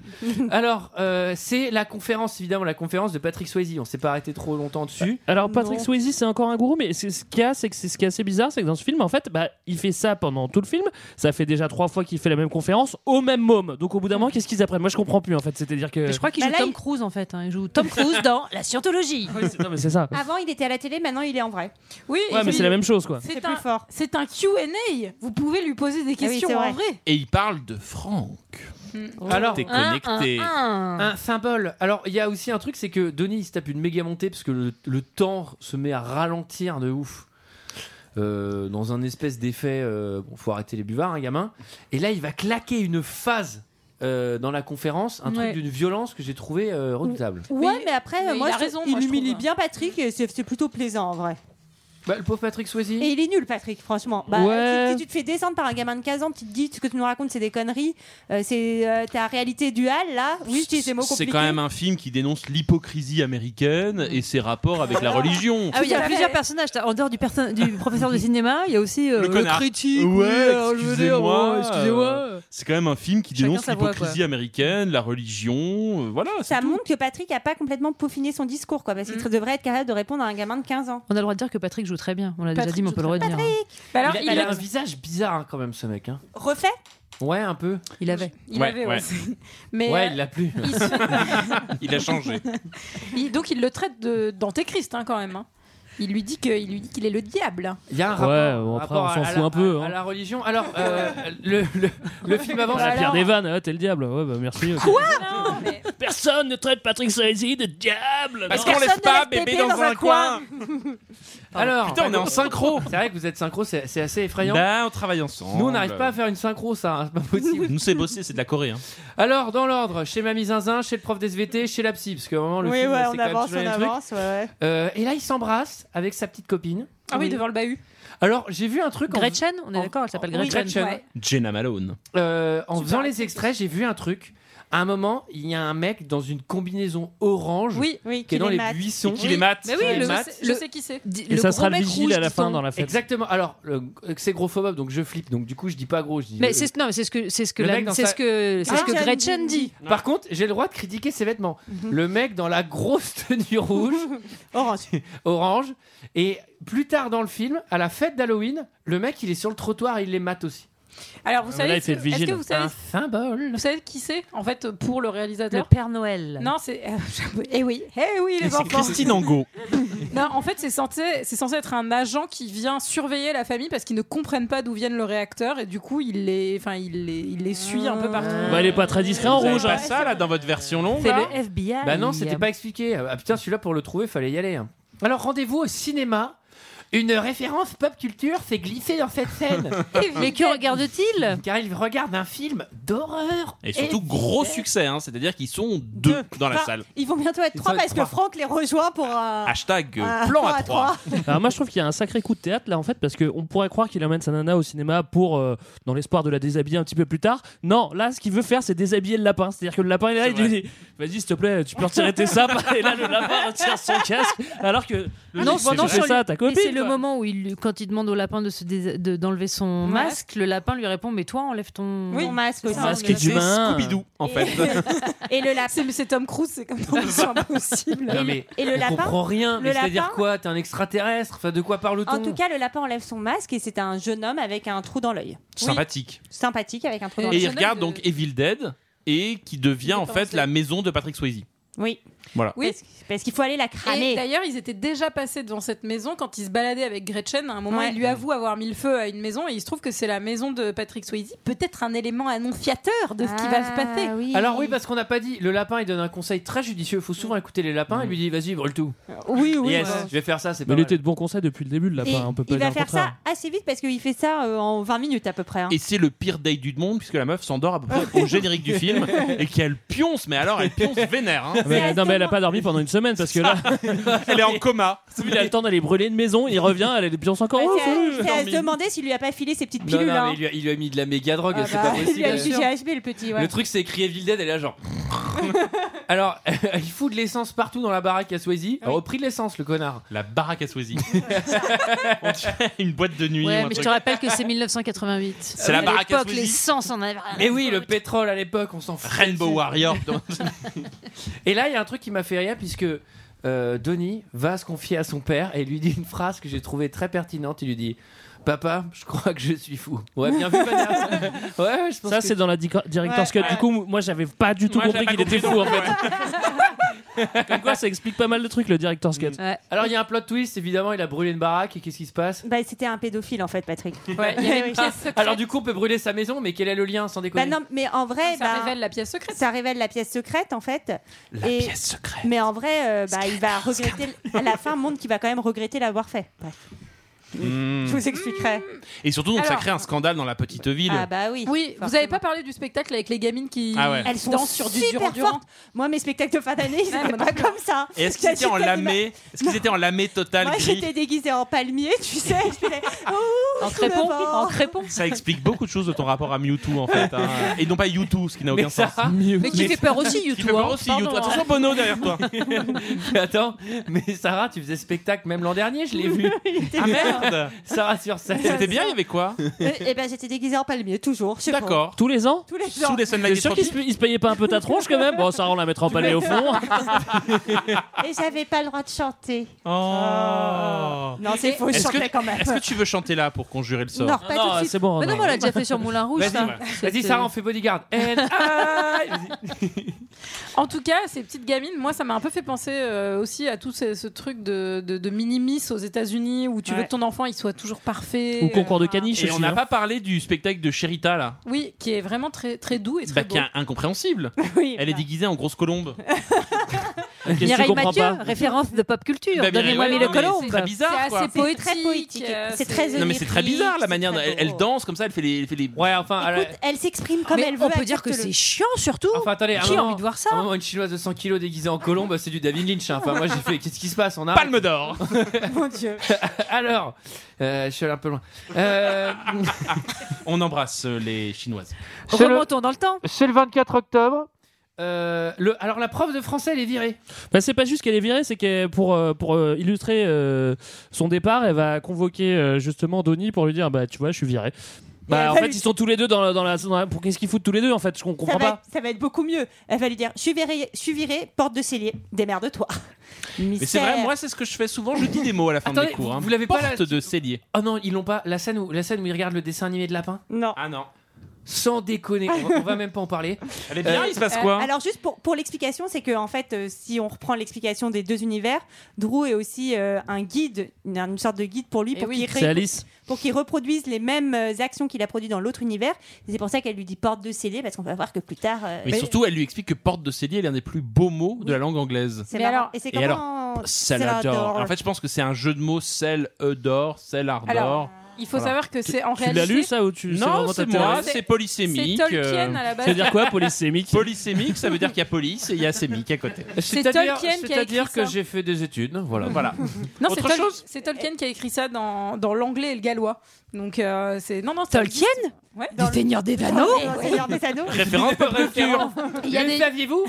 Speaker 1: Alors euh, c'est la conférence évidemment la conférence de Patrick Swayze. On s'est pas arrêté trop longtemps dessus.
Speaker 6: Alors Patrick
Speaker 1: Non.
Speaker 6: Swayze c'est encore un gourou mais c'est ce qu'il y a c'est que c'est ce qui est assez bizarre c'est que dans ce film en fait bah, il fait ça pendant tout le film ça fait déjà trois fois qu'il fait la même conférence au même môme donc au bout d'un moment qu'est-ce qu'ils apprennent moi je comprends plus en fait c'est à dire que
Speaker 7: Je crois qu'il
Speaker 11: Bah
Speaker 7: joue
Speaker 11: là,
Speaker 7: Tom
Speaker 11: il-
Speaker 7: Cruise en fait. hein. Il joue Tom Cruise (laughs) dans La Scientologie.
Speaker 6: non mais c'est ça
Speaker 8: Ah.
Speaker 11: Avant, il était à la télé, maintenant, il est en vrai.
Speaker 12: Oui,
Speaker 6: ouais
Speaker 12: et
Speaker 6: mais
Speaker 12: puis-
Speaker 6: c'est la même chose quoi
Speaker 12: C'est
Speaker 11: C'est
Speaker 12: un,
Speaker 11: plus fort.
Speaker 12: C'est un Q&A. Vous pouvez lui poser des
Speaker 11: Ah oui,
Speaker 12: questions
Speaker 11: c'est
Speaker 12: en
Speaker 11: vrai.
Speaker 12: vrai.
Speaker 8: Et il parle de
Speaker 1: Oh.
Speaker 8: Franck.
Speaker 1: Alors,
Speaker 8: T'es connecté.
Speaker 1: un symbole. Alors, il y a aussi un truc, c'est que Denis il se tape une méga montée parce que le, le temps se met à ralentir de ouf. Euh, dans un espèce d'effet, euh, bon, faut arrêter les buvards, hein, gamin. Et là, il va claquer une phase euh, dans la conférence, un
Speaker 11: Ouais.
Speaker 1: truc d'une violence que j'ai trouvé euh, redoutable.
Speaker 11: Ouais, mais, après,
Speaker 12: mais
Speaker 11: euh, moi,
Speaker 12: il a
Speaker 11: je-
Speaker 12: raison,
Speaker 11: il
Speaker 12: moi, je
Speaker 11: humilie
Speaker 12: trouve.
Speaker 11: bien Patrick, et c'est c'est plutôt plaisant en vrai.
Speaker 1: Bah, le pauvre Patrick Swayze.
Speaker 11: Et il est nul, Patrick, franchement. Bah,
Speaker 1: Ouais.
Speaker 11: si, si tu te fais descendre par un gamin de 15 ans, tu te dis ce que tu nous racontes, c'est des conneries. euh, c'est euh, ta réalité duale, là. Oui, je dis ces mots
Speaker 8: C'est
Speaker 11: compliqués.
Speaker 8: quand même un film qui dénonce l'hypocrisie américaine et ses rapports avec la religion.
Speaker 7: Ah oui, il y a plusieurs personnages. T'as- En dehors du, perso- (laughs) du professeur de cinéma, il y a aussi euh,
Speaker 8: Le connard.
Speaker 7: critique. oui,
Speaker 8: Ouais,
Speaker 7: alors, je veux dire,
Speaker 8: excusez-moi.
Speaker 7: bon, excusez-moi.
Speaker 8: euh, C'est quand même un film qui dénonce
Speaker 11: sa voix,
Speaker 8: l'hypocrisie
Speaker 11: quoi.
Speaker 8: américaine, la religion. euh, voilà.
Speaker 11: Ça montre que Patrick a pas complètement peaufiné son discours, quoi, parce qu'il devrait être capable de répondre à un gamin de 15 ans.
Speaker 7: On a le droit de dire que Patrick joue très bien. On l'a déjà
Speaker 11: Patrick
Speaker 7: dit, mais on peut le
Speaker 11: joue très
Speaker 7: redire. hein.
Speaker 11: bien. Patrick
Speaker 12: Bah alors,
Speaker 1: il, a,
Speaker 12: il
Speaker 1: il a
Speaker 12: a-
Speaker 1: un visage bizarre hein, quand même, ce mec. hein.
Speaker 11: Refait
Speaker 1: Ouais, un peu.
Speaker 7: Il avait.
Speaker 12: Il Ouais, avait, ouais. (laughs) ouais. Mais,
Speaker 1: ouais,
Speaker 12: euh,
Speaker 1: il l'a plus.
Speaker 12: il
Speaker 1: (laughs)
Speaker 12: se- (laughs)
Speaker 8: Il a changé.
Speaker 12: Il- donc il le traite de d'antéchrist hein, quand même. hein. Il lui dit que- il lui dit qu'il est le diable.
Speaker 1: Il y a un rapport,
Speaker 6: Ouais, bon, après,
Speaker 1: rapport
Speaker 6: on
Speaker 1: à-
Speaker 6: s'en
Speaker 1: à
Speaker 6: fout
Speaker 1: la-
Speaker 6: un peu,
Speaker 1: À,
Speaker 6: hein.
Speaker 1: à la religion. Alors, euh, le, le- le film avant,
Speaker 6: la pierre des vannes ah, t'es le diable ouais bah merci
Speaker 12: Quoi
Speaker 6: personne ne traite Patrick Swayze de diable
Speaker 8: Parce qu'on laisse pas bébé dans, un coin.
Speaker 1: Alors,
Speaker 8: Putain, on est en synchro.
Speaker 1: C'est vrai que vous êtes synchro, c'est c'est assez effrayant.
Speaker 8: Là, Ben, on travaille ensemble.
Speaker 1: Nous, on
Speaker 6: Oh
Speaker 1: n'arrive pas à faire une synchro, ça, hein, (laughs) c'est pas possible.
Speaker 8: Nous, c'est bossé, c'est de la Corée. hein.
Speaker 1: Alors, dans l'ordre, chez Mamie Zinzin, chez le prof d'SVT, chez la psy, parce que vraiment, le
Speaker 11: Oui,
Speaker 1: film,
Speaker 11: ouais,
Speaker 1: c'est
Speaker 11: on
Speaker 1: quand même
Speaker 11: avance,
Speaker 1: toujours les
Speaker 11: on
Speaker 1: mêmes trucs.
Speaker 11: avance. ouais, ouais.
Speaker 1: Euh, et là, il s'embrasse avec sa petite copine.
Speaker 12: Ah oui, devant le bahut.
Speaker 1: Alors, j'ai vu un truc. en-
Speaker 7: Gretchen, on est d'accord, elle s'appelle
Speaker 1: oui,
Speaker 7: Gretchen.
Speaker 1: Gretchen.
Speaker 8: Jenna Malone.
Speaker 1: Euh, en faisant les extraits, j'ai vu un truc. À un moment, il y a un mec dans une combinaison orange
Speaker 11: oui,
Speaker 1: qui est
Speaker 11: qu'il
Speaker 1: dans
Speaker 11: est
Speaker 1: les
Speaker 11: mat.
Speaker 1: buissons.
Speaker 8: qui les mate.
Speaker 12: Mais oui,
Speaker 1: Qui les
Speaker 12: le-
Speaker 1: mate.
Speaker 12: je, sais, je sais qui c'est.
Speaker 6: et ça sera le vigile à la fin dans la fête
Speaker 1: Exactement. Alors, le- c'est grophobe, donc je flippe. Donc, du coup, je dis pas gros. Je dis euh,
Speaker 7: Mais c'est non, mais c'est ce que c'est ce que
Speaker 1: Le
Speaker 7: la-
Speaker 1: mec dans
Speaker 7: c'est
Speaker 1: sa-
Speaker 7: ce que c'est ce que
Speaker 1: Ah,
Speaker 7: Gretchen dit.
Speaker 1: Par contre, j'ai le droit de critiquer ses vêtements. Le mec dans la grosse (laughs) tenue rouge,
Speaker 11: orange,
Speaker 1: (laughs) orange, et plus tard dans le film, à la fête d'Halloween, le mec il est sur le trottoir et il les mate aussi. Hein
Speaker 12: Alors vous
Speaker 1: Ah, mais
Speaker 12: savez,
Speaker 1: là, il
Speaker 12: est-ce
Speaker 1: fait
Speaker 12: que-
Speaker 1: le vigile.
Speaker 12: est-ce que vous savez,
Speaker 1: Un symbole.
Speaker 12: vous savez qui c'est en fait pour le réalisateur
Speaker 7: Le Père Noël.
Speaker 12: Non, c'est (laughs) eh oui, eh oui les
Speaker 8: C'est
Speaker 12: enfants.
Speaker 8: Christine Angot.
Speaker 12: (laughs) Non, en fait, c'est censé, c'est censé être un agent qui vient surveiller la famille parce qu'ils ne comprennent pas d'où viennent le réacteur et du coup, il les, enfin, il les, il les suit un peu partout.
Speaker 6: bah il est pas très discret en
Speaker 8: Vous avez
Speaker 6: rouge
Speaker 8: pas
Speaker 6: hein.
Speaker 8: ça là dans votre version longue.
Speaker 7: C'est
Speaker 8: là
Speaker 7: le FBI.
Speaker 8: Bah
Speaker 1: Bah non, c'était pas expliqué. Ah putain, celui-là pour le trouver, fallait y aller. hein. Alors rendez-vous au cinéma
Speaker 17: Une référence pop culture s'est glissée dans cette
Speaker 11: (laughs)
Speaker 17: scène.
Speaker 7: Mais que regarde-t-il
Speaker 17: Car il regarde un film d'horreur.
Speaker 8: Et surtout, gros succès, hein, c'est-à-dire qu'ils sont deux dans la
Speaker 11: Enfin,
Speaker 8: salle.
Speaker 11: Ils vont bientôt être
Speaker 8: Ils
Speaker 11: trois
Speaker 8: vont
Speaker 11: parce
Speaker 8: être
Speaker 11: que
Speaker 8: trois.
Speaker 11: Franck les rejoint pour. euh,
Speaker 8: Hashtag euh,
Speaker 11: Ah,
Speaker 8: plan
Speaker 11: plan
Speaker 8: à
Speaker 11: à
Speaker 8: 3.
Speaker 6: (laughs) Alors moi je trouve qu'il y a un sacré coup de théâtre là en fait parce qu'on pourrait croire qu'il amène sa nana au cinéma pour euh, dans l'espoir de la déshabiller un petit peu plus tard. Non, là ce qu'il veut faire c'est déshabiller le lapin. C'est-à-dire que le lapin il est là, il lui dit vas-y s'il te plaît tu peux retirer tes sapes et là le lapin retire son casque alors que
Speaker 7: Ah Non,
Speaker 6: pendant
Speaker 7: cependant, sur
Speaker 6: ça
Speaker 7: lui-
Speaker 6: à ta copine.
Speaker 7: Et c'est le
Speaker 6: quoi.
Speaker 7: moment où, il, lui- quand il demande au lapin de se dés- de- d'enlever son
Speaker 11: Ouais.
Speaker 7: masque, le lapin lui répond Mais toi, enlève ton,
Speaker 11: Oui.
Speaker 7: ton
Speaker 11: masque aussi.
Speaker 6: Masque C'est d'humain. Scooby-Doo,
Speaker 8: en fait.
Speaker 1: (laughs)
Speaker 11: Et le lapin.
Speaker 12: C'est Tom Cruise, c'est comme dans Mission Impossible.
Speaker 1: Non, mais
Speaker 11: et le
Speaker 1: on
Speaker 11: lapin
Speaker 1: comprend rien.
Speaker 11: Le
Speaker 1: Mais c'est-à-dire
Speaker 11: lapin
Speaker 1: quoi T'es un extraterrestre Enfin, de quoi parle-t-on
Speaker 11: En tout cas, le lapin enlève son masque et c'est un jeune homme avec un trou dans l'œil.
Speaker 8: Sympathique.
Speaker 11: Sympathique avec un trou dans
Speaker 8: Et
Speaker 11: l'œil.
Speaker 8: il regarde donc Evil Dead et qui devient en fait la maison de Patrick Swayze.
Speaker 11: Oui.
Speaker 8: Voilà.
Speaker 12: Oui.
Speaker 11: Parce, parce qu'il faut aller la cramer.
Speaker 12: Et d'ailleurs, ils étaient déjà passés devant cette maison quand ils se baladaient avec Gretchen. À un moment,
Speaker 11: Ouais.
Speaker 12: il lui avoue avoir mis le feu à une maison et il se trouve que c'est la maison de Patrick Swayze. Peut-être un élément annonciateur de ce qui va se
Speaker 11: Ah,
Speaker 12: passer.
Speaker 1: Alors oui, parce qu'on n'a pas dit, le lapin il donne un conseil très judicieux, il faut souvent écouter les lapins, il lui dit vas-y, brûle tout.
Speaker 11: Oui, oui,
Speaker 1: Mm. Yes,
Speaker 11: ouais.
Speaker 1: je vais faire ça, c'est
Speaker 6: Mais
Speaker 1: pas
Speaker 6: il
Speaker 1: mal.
Speaker 6: était de bons conseils depuis le début le
Speaker 11: (laughs) Et
Speaker 6: lapin. On peut pas hein.
Speaker 11: il va
Speaker 6: dire le
Speaker 11: faire ça
Speaker 6: contraire.
Speaker 11: assez vite parce qu'il fait ça euh, en 20 minutes à peu près. hein.
Speaker 8: Et c'est le pire date du monde puisque la meuf s'endort à peu près au générique
Speaker 11: (laughs)
Speaker 8: du film et qu'elle pionce, mais alors elle pionce vénère. hein.
Speaker 6: Mais- non mais elle a pas dormi pendant une semaine parce que là
Speaker 8: elle est en coma.
Speaker 6: (laughs) Il a le temps d'aller brûler une maison, il revient, elle est bien encore. Oh,
Speaker 11: C'est à-
Speaker 6: salut,
Speaker 11: c'est
Speaker 6: j'ai
Speaker 11: à se
Speaker 6: dormi.
Speaker 11: demander s'il lui a pas filé ses petites
Speaker 1: Non,
Speaker 11: pilules.
Speaker 1: non,
Speaker 11: hein.
Speaker 1: mais il lui, a, il lui a mis de la méga drogue,
Speaker 11: Ah
Speaker 1: c'est
Speaker 11: bah,
Speaker 1: pas
Speaker 11: il lui a mis
Speaker 1: possible.
Speaker 11: du GHB le petit. ouais.
Speaker 1: Le truc, c'est écrit Evil Dead, elle est
Speaker 6: (laughs)
Speaker 1: là genre. Alors, (laughs) il fout de l'essence partout dans la baraque à Swayze. Alors, au prix de l'essence, le connard.
Speaker 8: La baraque à
Speaker 1: (laughs)
Speaker 8: Swayze. Une boîte de nuit.
Speaker 7: Ouais,
Speaker 1: ou un
Speaker 7: mais je
Speaker 1: truc.
Speaker 7: te rappelle que c'est 1988. C'est
Speaker 1: la baraque à
Speaker 7: l'époque,
Speaker 1: Swayze.
Speaker 7: les sens en avaient.
Speaker 1: (laughs) Mais oui, le pétrole à l'époque, on s'en fout.
Speaker 8: Rainbow Warrior.
Speaker 1: (laughs)
Speaker 8: (laughs)
Speaker 1: et là, il y a un truc qui m'a fait rire puisque euh, Donnie va se confier à son père et lui dit une phrase que j'ai trouvée très pertinente. Il lui dit Papa, je crois que je suis fou. Ouais, bien vu,
Speaker 6: (laughs)
Speaker 1: Banasse. Ouais, ouais, je pense
Speaker 6: Ça
Speaker 1: que-
Speaker 6: c'est dans la dico- director's
Speaker 1: Ouais.
Speaker 6: cut. Du coup, moi j'avais pas du tout
Speaker 1: Moi,
Speaker 6: compris
Speaker 1: j'avais
Speaker 6: qu'il
Speaker 1: pas
Speaker 6: était
Speaker 1: compris
Speaker 6: fou en
Speaker 1: non plus,
Speaker 6: fait. (laughs) Comme quoi, ça explique pas mal de trucs le director's cut.
Speaker 1: Alors, il y a un plot twist, évidemment, il a brûlé une baraque et qu'est-ce qui se passe
Speaker 11: Bah, c'était un pédophile en fait, Patrick.
Speaker 12: il
Speaker 11: (laughs)
Speaker 12: y avait une pièce secrète.
Speaker 1: Alors, du coup, on peut brûler sa maison, mais quel est le lien sans
Speaker 11: Bah
Speaker 1: déconner
Speaker 11: non, mais en vrai,
Speaker 12: Ça
Speaker 11: bah,
Speaker 12: révèle la pièce secrète.
Speaker 11: ça révèle la pièce secrète en fait.
Speaker 1: La
Speaker 11: Et-
Speaker 1: pièce secrète.
Speaker 11: Mais en vrai, euh, bah, il va regretter. À la fin, montre qu'il va quand même regretter l'avoir fait. Bref, je vous expliquerai.
Speaker 8: Hmm. Et surtout, donc, ça
Speaker 12: Alors-
Speaker 8: crée un scandale dans la petite ville.
Speaker 11: Ah bah oui.
Speaker 12: Oui, vous avez pas parlé du spectacle avec les gamines qui
Speaker 8: Ah ouais.
Speaker 11: Elles sont
Speaker 12: dansent sur du
Speaker 11: super
Speaker 12: Durand Durand.
Speaker 11: fortes. Moi, mes spectacles de fin d'année, ils étaient pas comme ça.
Speaker 8: Et est-ce qu'ils étaient en lamé Est-ce qu'ils étaient en lamé total
Speaker 11: Moi,
Speaker 8: gris
Speaker 11: j'étais déguisée en palmier, tu sais.
Speaker 8: (laughs)
Speaker 11: en
Speaker 7: crépon, en
Speaker 11: crépon.
Speaker 8: Ça explique beaucoup de choses de ton rapport à Mewtwo en
Speaker 11: (laughs)
Speaker 8: fait. hein. Et non pas YouTube, ce qui n'a aucun sens.
Speaker 1: (laughs)
Speaker 7: Mais qui fait peur aussi,
Speaker 8: (laughs) Qui
Speaker 7: YouTube.
Speaker 8: fait peur
Speaker 7: hein.
Speaker 8: aussi,
Speaker 7: Pardon,
Speaker 8: YouTube.
Speaker 7: hein.
Speaker 8: Attention, Bono derrière toi.
Speaker 1: (laughs) Mais Attends, mais Sarah, tu faisais spectacle même l'an dernier, je
Speaker 11: (laughs)
Speaker 1: l'ai vu.
Speaker 8: Ah merde
Speaker 1: Sarah sur scène.
Speaker 8: C'était bien, il y avait quoi
Speaker 11: Et ben, j'étais déguisée en palmier, toujours. je sais pas.
Speaker 8: D'accord.
Speaker 6: Tous les ans
Speaker 11: Tous les
Speaker 8: Sous
Speaker 11: gens.
Speaker 8: les sunlights
Speaker 6: T'es sûr qu'ils se, ils se payaient pas un peu ta tronche quand même Bon, ça on la mettra en palais au fond.
Speaker 11: (laughs) Et j'avais pas le droit de chanter.
Speaker 8: Oh
Speaker 11: Non, c'est faux, je
Speaker 8: Est-ce que-
Speaker 11: chantais quand même.
Speaker 8: Est-ce que tu veux chanter là pour conjurer le sort
Speaker 11: Non, pas tout de suite.
Speaker 6: c'est bon.
Speaker 7: Mais non,
Speaker 6: non.
Speaker 7: mais on l'a déjà fait sur Moulin Rouge.
Speaker 8: Vas-y,
Speaker 7: ça.
Speaker 8: ouais.
Speaker 1: Vas-y,
Speaker 7: C'était-
Speaker 1: Sarah, on fait bodyguard. And
Speaker 12: (laughs) En tout cas, ces petites gamines, moi, ça m'a un peu fait penser euh, aussi à tout ce, ce truc de, de, de mini-miss aux États-Unis où tu veux
Speaker 11: Ouais.
Speaker 12: que ton enfant il soit toujours parfait.
Speaker 6: Ou concours de
Speaker 12: euh, voilà.
Speaker 6: caniche
Speaker 8: Et on
Speaker 6: aussi.
Speaker 8: n'a
Speaker 6: hein.
Speaker 8: pas parlé du spectacle de Sherita là.
Speaker 12: euh, Oui, qui est vraiment très, très doux et très
Speaker 8: Bah,
Speaker 12: beau.
Speaker 8: qui est incompréhensible.
Speaker 11: Oui,
Speaker 8: Elle est déguisée en grosse colombe.
Speaker 6: Qu'est-ce que tu
Speaker 7: Mireille
Speaker 6: comprends
Speaker 18: Ah,
Speaker 7: Mathieu,
Speaker 6: pas
Speaker 7: référence de pop culture.
Speaker 8: Bah, Mireille,
Speaker 7: Donnez-moi
Speaker 8: ouais,
Speaker 7: mille
Speaker 8: non, mais
Speaker 7: colombes.
Speaker 8: C'est très bizarre.
Speaker 12: C'est
Speaker 8: quoi.
Speaker 12: assez
Speaker 11: C'est
Speaker 12: poétique.
Speaker 11: très poétique.
Speaker 12: euh,
Speaker 11: C'est très
Speaker 8: Non mais c'est très
Speaker 11: onirique,
Speaker 8: bizarre la
Speaker 11: c'est
Speaker 8: manière. dont-
Speaker 11: très
Speaker 8: Elle, elle
Speaker 11: beau.
Speaker 8: danse comme ça, elle fait les, elle fait les
Speaker 1: Ouais, enfin, à la-
Speaker 11: Écoute, elle s'exprime comme
Speaker 7: Mais
Speaker 11: elle veut.
Speaker 7: on peut dire que c'est
Speaker 11: accepte-le.
Speaker 7: chiant surtout.
Speaker 1: enfin, attendez, à un
Speaker 7: Qui a
Speaker 1: moment-
Speaker 7: envie de voir
Speaker 1: à un
Speaker 7: ça
Speaker 1: moment, une chinoise de 100 kilos déguisée en colombe, c'est du David Lynch. hein. Enfin, moi j'ai fait, qu'est-ce qui se passe On a.
Speaker 8: palme
Speaker 11: (laughs)
Speaker 8: d'or.
Speaker 12: (laughs)
Speaker 11: Mon Dieu.
Speaker 1: (laughs) Alors, euh, je suis allé un peu loin. Euh,
Speaker 8: (laughs) On embrasse euh, les chinoises.
Speaker 1: c'est le-
Speaker 7: Remontons dans le temps.
Speaker 1: c'est le 24 octobre. Euh, le, alors la prof de français elle est virée.
Speaker 6: Bah, c'est pas juste qu'elle est virée, c'est que pour, euh, pour euh, illustrer euh, son départ, elle va convoquer euh, justement Donnie pour lui dire Bah, tu vois, je suis viré. Bah,
Speaker 11: elle
Speaker 6: en
Speaker 11: va
Speaker 6: fait,
Speaker 11: lui-
Speaker 6: ils sont tous les deux dans la. Dans la, dans la- pour qu'est-ce qu'ils foutent tous les deux en fait Je
Speaker 11: Ça
Speaker 6: comprends
Speaker 11: va,
Speaker 6: pas.
Speaker 11: être, ça va être beaucoup mieux. Elle va lui dire Je suis virée, je suis virée, porte de cellier, démerde-toi.
Speaker 8: Mais c'est vrai, moi c'est ce que je fais souvent. Je dis des mots à la fin de
Speaker 1: Attendez,
Speaker 8: mes cours.
Speaker 1: vous-
Speaker 8: hein.
Speaker 1: vous l'avez pas,
Speaker 8: Porte
Speaker 1: la-
Speaker 8: de cellier.
Speaker 1: Oh non, ils l'ont pas. La scène où la scène où ils regardent le dessin animé de lapin.
Speaker 11: Non.
Speaker 8: Ah non.
Speaker 1: Sans déconner, on va, on va même pas en parler.
Speaker 8: (laughs) Elle est Eh bien.
Speaker 1: Euh,
Speaker 8: il se passe
Speaker 11: Euh,
Speaker 8: quoi
Speaker 11: alors juste pour, pour l'explication, c'est que en fait, euh, si on reprend l'explication des deux univers, Drew est aussi euh, un guide, une, une sorte de guide
Speaker 18: Eh
Speaker 11: pour lui, pour qu'il
Speaker 6: C'est
Speaker 11: ré-
Speaker 6: Alice.
Speaker 11: pour qu'il reproduise les mêmes euh, actions qu'il a produites dans l'autre univers. Et c'est pour ça qu'elle lui dit porte de scellé, parce qu'on va voir que plus tard. euh,
Speaker 8: Mais surtout, elle lui explique que porte de cellier est l'un des plus beaux mots de la langue anglaise.
Speaker 11: c'est
Speaker 12: Mais
Speaker 11: marrant.
Speaker 12: alors-
Speaker 11: et c'est
Speaker 8: Et
Speaker 11: comment
Speaker 8: alors,
Speaker 11: en Salador.
Speaker 8: Salador. En fait, je pense que c'est un jeu de mots sel Eudor, sel Ardor.
Speaker 12: Alors, il faut savoir que c'est en
Speaker 8: Tu l'as
Speaker 12: réalité.
Speaker 8: lu, ça, ou tu- c'est vraiment
Speaker 12: Non,
Speaker 8: ta théorie C'est- c'est polysémique,
Speaker 12: C'est Tolkien
Speaker 8: euh,
Speaker 12: à la base.
Speaker 8: Ça veut dire quoi, polysémique (laughs) Polysémique, ça veut dire qu'il y a police et il y a sémique à côté.
Speaker 12: C'est C'est-à-dire- Tolkien qui a c'est-à-dire écrit que
Speaker 8: que
Speaker 12: ça.
Speaker 8: j'ai
Speaker 13: fait des études, voilà.
Speaker 8: voilà.
Speaker 12: Non, c'est
Speaker 8: Autre
Speaker 12: Tol-
Speaker 8: chose
Speaker 12: c'est Tolkien qui a écrit ça dans, dans l'anglais et le gallois. Donc euh, c'est non non ça
Speaker 18: Tolkien
Speaker 12: existe. ouais.
Speaker 18: Dans le- Seigneur des Anneaux Dans le Seigneur
Speaker 12: des Anneaux.
Speaker 8: Référence pop culture.
Speaker 12: Il y a
Speaker 1: Mais
Speaker 12: des-
Speaker 1: saviez-vous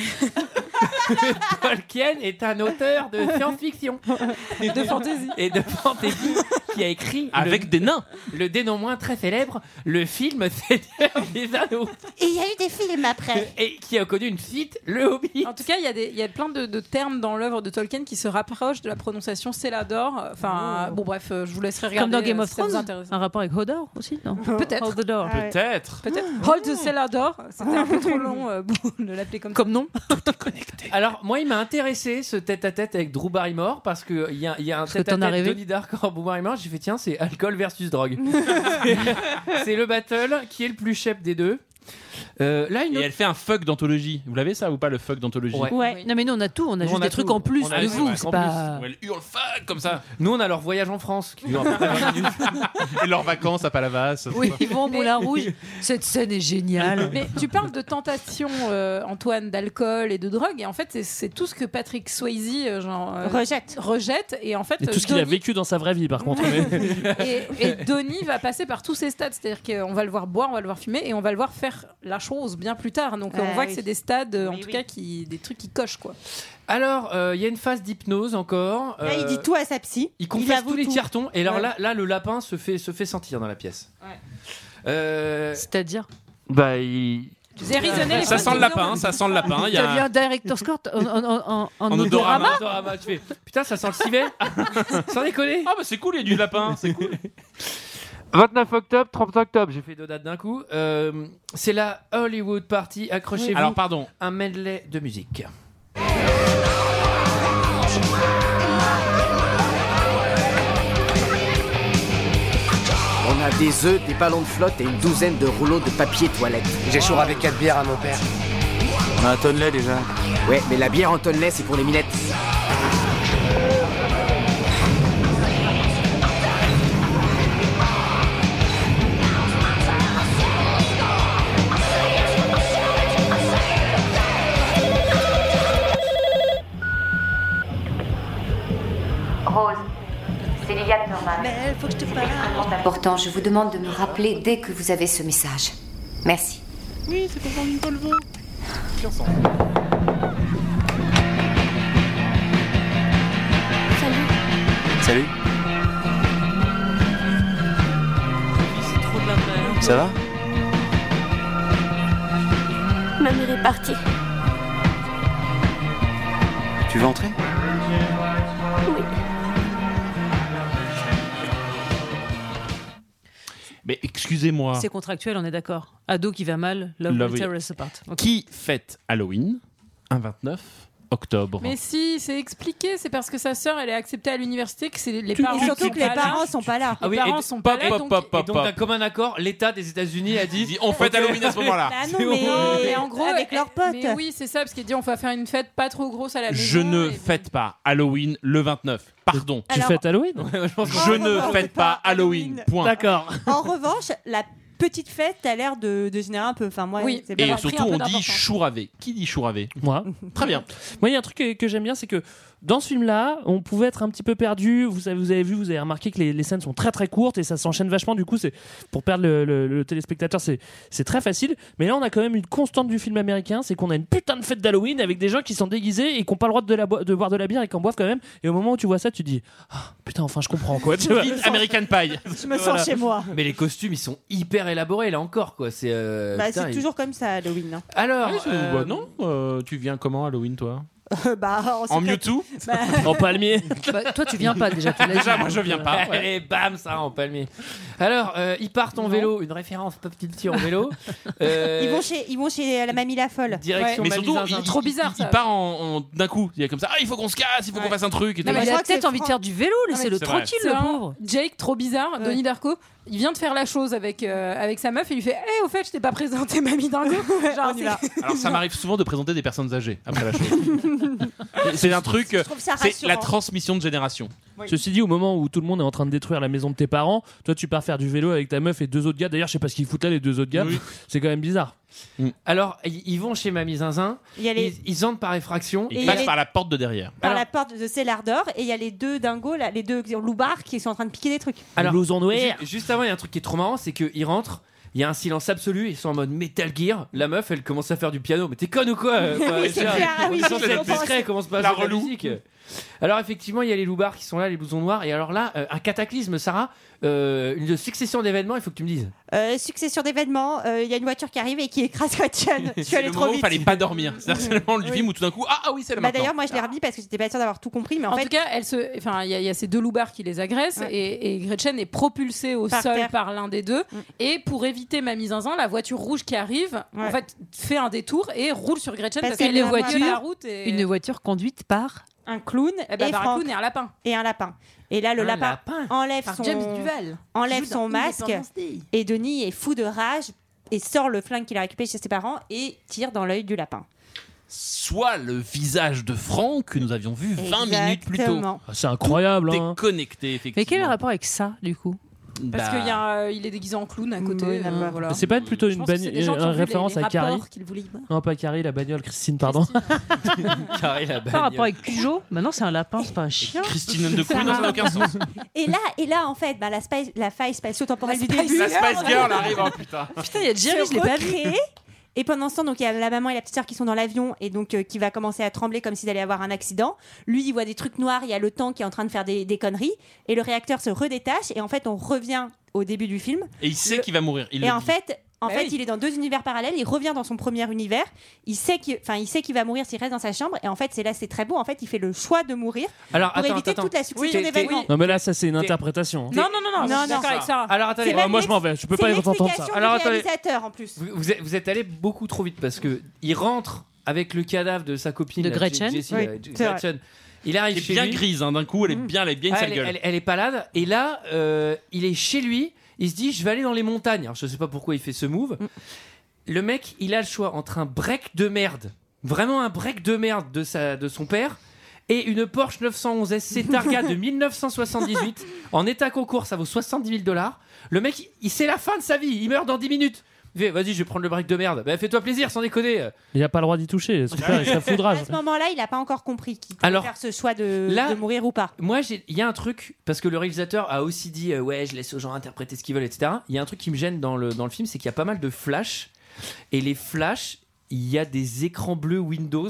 Speaker 1: Tolkien est un auteur de science-fiction.
Speaker 18: (laughs)
Speaker 12: de fantasy.
Speaker 1: Et de fantasy qui a écrit.
Speaker 8: Avec des nains.
Speaker 1: Le dénombré très célèbre, le film (laughs) Seigneur des Anneaux.
Speaker 11: Et il y a eu des films
Speaker 8: (laughs)
Speaker 11: après.
Speaker 1: Et qui a connu une suite, le Hobbit.
Speaker 12: En tout cas, il y a des- il y a plein de, de termes dans l'œuvre de Tolkien qui se rapprochent de la prononciation Célador. Enfin
Speaker 8: Oh.
Speaker 12: bon bref, euh, je vous laisserai regarder.
Speaker 18: Comme dans Game
Speaker 12: euh,
Speaker 18: of
Speaker 12: si ça vous
Speaker 18: Thrones,
Speaker 12: intéresse.
Speaker 18: un rapport avec Hodor aussi, non
Speaker 12: (laughs) Peut-être.
Speaker 18: (laughs) Hold the door.
Speaker 12: Ah ouais.
Speaker 8: Peut-être. Oh.
Speaker 12: Peut-être. Hold the Célador. C'était un peu trop long euh, (laughs) pour de l'appeler comme comme
Speaker 18: nom.
Speaker 1: Alors, moi, il m'a intéressé ce tête-à-tête avec Drew Barrymore parce qu'il y a, il y a un
Speaker 18: que t'en as
Speaker 1: tête-à-tête
Speaker 18: rêvé.
Speaker 1: Tony Dark (laughs) en Drew Barrymore. J'ai fait, tiens, c'est alcool
Speaker 11: (laughs)
Speaker 1: versus drogue. c'est le battle qui est le plus chef des deux. Euh, là,
Speaker 8: Et elle fait un fuck d'anthologie. Vous l'avez ça ou pas le fuck d'anthologie
Speaker 18: Non mais nous on a tout, on a
Speaker 8: Nous,
Speaker 18: juste des trucs
Speaker 8: tout.
Speaker 18: en plus
Speaker 8: On a
Speaker 18: de
Speaker 8: tout,
Speaker 18: vous,
Speaker 8: ouais,
Speaker 18: c'est
Speaker 8: en
Speaker 18: pas.
Speaker 8: plus. Où elle hurle fuck comme ça.
Speaker 1: Nous, on a leur voyage en France qui dure à peu près 20 minutes.
Speaker 8: (laughs) Et leurs vacances à Palavas.
Speaker 18: Oui,
Speaker 1: (laughs)
Speaker 18: ils vont au Moulin Rouge. Cette scène est géniale.
Speaker 12: Mais tu parles de tentation, euh, Antoine, d'alcool et de drogue, et en fait, c'est- c'est tout ce que Patrick Swayze euh, genre, euh,
Speaker 11: rejette.
Speaker 12: rejette, et en fait,
Speaker 6: Et tout ce qu'il a
Speaker 12: Donnie-
Speaker 6: vécu dans sa vraie vie, par contre. mais-
Speaker 12: et, (laughs)
Speaker 6: (laughs)
Speaker 12: et Donnie va passer par tous ces stades, c'est-à-dire qu'on va le voir boire, on va le voir fumer, et on va le voir faire la chose bien plus tard. Donc
Speaker 1: Ah
Speaker 12: on voit
Speaker 1: oui.
Speaker 12: que c'est des stades, euh, en
Speaker 1: Oui,
Speaker 12: tout
Speaker 1: oui.
Speaker 12: cas, qui, des trucs qui cochent quoi.
Speaker 1: Alors, euh, il y a une phase d'hypnose encore.
Speaker 11: Là, il
Speaker 1: Euh,
Speaker 11: dit tout à sa psy.
Speaker 1: Il confesse
Speaker 11: avoue
Speaker 1: tous les
Speaker 11: tout.
Speaker 1: cartons. Et alors
Speaker 11: Ouais.
Speaker 1: là, là, le lapin se fait, se fait sentir dans la pièce. Euh,
Speaker 18: C'est-à-dire
Speaker 1: Bah, il.
Speaker 18: (laughs)
Speaker 12: J'ai raisonné les
Speaker 8: Ça
Speaker 12: potes
Speaker 8: sent le
Speaker 12: des
Speaker 8: lapin,
Speaker 12: gens.
Speaker 8: ça sent le lapin. Il y
Speaker 18: T'as vu
Speaker 8: a
Speaker 18: un director Scott en, en, en,
Speaker 8: (laughs)
Speaker 18: en,
Speaker 8: En odorama.
Speaker 18: odorama
Speaker 1: Odorama, tu fais, Putain, ça sent le
Speaker 8: (laughs)
Speaker 1: civet. Sans déconner.
Speaker 8: Ah bah c'est cool, il y a du lapin, c'est
Speaker 1: (laughs)
Speaker 8: cool.
Speaker 1: 29 octobre, 30 octobre, j'ai fait deux dates d'un coup. Euh, c'est la Hollywood Party, accrochez-vous.
Speaker 8: Alors, pardon.
Speaker 1: Un medley de musique.
Speaker 19: On a des œufs, des ballons de flotte et une douzaine de rouleaux de papier toilette. J'ai chouré avec quatre bières à mon père.
Speaker 20: On a un tonnelet déjà.
Speaker 19: Ouais, mais la bière en tonnelet, c'est pour les minettes.
Speaker 9: Rose, c'est Liliane Norman. Mais faut que je te parle. Pourtant, je vous demande de me rappeler dès que vous avez ce message. Merci.
Speaker 8: Oui, c'est pour prendre une Volvo.
Speaker 20: Salut, ça va
Speaker 21: Ma mère est partie.
Speaker 20: Tu veux entrer
Speaker 21: Oui.
Speaker 8: Mais excusez-moi.
Speaker 18: C'est contractuel, on est d'accord. Ado qui va mal, love,
Speaker 8: Love
Speaker 18: will
Speaker 8: will-
Speaker 18: tear us apart. Ok.
Speaker 8: Qui fête Halloween un 29 octobre
Speaker 12: Mais si, c'est expliqué, c'est parce que sa sœur, elle est acceptée à l'université que c'est les
Speaker 11: Et
Speaker 12: parents.
Speaker 11: surtout que les parents sont pas là.
Speaker 12: Ah Les
Speaker 1: Ah
Speaker 8: Ah
Speaker 1: oui,
Speaker 12: parents
Speaker 1: et-
Speaker 12: sont
Speaker 1: pop,
Speaker 12: pas là,
Speaker 1: pop,
Speaker 12: donc-
Speaker 1: pop,
Speaker 12: et
Speaker 1: pop,
Speaker 12: donc-
Speaker 1: pop. Et comme un accord, l'État des États-Unis a dit
Speaker 8: on fête Halloween à ce moment-là.
Speaker 1: Bah (laughs)
Speaker 12: non, mais, mais en gros,
Speaker 11: Avec
Speaker 12: eh,
Speaker 11: leurs potes.
Speaker 12: Mais oui, c'est ça, parce qu'il dit on va faire une fête pas trop grosse à la maison.
Speaker 8: Je ne fête pas Halloween le 29. Pardon.
Speaker 11: Tu Alors- fêtes
Speaker 6: Halloween
Speaker 8: Je ne fête pas Halloween. Point.
Speaker 6: D'accord.
Speaker 11: En revanche, la petite fête a l'air de, de générer un peu. Enfin, moi,
Speaker 12: Oui.
Speaker 11: c'est
Speaker 8: Et
Speaker 11: pas-
Speaker 8: surtout, on dit chouravé. Qui dit chouravé
Speaker 6: Moi.
Speaker 8: Très bien.
Speaker 6: Moi, il y a un truc que, que j'aime bien, c'est que dans ce film-là, on pouvait être un petit peu perdu. Vous avez, vous avez vu, vous avez remarqué que les, les scènes sont très très courtes et ça s'enchaîne vachement. Du coup, c'est pour perdre le, le- le téléspectateur, c'est c'est très facile. Mais là, on a quand même une constante du film américain, c'est qu'on a une putain de fête d'Halloween avec des gens qui sont déguisés et qui n'ont pas le droit de, la bo- de boire de la bière et qui en boivent quand même. Et au moment où tu vois ça, tu dis Ah, putain, enfin, je comprends quoi.
Speaker 8: (laughs)
Speaker 6: Tu vois.
Speaker 8: Vite, American Pie.
Speaker 11: Je me sens chez moi.
Speaker 1: Mais les costumes, ils sont hyper élaborés là encore quoi. C'est. euh,
Speaker 11: Bah,
Speaker 1: putain,
Speaker 11: c'est
Speaker 1: ils-
Speaker 11: toujours comme ça, Halloween. hein.
Speaker 1: Alors.
Speaker 8: Ah, c'est-
Speaker 1: euh,
Speaker 8: bah non, euh, tu viens comment Halloween toi
Speaker 11: (laughs) bah, on sait
Speaker 8: En
Speaker 11: pas-
Speaker 8: Mewtwo
Speaker 11: Bah,
Speaker 6: En palmier
Speaker 18: Bah, (laughs) toi, tu viens pas déjà.
Speaker 8: (laughs)
Speaker 18: Tu l'as
Speaker 8: Déjà,
Speaker 18: dit. hein.
Speaker 8: moi je viens pas. ouais.
Speaker 1: Et bam, ça en palmier. Alors, euh, ils partent en vélo, une référence pop culture en vélo. Euh,
Speaker 11: Ils vont chez, ils vont chez la mamie la folle.
Speaker 1: Direction
Speaker 8: Mais
Speaker 1: Mamie
Speaker 8: surtout,
Speaker 1: Zinzin.
Speaker 8: il, il- Il, part en, en- d'un coup. Il est comme ça. Ah, il faut qu'on se casse, il faut qu'on fasse un truc. Et
Speaker 12: Non,
Speaker 8: tout.
Speaker 12: mais
Speaker 18: Il
Speaker 12: Je
Speaker 18: a
Speaker 12: crois que
Speaker 18: peut-être
Speaker 12: c'est
Speaker 18: envie de faire du vélo,
Speaker 12: mais
Speaker 18: laissez-le
Speaker 8: c'est
Speaker 18: tranquille,
Speaker 12: C'est
Speaker 18: le
Speaker 12: un
Speaker 18: pauvre.
Speaker 12: Jake, trop bizarre,
Speaker 18: Ouais.
Speaker 12: Denis Darko, il vient de faire la chose avec, euh, avec sa meuf et lui fait Eh, au fait, je t'ai pas présenté (laughs) mamie dingo. Genre, c'est- (laughs)
Speaker 8: Alors, ça m'arrive souvent de présenter des personnes âgées après la chose. C'est un truc.
Speaker 11: trouve ça
Speaker 8: C'est la
Speaker 11: rassurant.
Speaker 8: transmission de génération.
Speaker 6: Ceci dit, au moment où tout le monde est en train de détruire la maison de tes parents, toi tu pars faire du vélo avec ta meuf et deux autres gars. D'ailleurs, je sais pas ce qu'ils foutent là, les deux autres gars. C'est quand même bizarre.
Speaker 1: Alors, ils ils vont chez Mamie Zinzin,
Speaker 11: Il y a les-
Speaker 1: ils, ils entrent par effraction.
Speaker 11: Ils Et il y passent a les- par la
Speaker 8: porte de derrière.
Speaker 11: par la porte de Cellar d'Or et il y a les deux dingos, là, les deux loubards qui sont en train de piquer des trucs.
Speaker 1: ju- Juste avant, il y a un truc qui est trop marrant, c'est qu'ils rentrent. Il y a un silence absolu, ils sont en mode Metal Gear. La meuf, elle commence à faire du piano. Mais t'es conne ou quoi
Speaker 22: (laughs)
Speaker 1: euh,
Speaker 22: Oui,
Speaker 1: quoi,
Speaker 22: c'est
Speaker 1: genre,
Speaker 22: clair, ah
Speaker 1: on est
Speaker 22: oui,
Speaker 1: censé
Speaker 22: je
Speaker 1: être
Speaker 22: comprends.
Speaker 1: discret, commence pas à
Speaker 22: La
Speaker 1: jouer de
Speaker 22: relou.
Speaker 1: musique. Alors, effectivement, il y a les loupards qui sont là, les blousons noirs. Et alors là, euh, un cataclysme, Sarah. euh, une succession d'événements, il faut que tu me dises.
Speaker 11: Euh, succession d'événements, euh, il y a une voiture qui arrive et qui écrase
Speaker 8: (laughs)
Speaker 11: Gretchen. Je suis
Speaker 8: C'est
Speaker 11: allée
Speaker 8: le
Speaker 11: trop
Speaker 8: moment où
Speaker 11: vite.
Speaker 8: fallait pas dormir. C'est seulement le film où tout d'un coup, ah, ah oui, c'est le
Speaker 11: Bah,
Speaker 8: matin.
Speaker 11: D'ailleurs, moi je l'ai remis parce que j'étais pas sûre d'avoir tout compris. Mais en,
Speaker 12: En
Speaker 11: fait,
Speaker 12: tout cas, elle se, enfin, il y, a- il y a ces deux loupards qui les agressent et, et Gretchen est propulsée au
Speaker 11: Par
Speaker 12: sol
Speaker 11: terre.
Speaker 12: par l'un des deux. Et pour éviter Mamie Zinzin, la voiture rouge qui arrive, en
Speaker 7: Ouais.
Speaker 12: fait, fait un détour et roule sur Gretchen parce,
Speaker 7: Parce qu'elle
Speaker 12: qu'elle est
Speaker 7: est
Speaker 12: au
Speaker 7: vraiment
Speaker 12: voiture,
Speaker 7: à
Speaker 12: la
Speaker 7: la
Speaker 12: route. Et...
Speaker 7: Une voiture conduite par.
Speaker 11: un clown
Speaker 12: Eh ben,
Speaker 11: et
Speaker 12: par un
Speaker 11: Franck.
Speaker 12: clown et un lapin.
Speaker 11: Et un lapin. Et là, le
Speaker 12: Un
Speaker 11: lapin,
Speaker 12: lapin.
Speaker 11: enlève
Speaker 12: Par
Speaker 11: son
Speaker 12: James Duval,
Speaker 11: enlève
Speaker 12: qui joue
Speaker 11: son
Speaker 12: dans
Speaker 11: masque.
Speaker 12: Independence Day.
Speaker 11: Et Denis est fou de rage et sort le flingue qu'il a récupéré chez ses parents et tire dans l'œil du lapin.
Speaker 8: Soit le visage de Franck que nous avions vu 20 minutes plus tôt. Ah,
Speaker 11: Exactement.
Speaker 6: C'est incroyable.
Speaker 8: Tout est connecté, effectivement.
Speaker 7: Mais quel est le rapport avec ça, du
Speaker 8: (laughs)
Speaker 7: coup
Speaker 12: Parce qu'il y a, euh, il est déguisé en clown à côté. euh, voilà.
Speaker 6: Mais Bah, c'est pas plutôt
Speaker 12: Je
Speaker 6: une
Speaker 12: pense que c'est des gens
Speaker 6: bagno-
Speaker 12: qui ont
Speaker 6: une
Speaker 12: vu les-
Speaker 6: référence
Speaker 12: les
Speaker 6: à
Speaker 12: rapports
Speaker 6: Carrie
Speaker 12: qu'ils voulaient y voir.
Speaker 6: Non, pas Carrie, la bagnole, Christine, pardon.
Speaker 1: Carré la
Speaker 7: Par rapport avec Cujo Maintenant, c'est un lapin, c'est pas un chien.
Speaker 8: Christine de Queen, ça n'a aucun sens.
Speaker 11: (laughs) Et là, et là, en fait, bah, la, spa- la faille spatio-temporelle du
Speaker 8: La
Speaker 11: début. (laughs)
Speaker 8: Spice Girl arrive, oh putain.
Speaker 11: Putain, il y a
Speaker 7: Jerry, je l'ai pas vu.
Speaker 11: Et pendant ce temps, donc il y a la maman et la petite sœur qui sont dans l'avion et donc euh, qui va commencer à trembler comme s'il allait avoir un accident. Lui, il voit des trucs noirs, il y a le temps qui est en train de faire des, des conneries et le réacteur se redétache et en fait, on revient au début du film.
Speaker 8: Et il sait qu'il va mourir. Il
Speaker 11: et
Speaker 8: le
Speaker 11: en
Speaker 8: dit.
Speaker 11: fait, en
Speaker 8: Bah
Speaker 11: fait,
Speaker 8: oui.
Speaker 11: il est dans deux univers parallèles. Il revient dans son premier univers. Il sait qu'il, enfin, il sait qu'il va mourir s'il reste dans sa chambre. Et en fait, c'est là, c'est très beau. En fait, il fait le choix de mourir
Speaker 6: (laughs) Alors,
Speaker 11: pour
Speaker 6: attends,
Speaker 11: éviter
Speaker 6: attends,
Speaker 11: toute la
Speaker 6: attends.
Speaker 11: succession
Speaker 6: Oui, t'es-
Speaker 11: d'événements.
Speaker 6: Non, mais là, ça, c'est une interprétation. hein.
Speaker 11: Non, non, non, non, je suis d'accord avec Sarah.
Speaker 1: Alors attendez,
Speaker 11: C'est même
Speaker 6: moi, je m'en vais, je peux pas entendre ça.
Speaker 11: L'explication
Speaker 1: Alors,
Speaker 11: du
Speaker 1: attendez.
Speaker 11: réalisateur en plus.
Speaker 1: Vous, vous êtes, vous êtes allé beaucoup trop vite parce que il rentre avec le cadavre de sa copine
Speaker 8: De
Speaker 1: là,
Speaker 8: Gretchen.
Speaker 1: Jessie,
Speaker 8: Oui,
Speaker 1: euh,
Speaker 8: c'est vrai.
Speaker 1: Gretchen. Il arrive
Speaker 8: Elle est
Speaker 1: chez
Speaker 8: bien
Speaker 1: lui.
Speaker 8: grise, hein, d'un coup, elle est bien, elle est bien une
Speaker 1: Ah,
Speaker 8: sale
Speaker 1: elle, est-
Speaker 8: gueule.
Speaker 1: elle- elle est palade. Et là, euh, il est chez lui. Il se dit, je vais aller dans les montagnes. Alors, je sais pas pourquoi il fait ce move. Le mec, il a le choix entre un break de merde, vraiment un break de merde de, sa, de son père, et une Porsche 911 SC Targa de 1978 en état concours. Ça vaut 70 000 dollars. Le mec, il, c'est la fin de sa vie. Il meurt dans 10 minutes. Il fait, Vas-y, je vais prendre le break de merde. Bah, fais-toi plaisir, sans déconner.
Speaker 6: Il a pas le droit d'y toucher.
Speaker 12: Ah
Speaker 6: Son père, il se la foudrage.
Speaker 11: À ce moment-là, il n'a pas encore compris qu'il pouvait
Speaker 1: Alors,
Speaker 11: faire ce choix de,
Speaker 1: là-
Speaker 11: de mourir ou pas.
Speaker 1: Moi, j'ai- il y a un truc, parce que le réalisateur a aussi dit euh, Ouais, je laisse aux gens interpréter ce qu'ils veulent, etc. Il y a un truc qui me gêne dans le, dans le film, c'est qu'il y a pas mal de flashs. Et les flashs, il y a des écrans bleus Windows.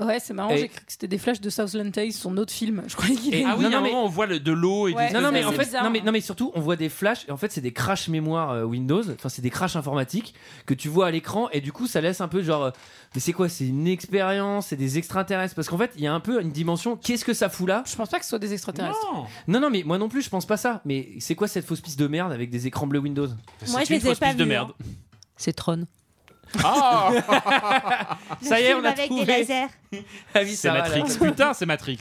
Speaker 12: Ouais, c'est marrant,
Speaker 1: Et-
Speaker 12: j'ai cru que c'était des flashs de Southland Tales, son autre film. Je croyais qu'il
Speaker 1: Et-
Speaker 12: est-
Speaker 1: ah oui,
Speaker 8: À un moment, hein, on voit le- de l'eau et
Speaker 12: Ouais,
Speaker 8: des
Speaker 1: non, non, mais
Speaker 8: espèces
Speaker 1: en
Speaker 8: de-
Speaker 1: fait, non, mais, non, mais surtout, on voit des flashs, et en fait, c'est des crashs mémoire euh, Windows, enfin, c'est des crashs informatiques que tu vois à l'écran, et du coup, ça laisse un peu genre, euh, mais c'est quoi, c'est une expérience, c'est des extraterrestres, parce qu'en fait, il y a un peu une dimension, qu'est-ce que ça fout là
Speaker 12: Je pense pas que ce soit des extraterrestres.
Speaker 8: Non,
Speaker 1: non, mais moi non plus, je pense pas ça, mais c'est quoi cette fausse piste de merde avec des écrans bleus
Speaker 8: Bah,
Speaker 1: Windows
Speaker 11: Moi, je les ai pas vus. hein.
Speaker 7: C'est Tron.
Speaker 11: (laughs)
Speaker 8: Ah.
Speaker 11: Le
Speaker 1: Ça y est,
Speaker 11: film
Speaker 1: on a
Speaker 11: avec
Speaker 1: trouvé.
Speaker 11: des
Speaker 1: (laughs)
Speaker 11: lasers.
Speaker 1: Ah oui,
Speaker 8: C'est
Speaker 1: ça va, là.
Speaker 8: Matrix, putain, c'est Matrix.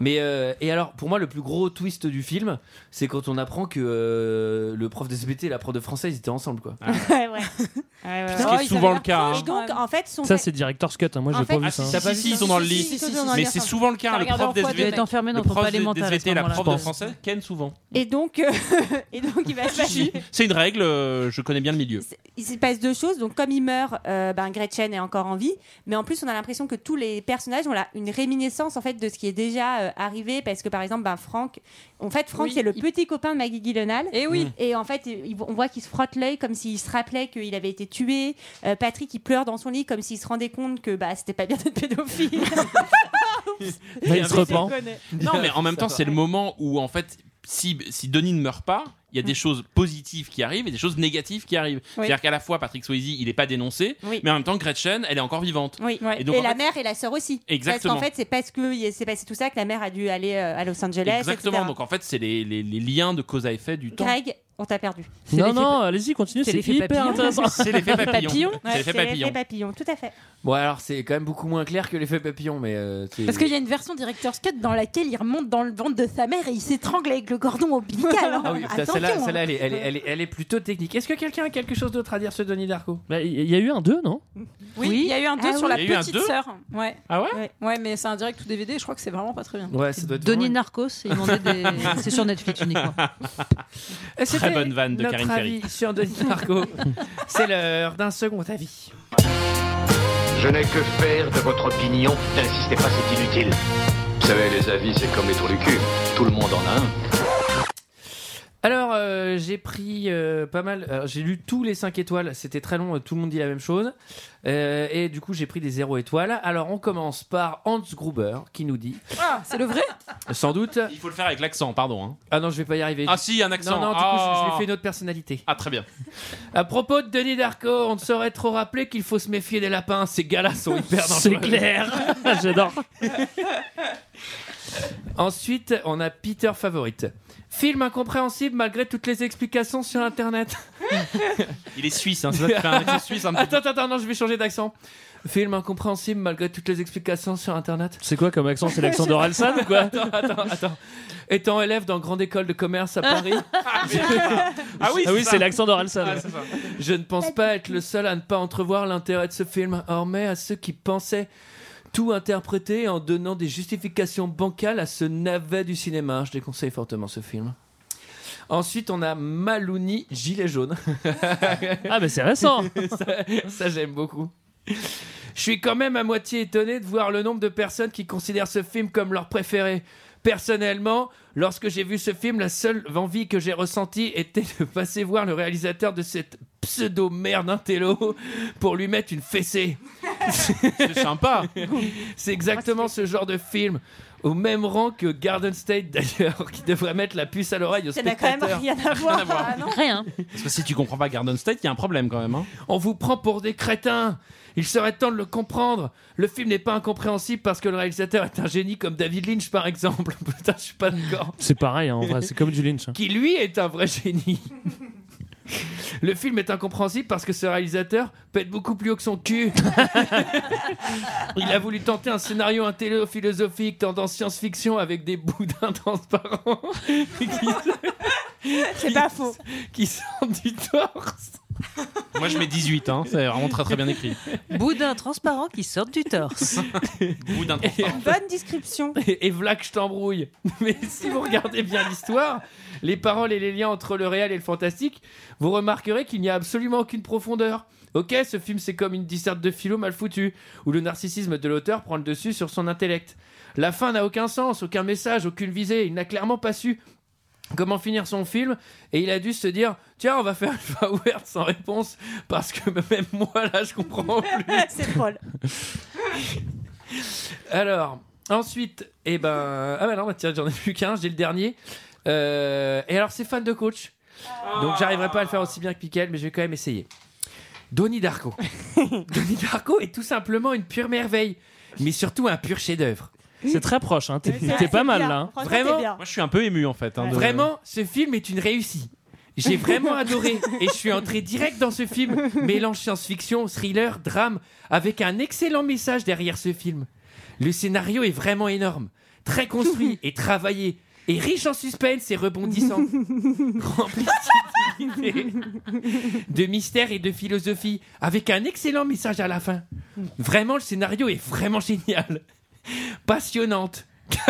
Speaker 1: Mais euh, et alors, pour moi, le plus gros twist du film, c'est quand on apprend que euh, le prof de SBT et la prof de français, ils étaient ensemble, quoi.
Speaker 8: Ah.
Speaker 11: Ouais, ouais. Ouais, ouais,
Speaker 1: Ce qui
Speaker 11: ouais.
Speaker 1: est Oh, souvent ils le cas, avaient l'air hein.
Speaker 11: Et donc, en fait, son
Speaker 6: Ça,
Speaker 11: fait-
Speaker 6: c'est director's cut. hein. Moi, j'ai
Speaker 11: En
Speaker 6: pas
Speaker 11: fait-
Speaker 6: vu
Speaker 11: Ah,
Speaker 6: ça.
Speaker 11: si,
Speaker 6: hein.
Speaker 11: si, si, ils sont dans le lit. Si, si, si, si,
Speaker 8: Mais
Speaker 11: si.
Speaker 8: c'est souvent le cas,
Speaker 11: T'as
Speaker 8: le
Speaker 11: regardé
Speaker 8: prof
Speaker 11: en fois, tu
Speaker 8: des
Speaker 11: devais être enfermé dans
Speaker 8: le
Speaker 11: ton
Speaker 8: prof
Speaker 11: palais
Speaker 8: des
Speaker 11: mental à
Speaker 8: SVT
Speaker 11: ce
Speaker 8: et la prof
Speaker 11: moment-là.
Speaker 8: de français ken souvent.
Speaker 11: et donc, euh, (laughs) et donc, il va se passer-
Speaker 8: C'est une règle, euh, je connais bien le milieu.
Speaker 11: il se passe deux choses. Donc, comme il meurt, euh, ben, Gretchen est encore en vie. Mais en plus, on a l'impression que tous les personnages ont la- une réminiscence en fait de ce qui est déjà euh, arrivé. Parce que par exemple, ben, Franck, en fait, Franck,
Speaker 12: Oui,
Speaker 11: c'est le petit copain de Maggie Gyllenhaal.
Speaker 12: Et oui. Mm.
Speaker 11: Et en fait, il- on voit qu'il se frotte l'œil comme s'il se rappelait qu'il avait été tué. Euh, Patrick, il pleure dans son lit comme s'il se rendait compte que bah, c'était pas bien d'être
Speaker 12: (laughs)
Speaker 11: pédophile.
Speaker 6: Là, il se repent.
Speaker 8: Non, mais en même temps, c'est le moment où, en fait, si, si Denis ne meurt pas,
Speaker 11: Mm.
Speaker 8: il y a des choses positives qui arrivent et des choses négatives qui arrivent. C'est-à-dire qu'à la fois, Patrick Swayze, il n'est pas dénoncé,
Speaker 11: Oui.
Speaker 8: mais en même temps, Gretchen, elle est encore vivante.
Speaker 11: Oui.
Speaker 8: Et
Speaker 11: Et,
Speaker 8: donc, en
Speaker 11: la
Speaker 8: fait-
Speaker 11: mère et la sœur aussi.
Speaker 8: Exactement.
Speaker 11: Parce qu'en fait, c'est parce que il s'est passé tout ça que la mère a dû aller euh, à Los Angeles.
Speaker 8: Exactement.
Speaker 11: etc.
Speaker 8: Donc, en fait, c'est les, les- les liens de cause à effet du temps.
Speaker 11: Greg
Speaker 7: On t'a perdu.
Speaker 6: Non, non, allez-y, continue, c'est hyper intéressant.
Speaker 11: (laughs)
Speaker 7: Ouais, c'est l'effet papillon, tout à fait.
Speaker 1: (laughs) Bon, alors c'est quand même beaucoup moins clair que l'effet papillon, mais. euh, c'est-
Speaker 12: Parce qu'il y a une version Director's Cut dans laquelle il remonte dans le ventre de sa mère et il s'étrangle avec le cordon
Speaker 1: (laughs)
Speaker 12: ombilical. hein.
Speaker 1: Ah oui, putain,
Speaker 12: Attention,
Speaker 1: celle-là,
Speaker 12: hein.
Speaker 1: celle-là, elle, est- elle est- elle est- elle est plutôt technique. Est-ce que quelqu'un a quelque chose d'autre à dire sur Donnie Darko
Speaker 6: Bah, Il y a eu un 2, non
Speaker 12: Oui, il y a eu un 2
Speaker 1: Ah
Speaker 12: sur
Speaker 1: oui.
Speaker 12: la
Speaker 1: Il y a eu un
Speaker 12: petite
Speaker 1: deux
Speaker 12: sœur. Ouais.
Speaker 6: Ah ouais
Speaker 12: ouais Ouais, mais c'est un direct ou DVD, je crois que c'est vraiment pas très bien.
Speaker 1: Ouais, ça doit être
Speaker 12: Denis
Speaker 1: vraiment-
Speaker 12: Narcos,
Speaker 11: ils vendaient
Speaker 1: (laughs)
Speaker 11: des- c'est sur Netflix uniquement.
Speaker 1: Et Eh, c'était
Speaker 8: bonne vanne de
Speaker 1: notre
Speaker 8: Karine Ferry.
Speaker 1: avis sur Denis
Speaker 8: (laughs)
Speaker 1: Darko. c'est l'heure d'un second avis.
Speaker 15: Je n'ai que faire de votre opinion. N'insistez pas, c'est inutile. Vous savez, les avis, c'est comme les trous du cul. Tout le monde en a un.
Speaker 1: Alors, euh, j'ai pris euh, pas mal. alors, j'ai lu tous les 5 étoiles. C'était très long. euh, Tout le monde dit la même chose. Euh, et du coup, j'ai pris des 0 étoiles. Alors, on commence par Hans Gruber qui nous dit
Speaker 12: Ah, c'est le vrai
Speaker 1: Sans doute.
Speaker 8: Il faut le faire avec l'accent, pardon. hein.
Speaker 1: Ah non, je vais pas y arriver.
Speaker 8: Ah si, un accent.
Speaker 1: Non, non, du coup,
Speaker 8: Ah.
Speaker 1: je, je lui fais une autre personnalité.
Speaker 8: Ah, très bien.
Speaker 1: À propos de Denis Darko, on ne saurait trop rappeler qu'il faut se méfier des lapins. Ces gars-là sont hyper dangereux.
Speaker 6: C'est clair.
Speaker 1: (laughs)
Speaker 6: J'adore.
Speaker 1: Ensuite, on a Peter Favorite. Film incompréhensible malgré toutes les explications sur internet.
Speaker 8: Il est suisse, hein, c'est ça, tu (laughs) fais un accent suisse
Speaker 1: (laughs)
Speaker 8: un petit peu.
Speaker 1: attends, attends, non, je vais changer d'accent. Film incompréhensible malgré toutes les explications sur internet.
Speaker 6: C'est quoi comme accent C'est l'accent d'Oralsan ou quoi
Speaker 1: Attends, attends, attends. Étant élève dans grande école de commerce à Paris.
Speaker 6: Ah oui, Ah oui, c'est c'est ça. l'accent d'Orelsan.
Speaker 1: d'Oralsan.
Speaker 6: Ah, c'est ça.
Speaker 1: Je ne pense pas être le seul à ne pas entrevoir l'intérêt de ce film. Or, mais à ceux qui pensaient tout interpréter en donnant des justifications bancales à ce navet du cinéma. Je déconseille fortement ce film. Ensuite, on a Malouni Gilet jaune.
Speaker 6: Ah, mais c'est récent.
Speaker 1: (laughs) ça, ça, j'aime beaucoup. Je suis quand même à moitié étonné de voir le nombre de personnes qui considèrent ce film comme leur préféré. Personnellement, lorsque j'ai vu ce film, la seule envie que j'ai ressentie était de passer voir le réalisateur de cette pseudo merde intello pour lui mettre une
Speaker 7: (laughs)
Speaker 1: fessée. C'est
Speaker 8: sympa.
Speaker 1: C'est exactement ce genre de film, au même rang que Garden State d'ailleurs, qui devrait mettre la puce à l'oreille au
Speaker 7: Ça n'a
Speaker 1: spectateur.
Speaker 7: quand même rien à voir. Ah, non.
Speaker 11: Rien.
Speaker 8: Parce que si tu comprends pas Garden State, il y a un problème quand même. hein.
Speaker 1: On vous prend pour des crétins. Il serait temps de le comprendre. Le film n'est pas incompréhensible parce que le réalisateur est un génie comme David Lynch, par exemple. (laughs) Putain, je suis pas d'accord.
Speaker 6: C'est pareil, hein, en vrai, c'est comme du Lynch. hein.
Speaker 1: Qui lui est un vrai génie. (laughs) Le film est incompréhensible parce que ce réalisateur peut être beaucoup plus haut que son cul. (laughs) Il a voulu tenter un scénario intello-philosophique, tendance science-fiction avec des boudins (laughs) transparents. C'est pas faux. Qui sortent du torse.
Speaker 8: Moi, je mets 18, hein. c'est vraiment très très bien écrit.
Speaker 11: Boudin transparent qui sortent du torse.
Speaker 8: Boudin
Speaker 1: Bonne description. Et, et v'là que je t'embrouille. (laughs) Mais si vous regardez bien l'histoire, les paroles et les liens entre le réel et le fantastique, vous remarquerez qu'il n'y a absolument aucune profondeur. Ok, ce film c'est comme une disserte de philo mal foutue, où le narcissisme de l'auteur prend le dessus sur son intellect. La fin n'a aucun sens, aucun message, aucune visée, il n'a clairement pas su comment finir son film et il a dû se dire tiens on va faire une fin ouverte sans réponse parce que (laughs) même moi là je comprends plus (laughs) c'est drôle alors ensuite eh ben ah bah non bah tiens j'en ai plus qu'un j'ai le dernier Euh, et alors c'est fan de coach donc j'arriverai pas à le faire aussi bien que Piquel mais je vais quand même essayer Donnie (laughs) Darko Donnie Darko est tout simplement une pure merveille mais surtout un pur chef d'œuvre
Speaker 6: C'est très proche, hein. t'es
Speaker 1: C'est-
Speaker 6: t'es
Speaker 1: c'est
Speaker 6: pas mal
Speaker 1: bien.
Speaker 6: là. hein.
Speaker 1: Franchement, Vraiment t'es bien.
Speaker 8: Moi, je suis un peu ému en fait. hein, de-
Speaker 1: Vraiment, ce film est une réussite. J'ai vraiment adoré et je suis entré direct dans ce film, mélange science-fiction, thriller, drame, avec un excellent message derrière ce film. Le scénario est vraiment énorme, très construit et travaillé, et riche en suspense et rebondissant, rempli d'idées,
Speaker 8: (laughs)
Speaker 1: de mystère et de philosophie, avec un excellent message à la fin. Vraiment, le scénario est vraiment génial, passionnante. (laughs)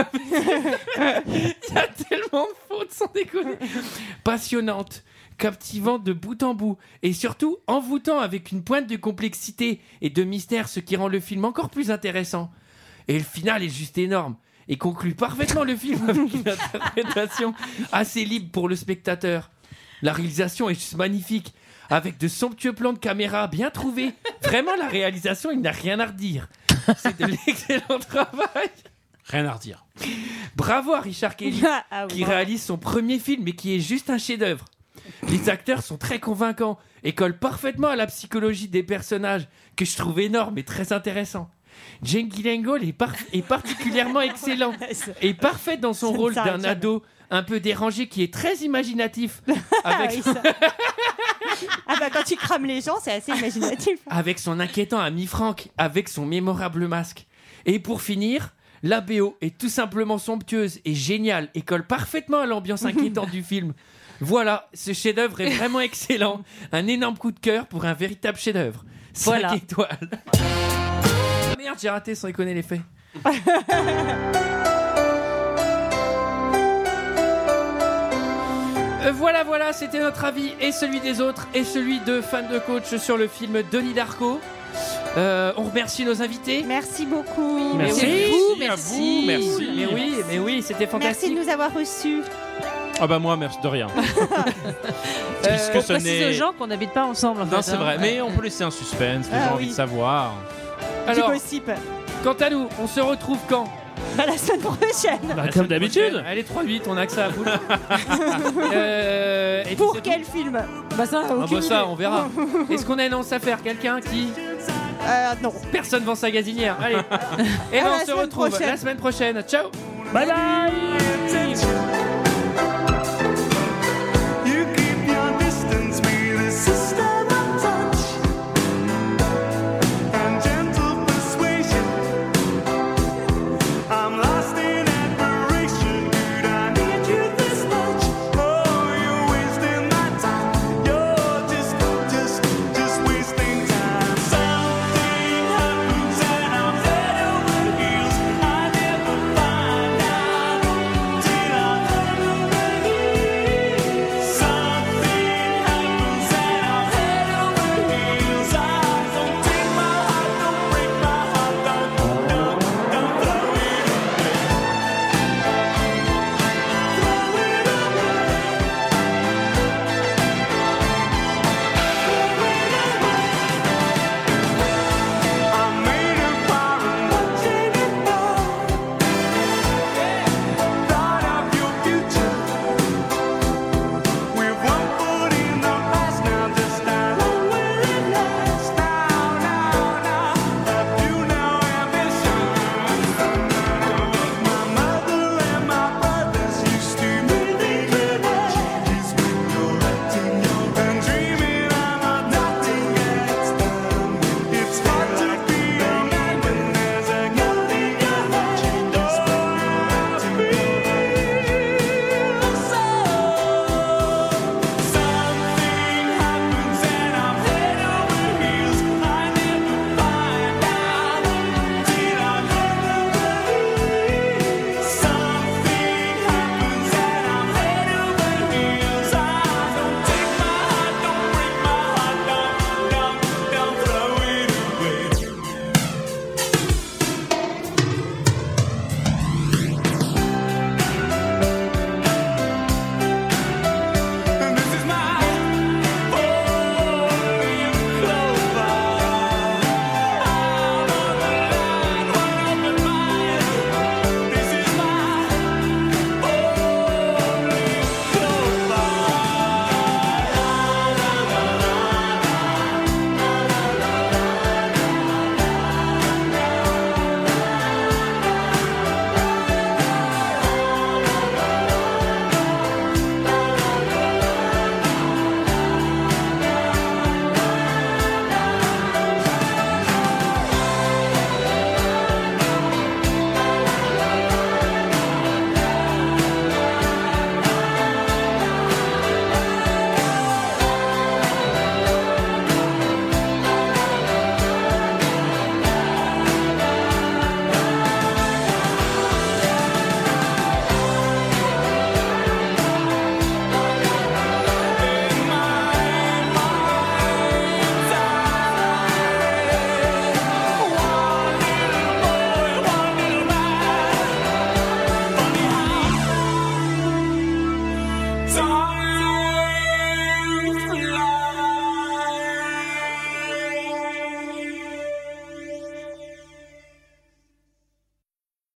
Speaker 1: Il y a tellement de fautes sans déconner. (laughs) Passionnante, captivante de bout en bout et surtout envoûtant avec une pointe de complexité et de mystère, ce qui rend le film encore plus intéressant. Et le final est juste énorme et conclut parfaitement le film avec
Speaker 8: (laughs)
Speaker 1: une interprétation assez libre pour le spectateur. La réalisation est juste magnifique. Avec de somptueux plans de caméra bien trouvés. Vraiment, la réalisation, il n'a rien à redire.
Speaker 8: (laughs)
Speaker 1: C'est de l'excellent travail.
Speaker 8: Rien à redire.
Speaker 1: Bravo à Richard Kelly,
Speaker 8: Ah oui,
Speaker 1: qui
Speaker 8: bravo.
Speaker 1: réalise son premier film et qui est juste un chef-d'œuvre. Les acteurs sont très convaincants et collent parfaitement à la psychologie des personnages, que je trouve énorme et très intéressant. Jane Gyllenhaal est, par- est particulièrement excellent et parfait dans son rôle
Speaker 6: s'arrête
Speaker 1: d'un
Speaker 6: jamais.
Speaker 1: ado un peu dérangé qui est très imaginatif
Speaker 11: (laughs) Ah,
Speaker 1: avec,
Speaker 11: oui, ça. Ah bah quand tu crames les gens, c'est assez imaginatif.
Speaker 1: avec son inquiétant ami Franck, avec son mémorable masque. Et pour finir, la BO est tout simplement somptueuse et géniale et colle parfaitement à l'ambiance inquiétante du film. Voilà, ce chef-d'œuvre est vraiment excellent. Un énorme coup de cœur pour un véritable chef-d'œuvre. 5
Speaker 13: Voilà.
Speaker 1: étoiles. Ah merde, j'ai raté sans y connaître
Speaker 7: (laughs)
Speaker 1: les faits. Euh, Voilà, voilà, c'était notre avis et celui des autres et celui de fans de coach sur le film Denis Darko. Euh, on remercie nos invités.
Speaker 11: Merci beaucoup.
Speaker 1: merci.
Speaker 8: à vous, merci.
Speaker 1: Mais oui, mais oui, c'était
Speaker 11: Merci
Speaker 1: fantastique.
Speaker 11: de nous avoir reçus.
Speaker 8: Ah bah moi, merci de rien.
Speaker 7: (laughs) on
Speaker 8: Puisque ce
Speaker 7: Euh, précise
Speaker 8: n'est-
Speaker 7: aux gens qu'on n'habite pas ensemble. en
Speaker 8: Non,
Speaker 7: fait,
Speaker 8: c'est
Speaker 7: hein.
Speaker 8: vrai, mais on peut laisser un suspense, les
Speaker 7: Ah
Speaker 8: gens ont
Speaker 7: oui.
Speaker 8: envie de savoir.
Speaker 1: Alors,
Speaker 11: gossip.
Speaker 1: Quant à nous, on se retrouve quand
Speaker 11: Bah, la semaine
Speaker 7: Bah,
Speaker 11: prochaine.
Speaker 6: Bah,
Speaker 1: Comme d'habitude. Allez, 3-8, on a que ça
Speaker 8: (laughs)
Speaker 1: à foutre. Euh, et
Speaker 11: Pour
Speaker 1: puis
Speaker 11: quel film Bah ça,
Speaker 1: c'est- Ah bah ça,
Speaker 11: (laughs)
Speaker 1: on verra. Est-ce qu'on a une annonce à faire Quelqu'un qui
Speaker 11: Euh, Non.
Speaker 1: Personne vend sa gazinière.
Speaker 8: Ah,
Speaker 1: Allez. Et
Speaker 11: À la
Speaker 1: ben, on se
Speaker 11: semaine
Speaker 1: retrouve
Speaker 11: prochaine.
Speaker 1: la semaine prochaine. Ciao.
Speaker 6: Bye bye.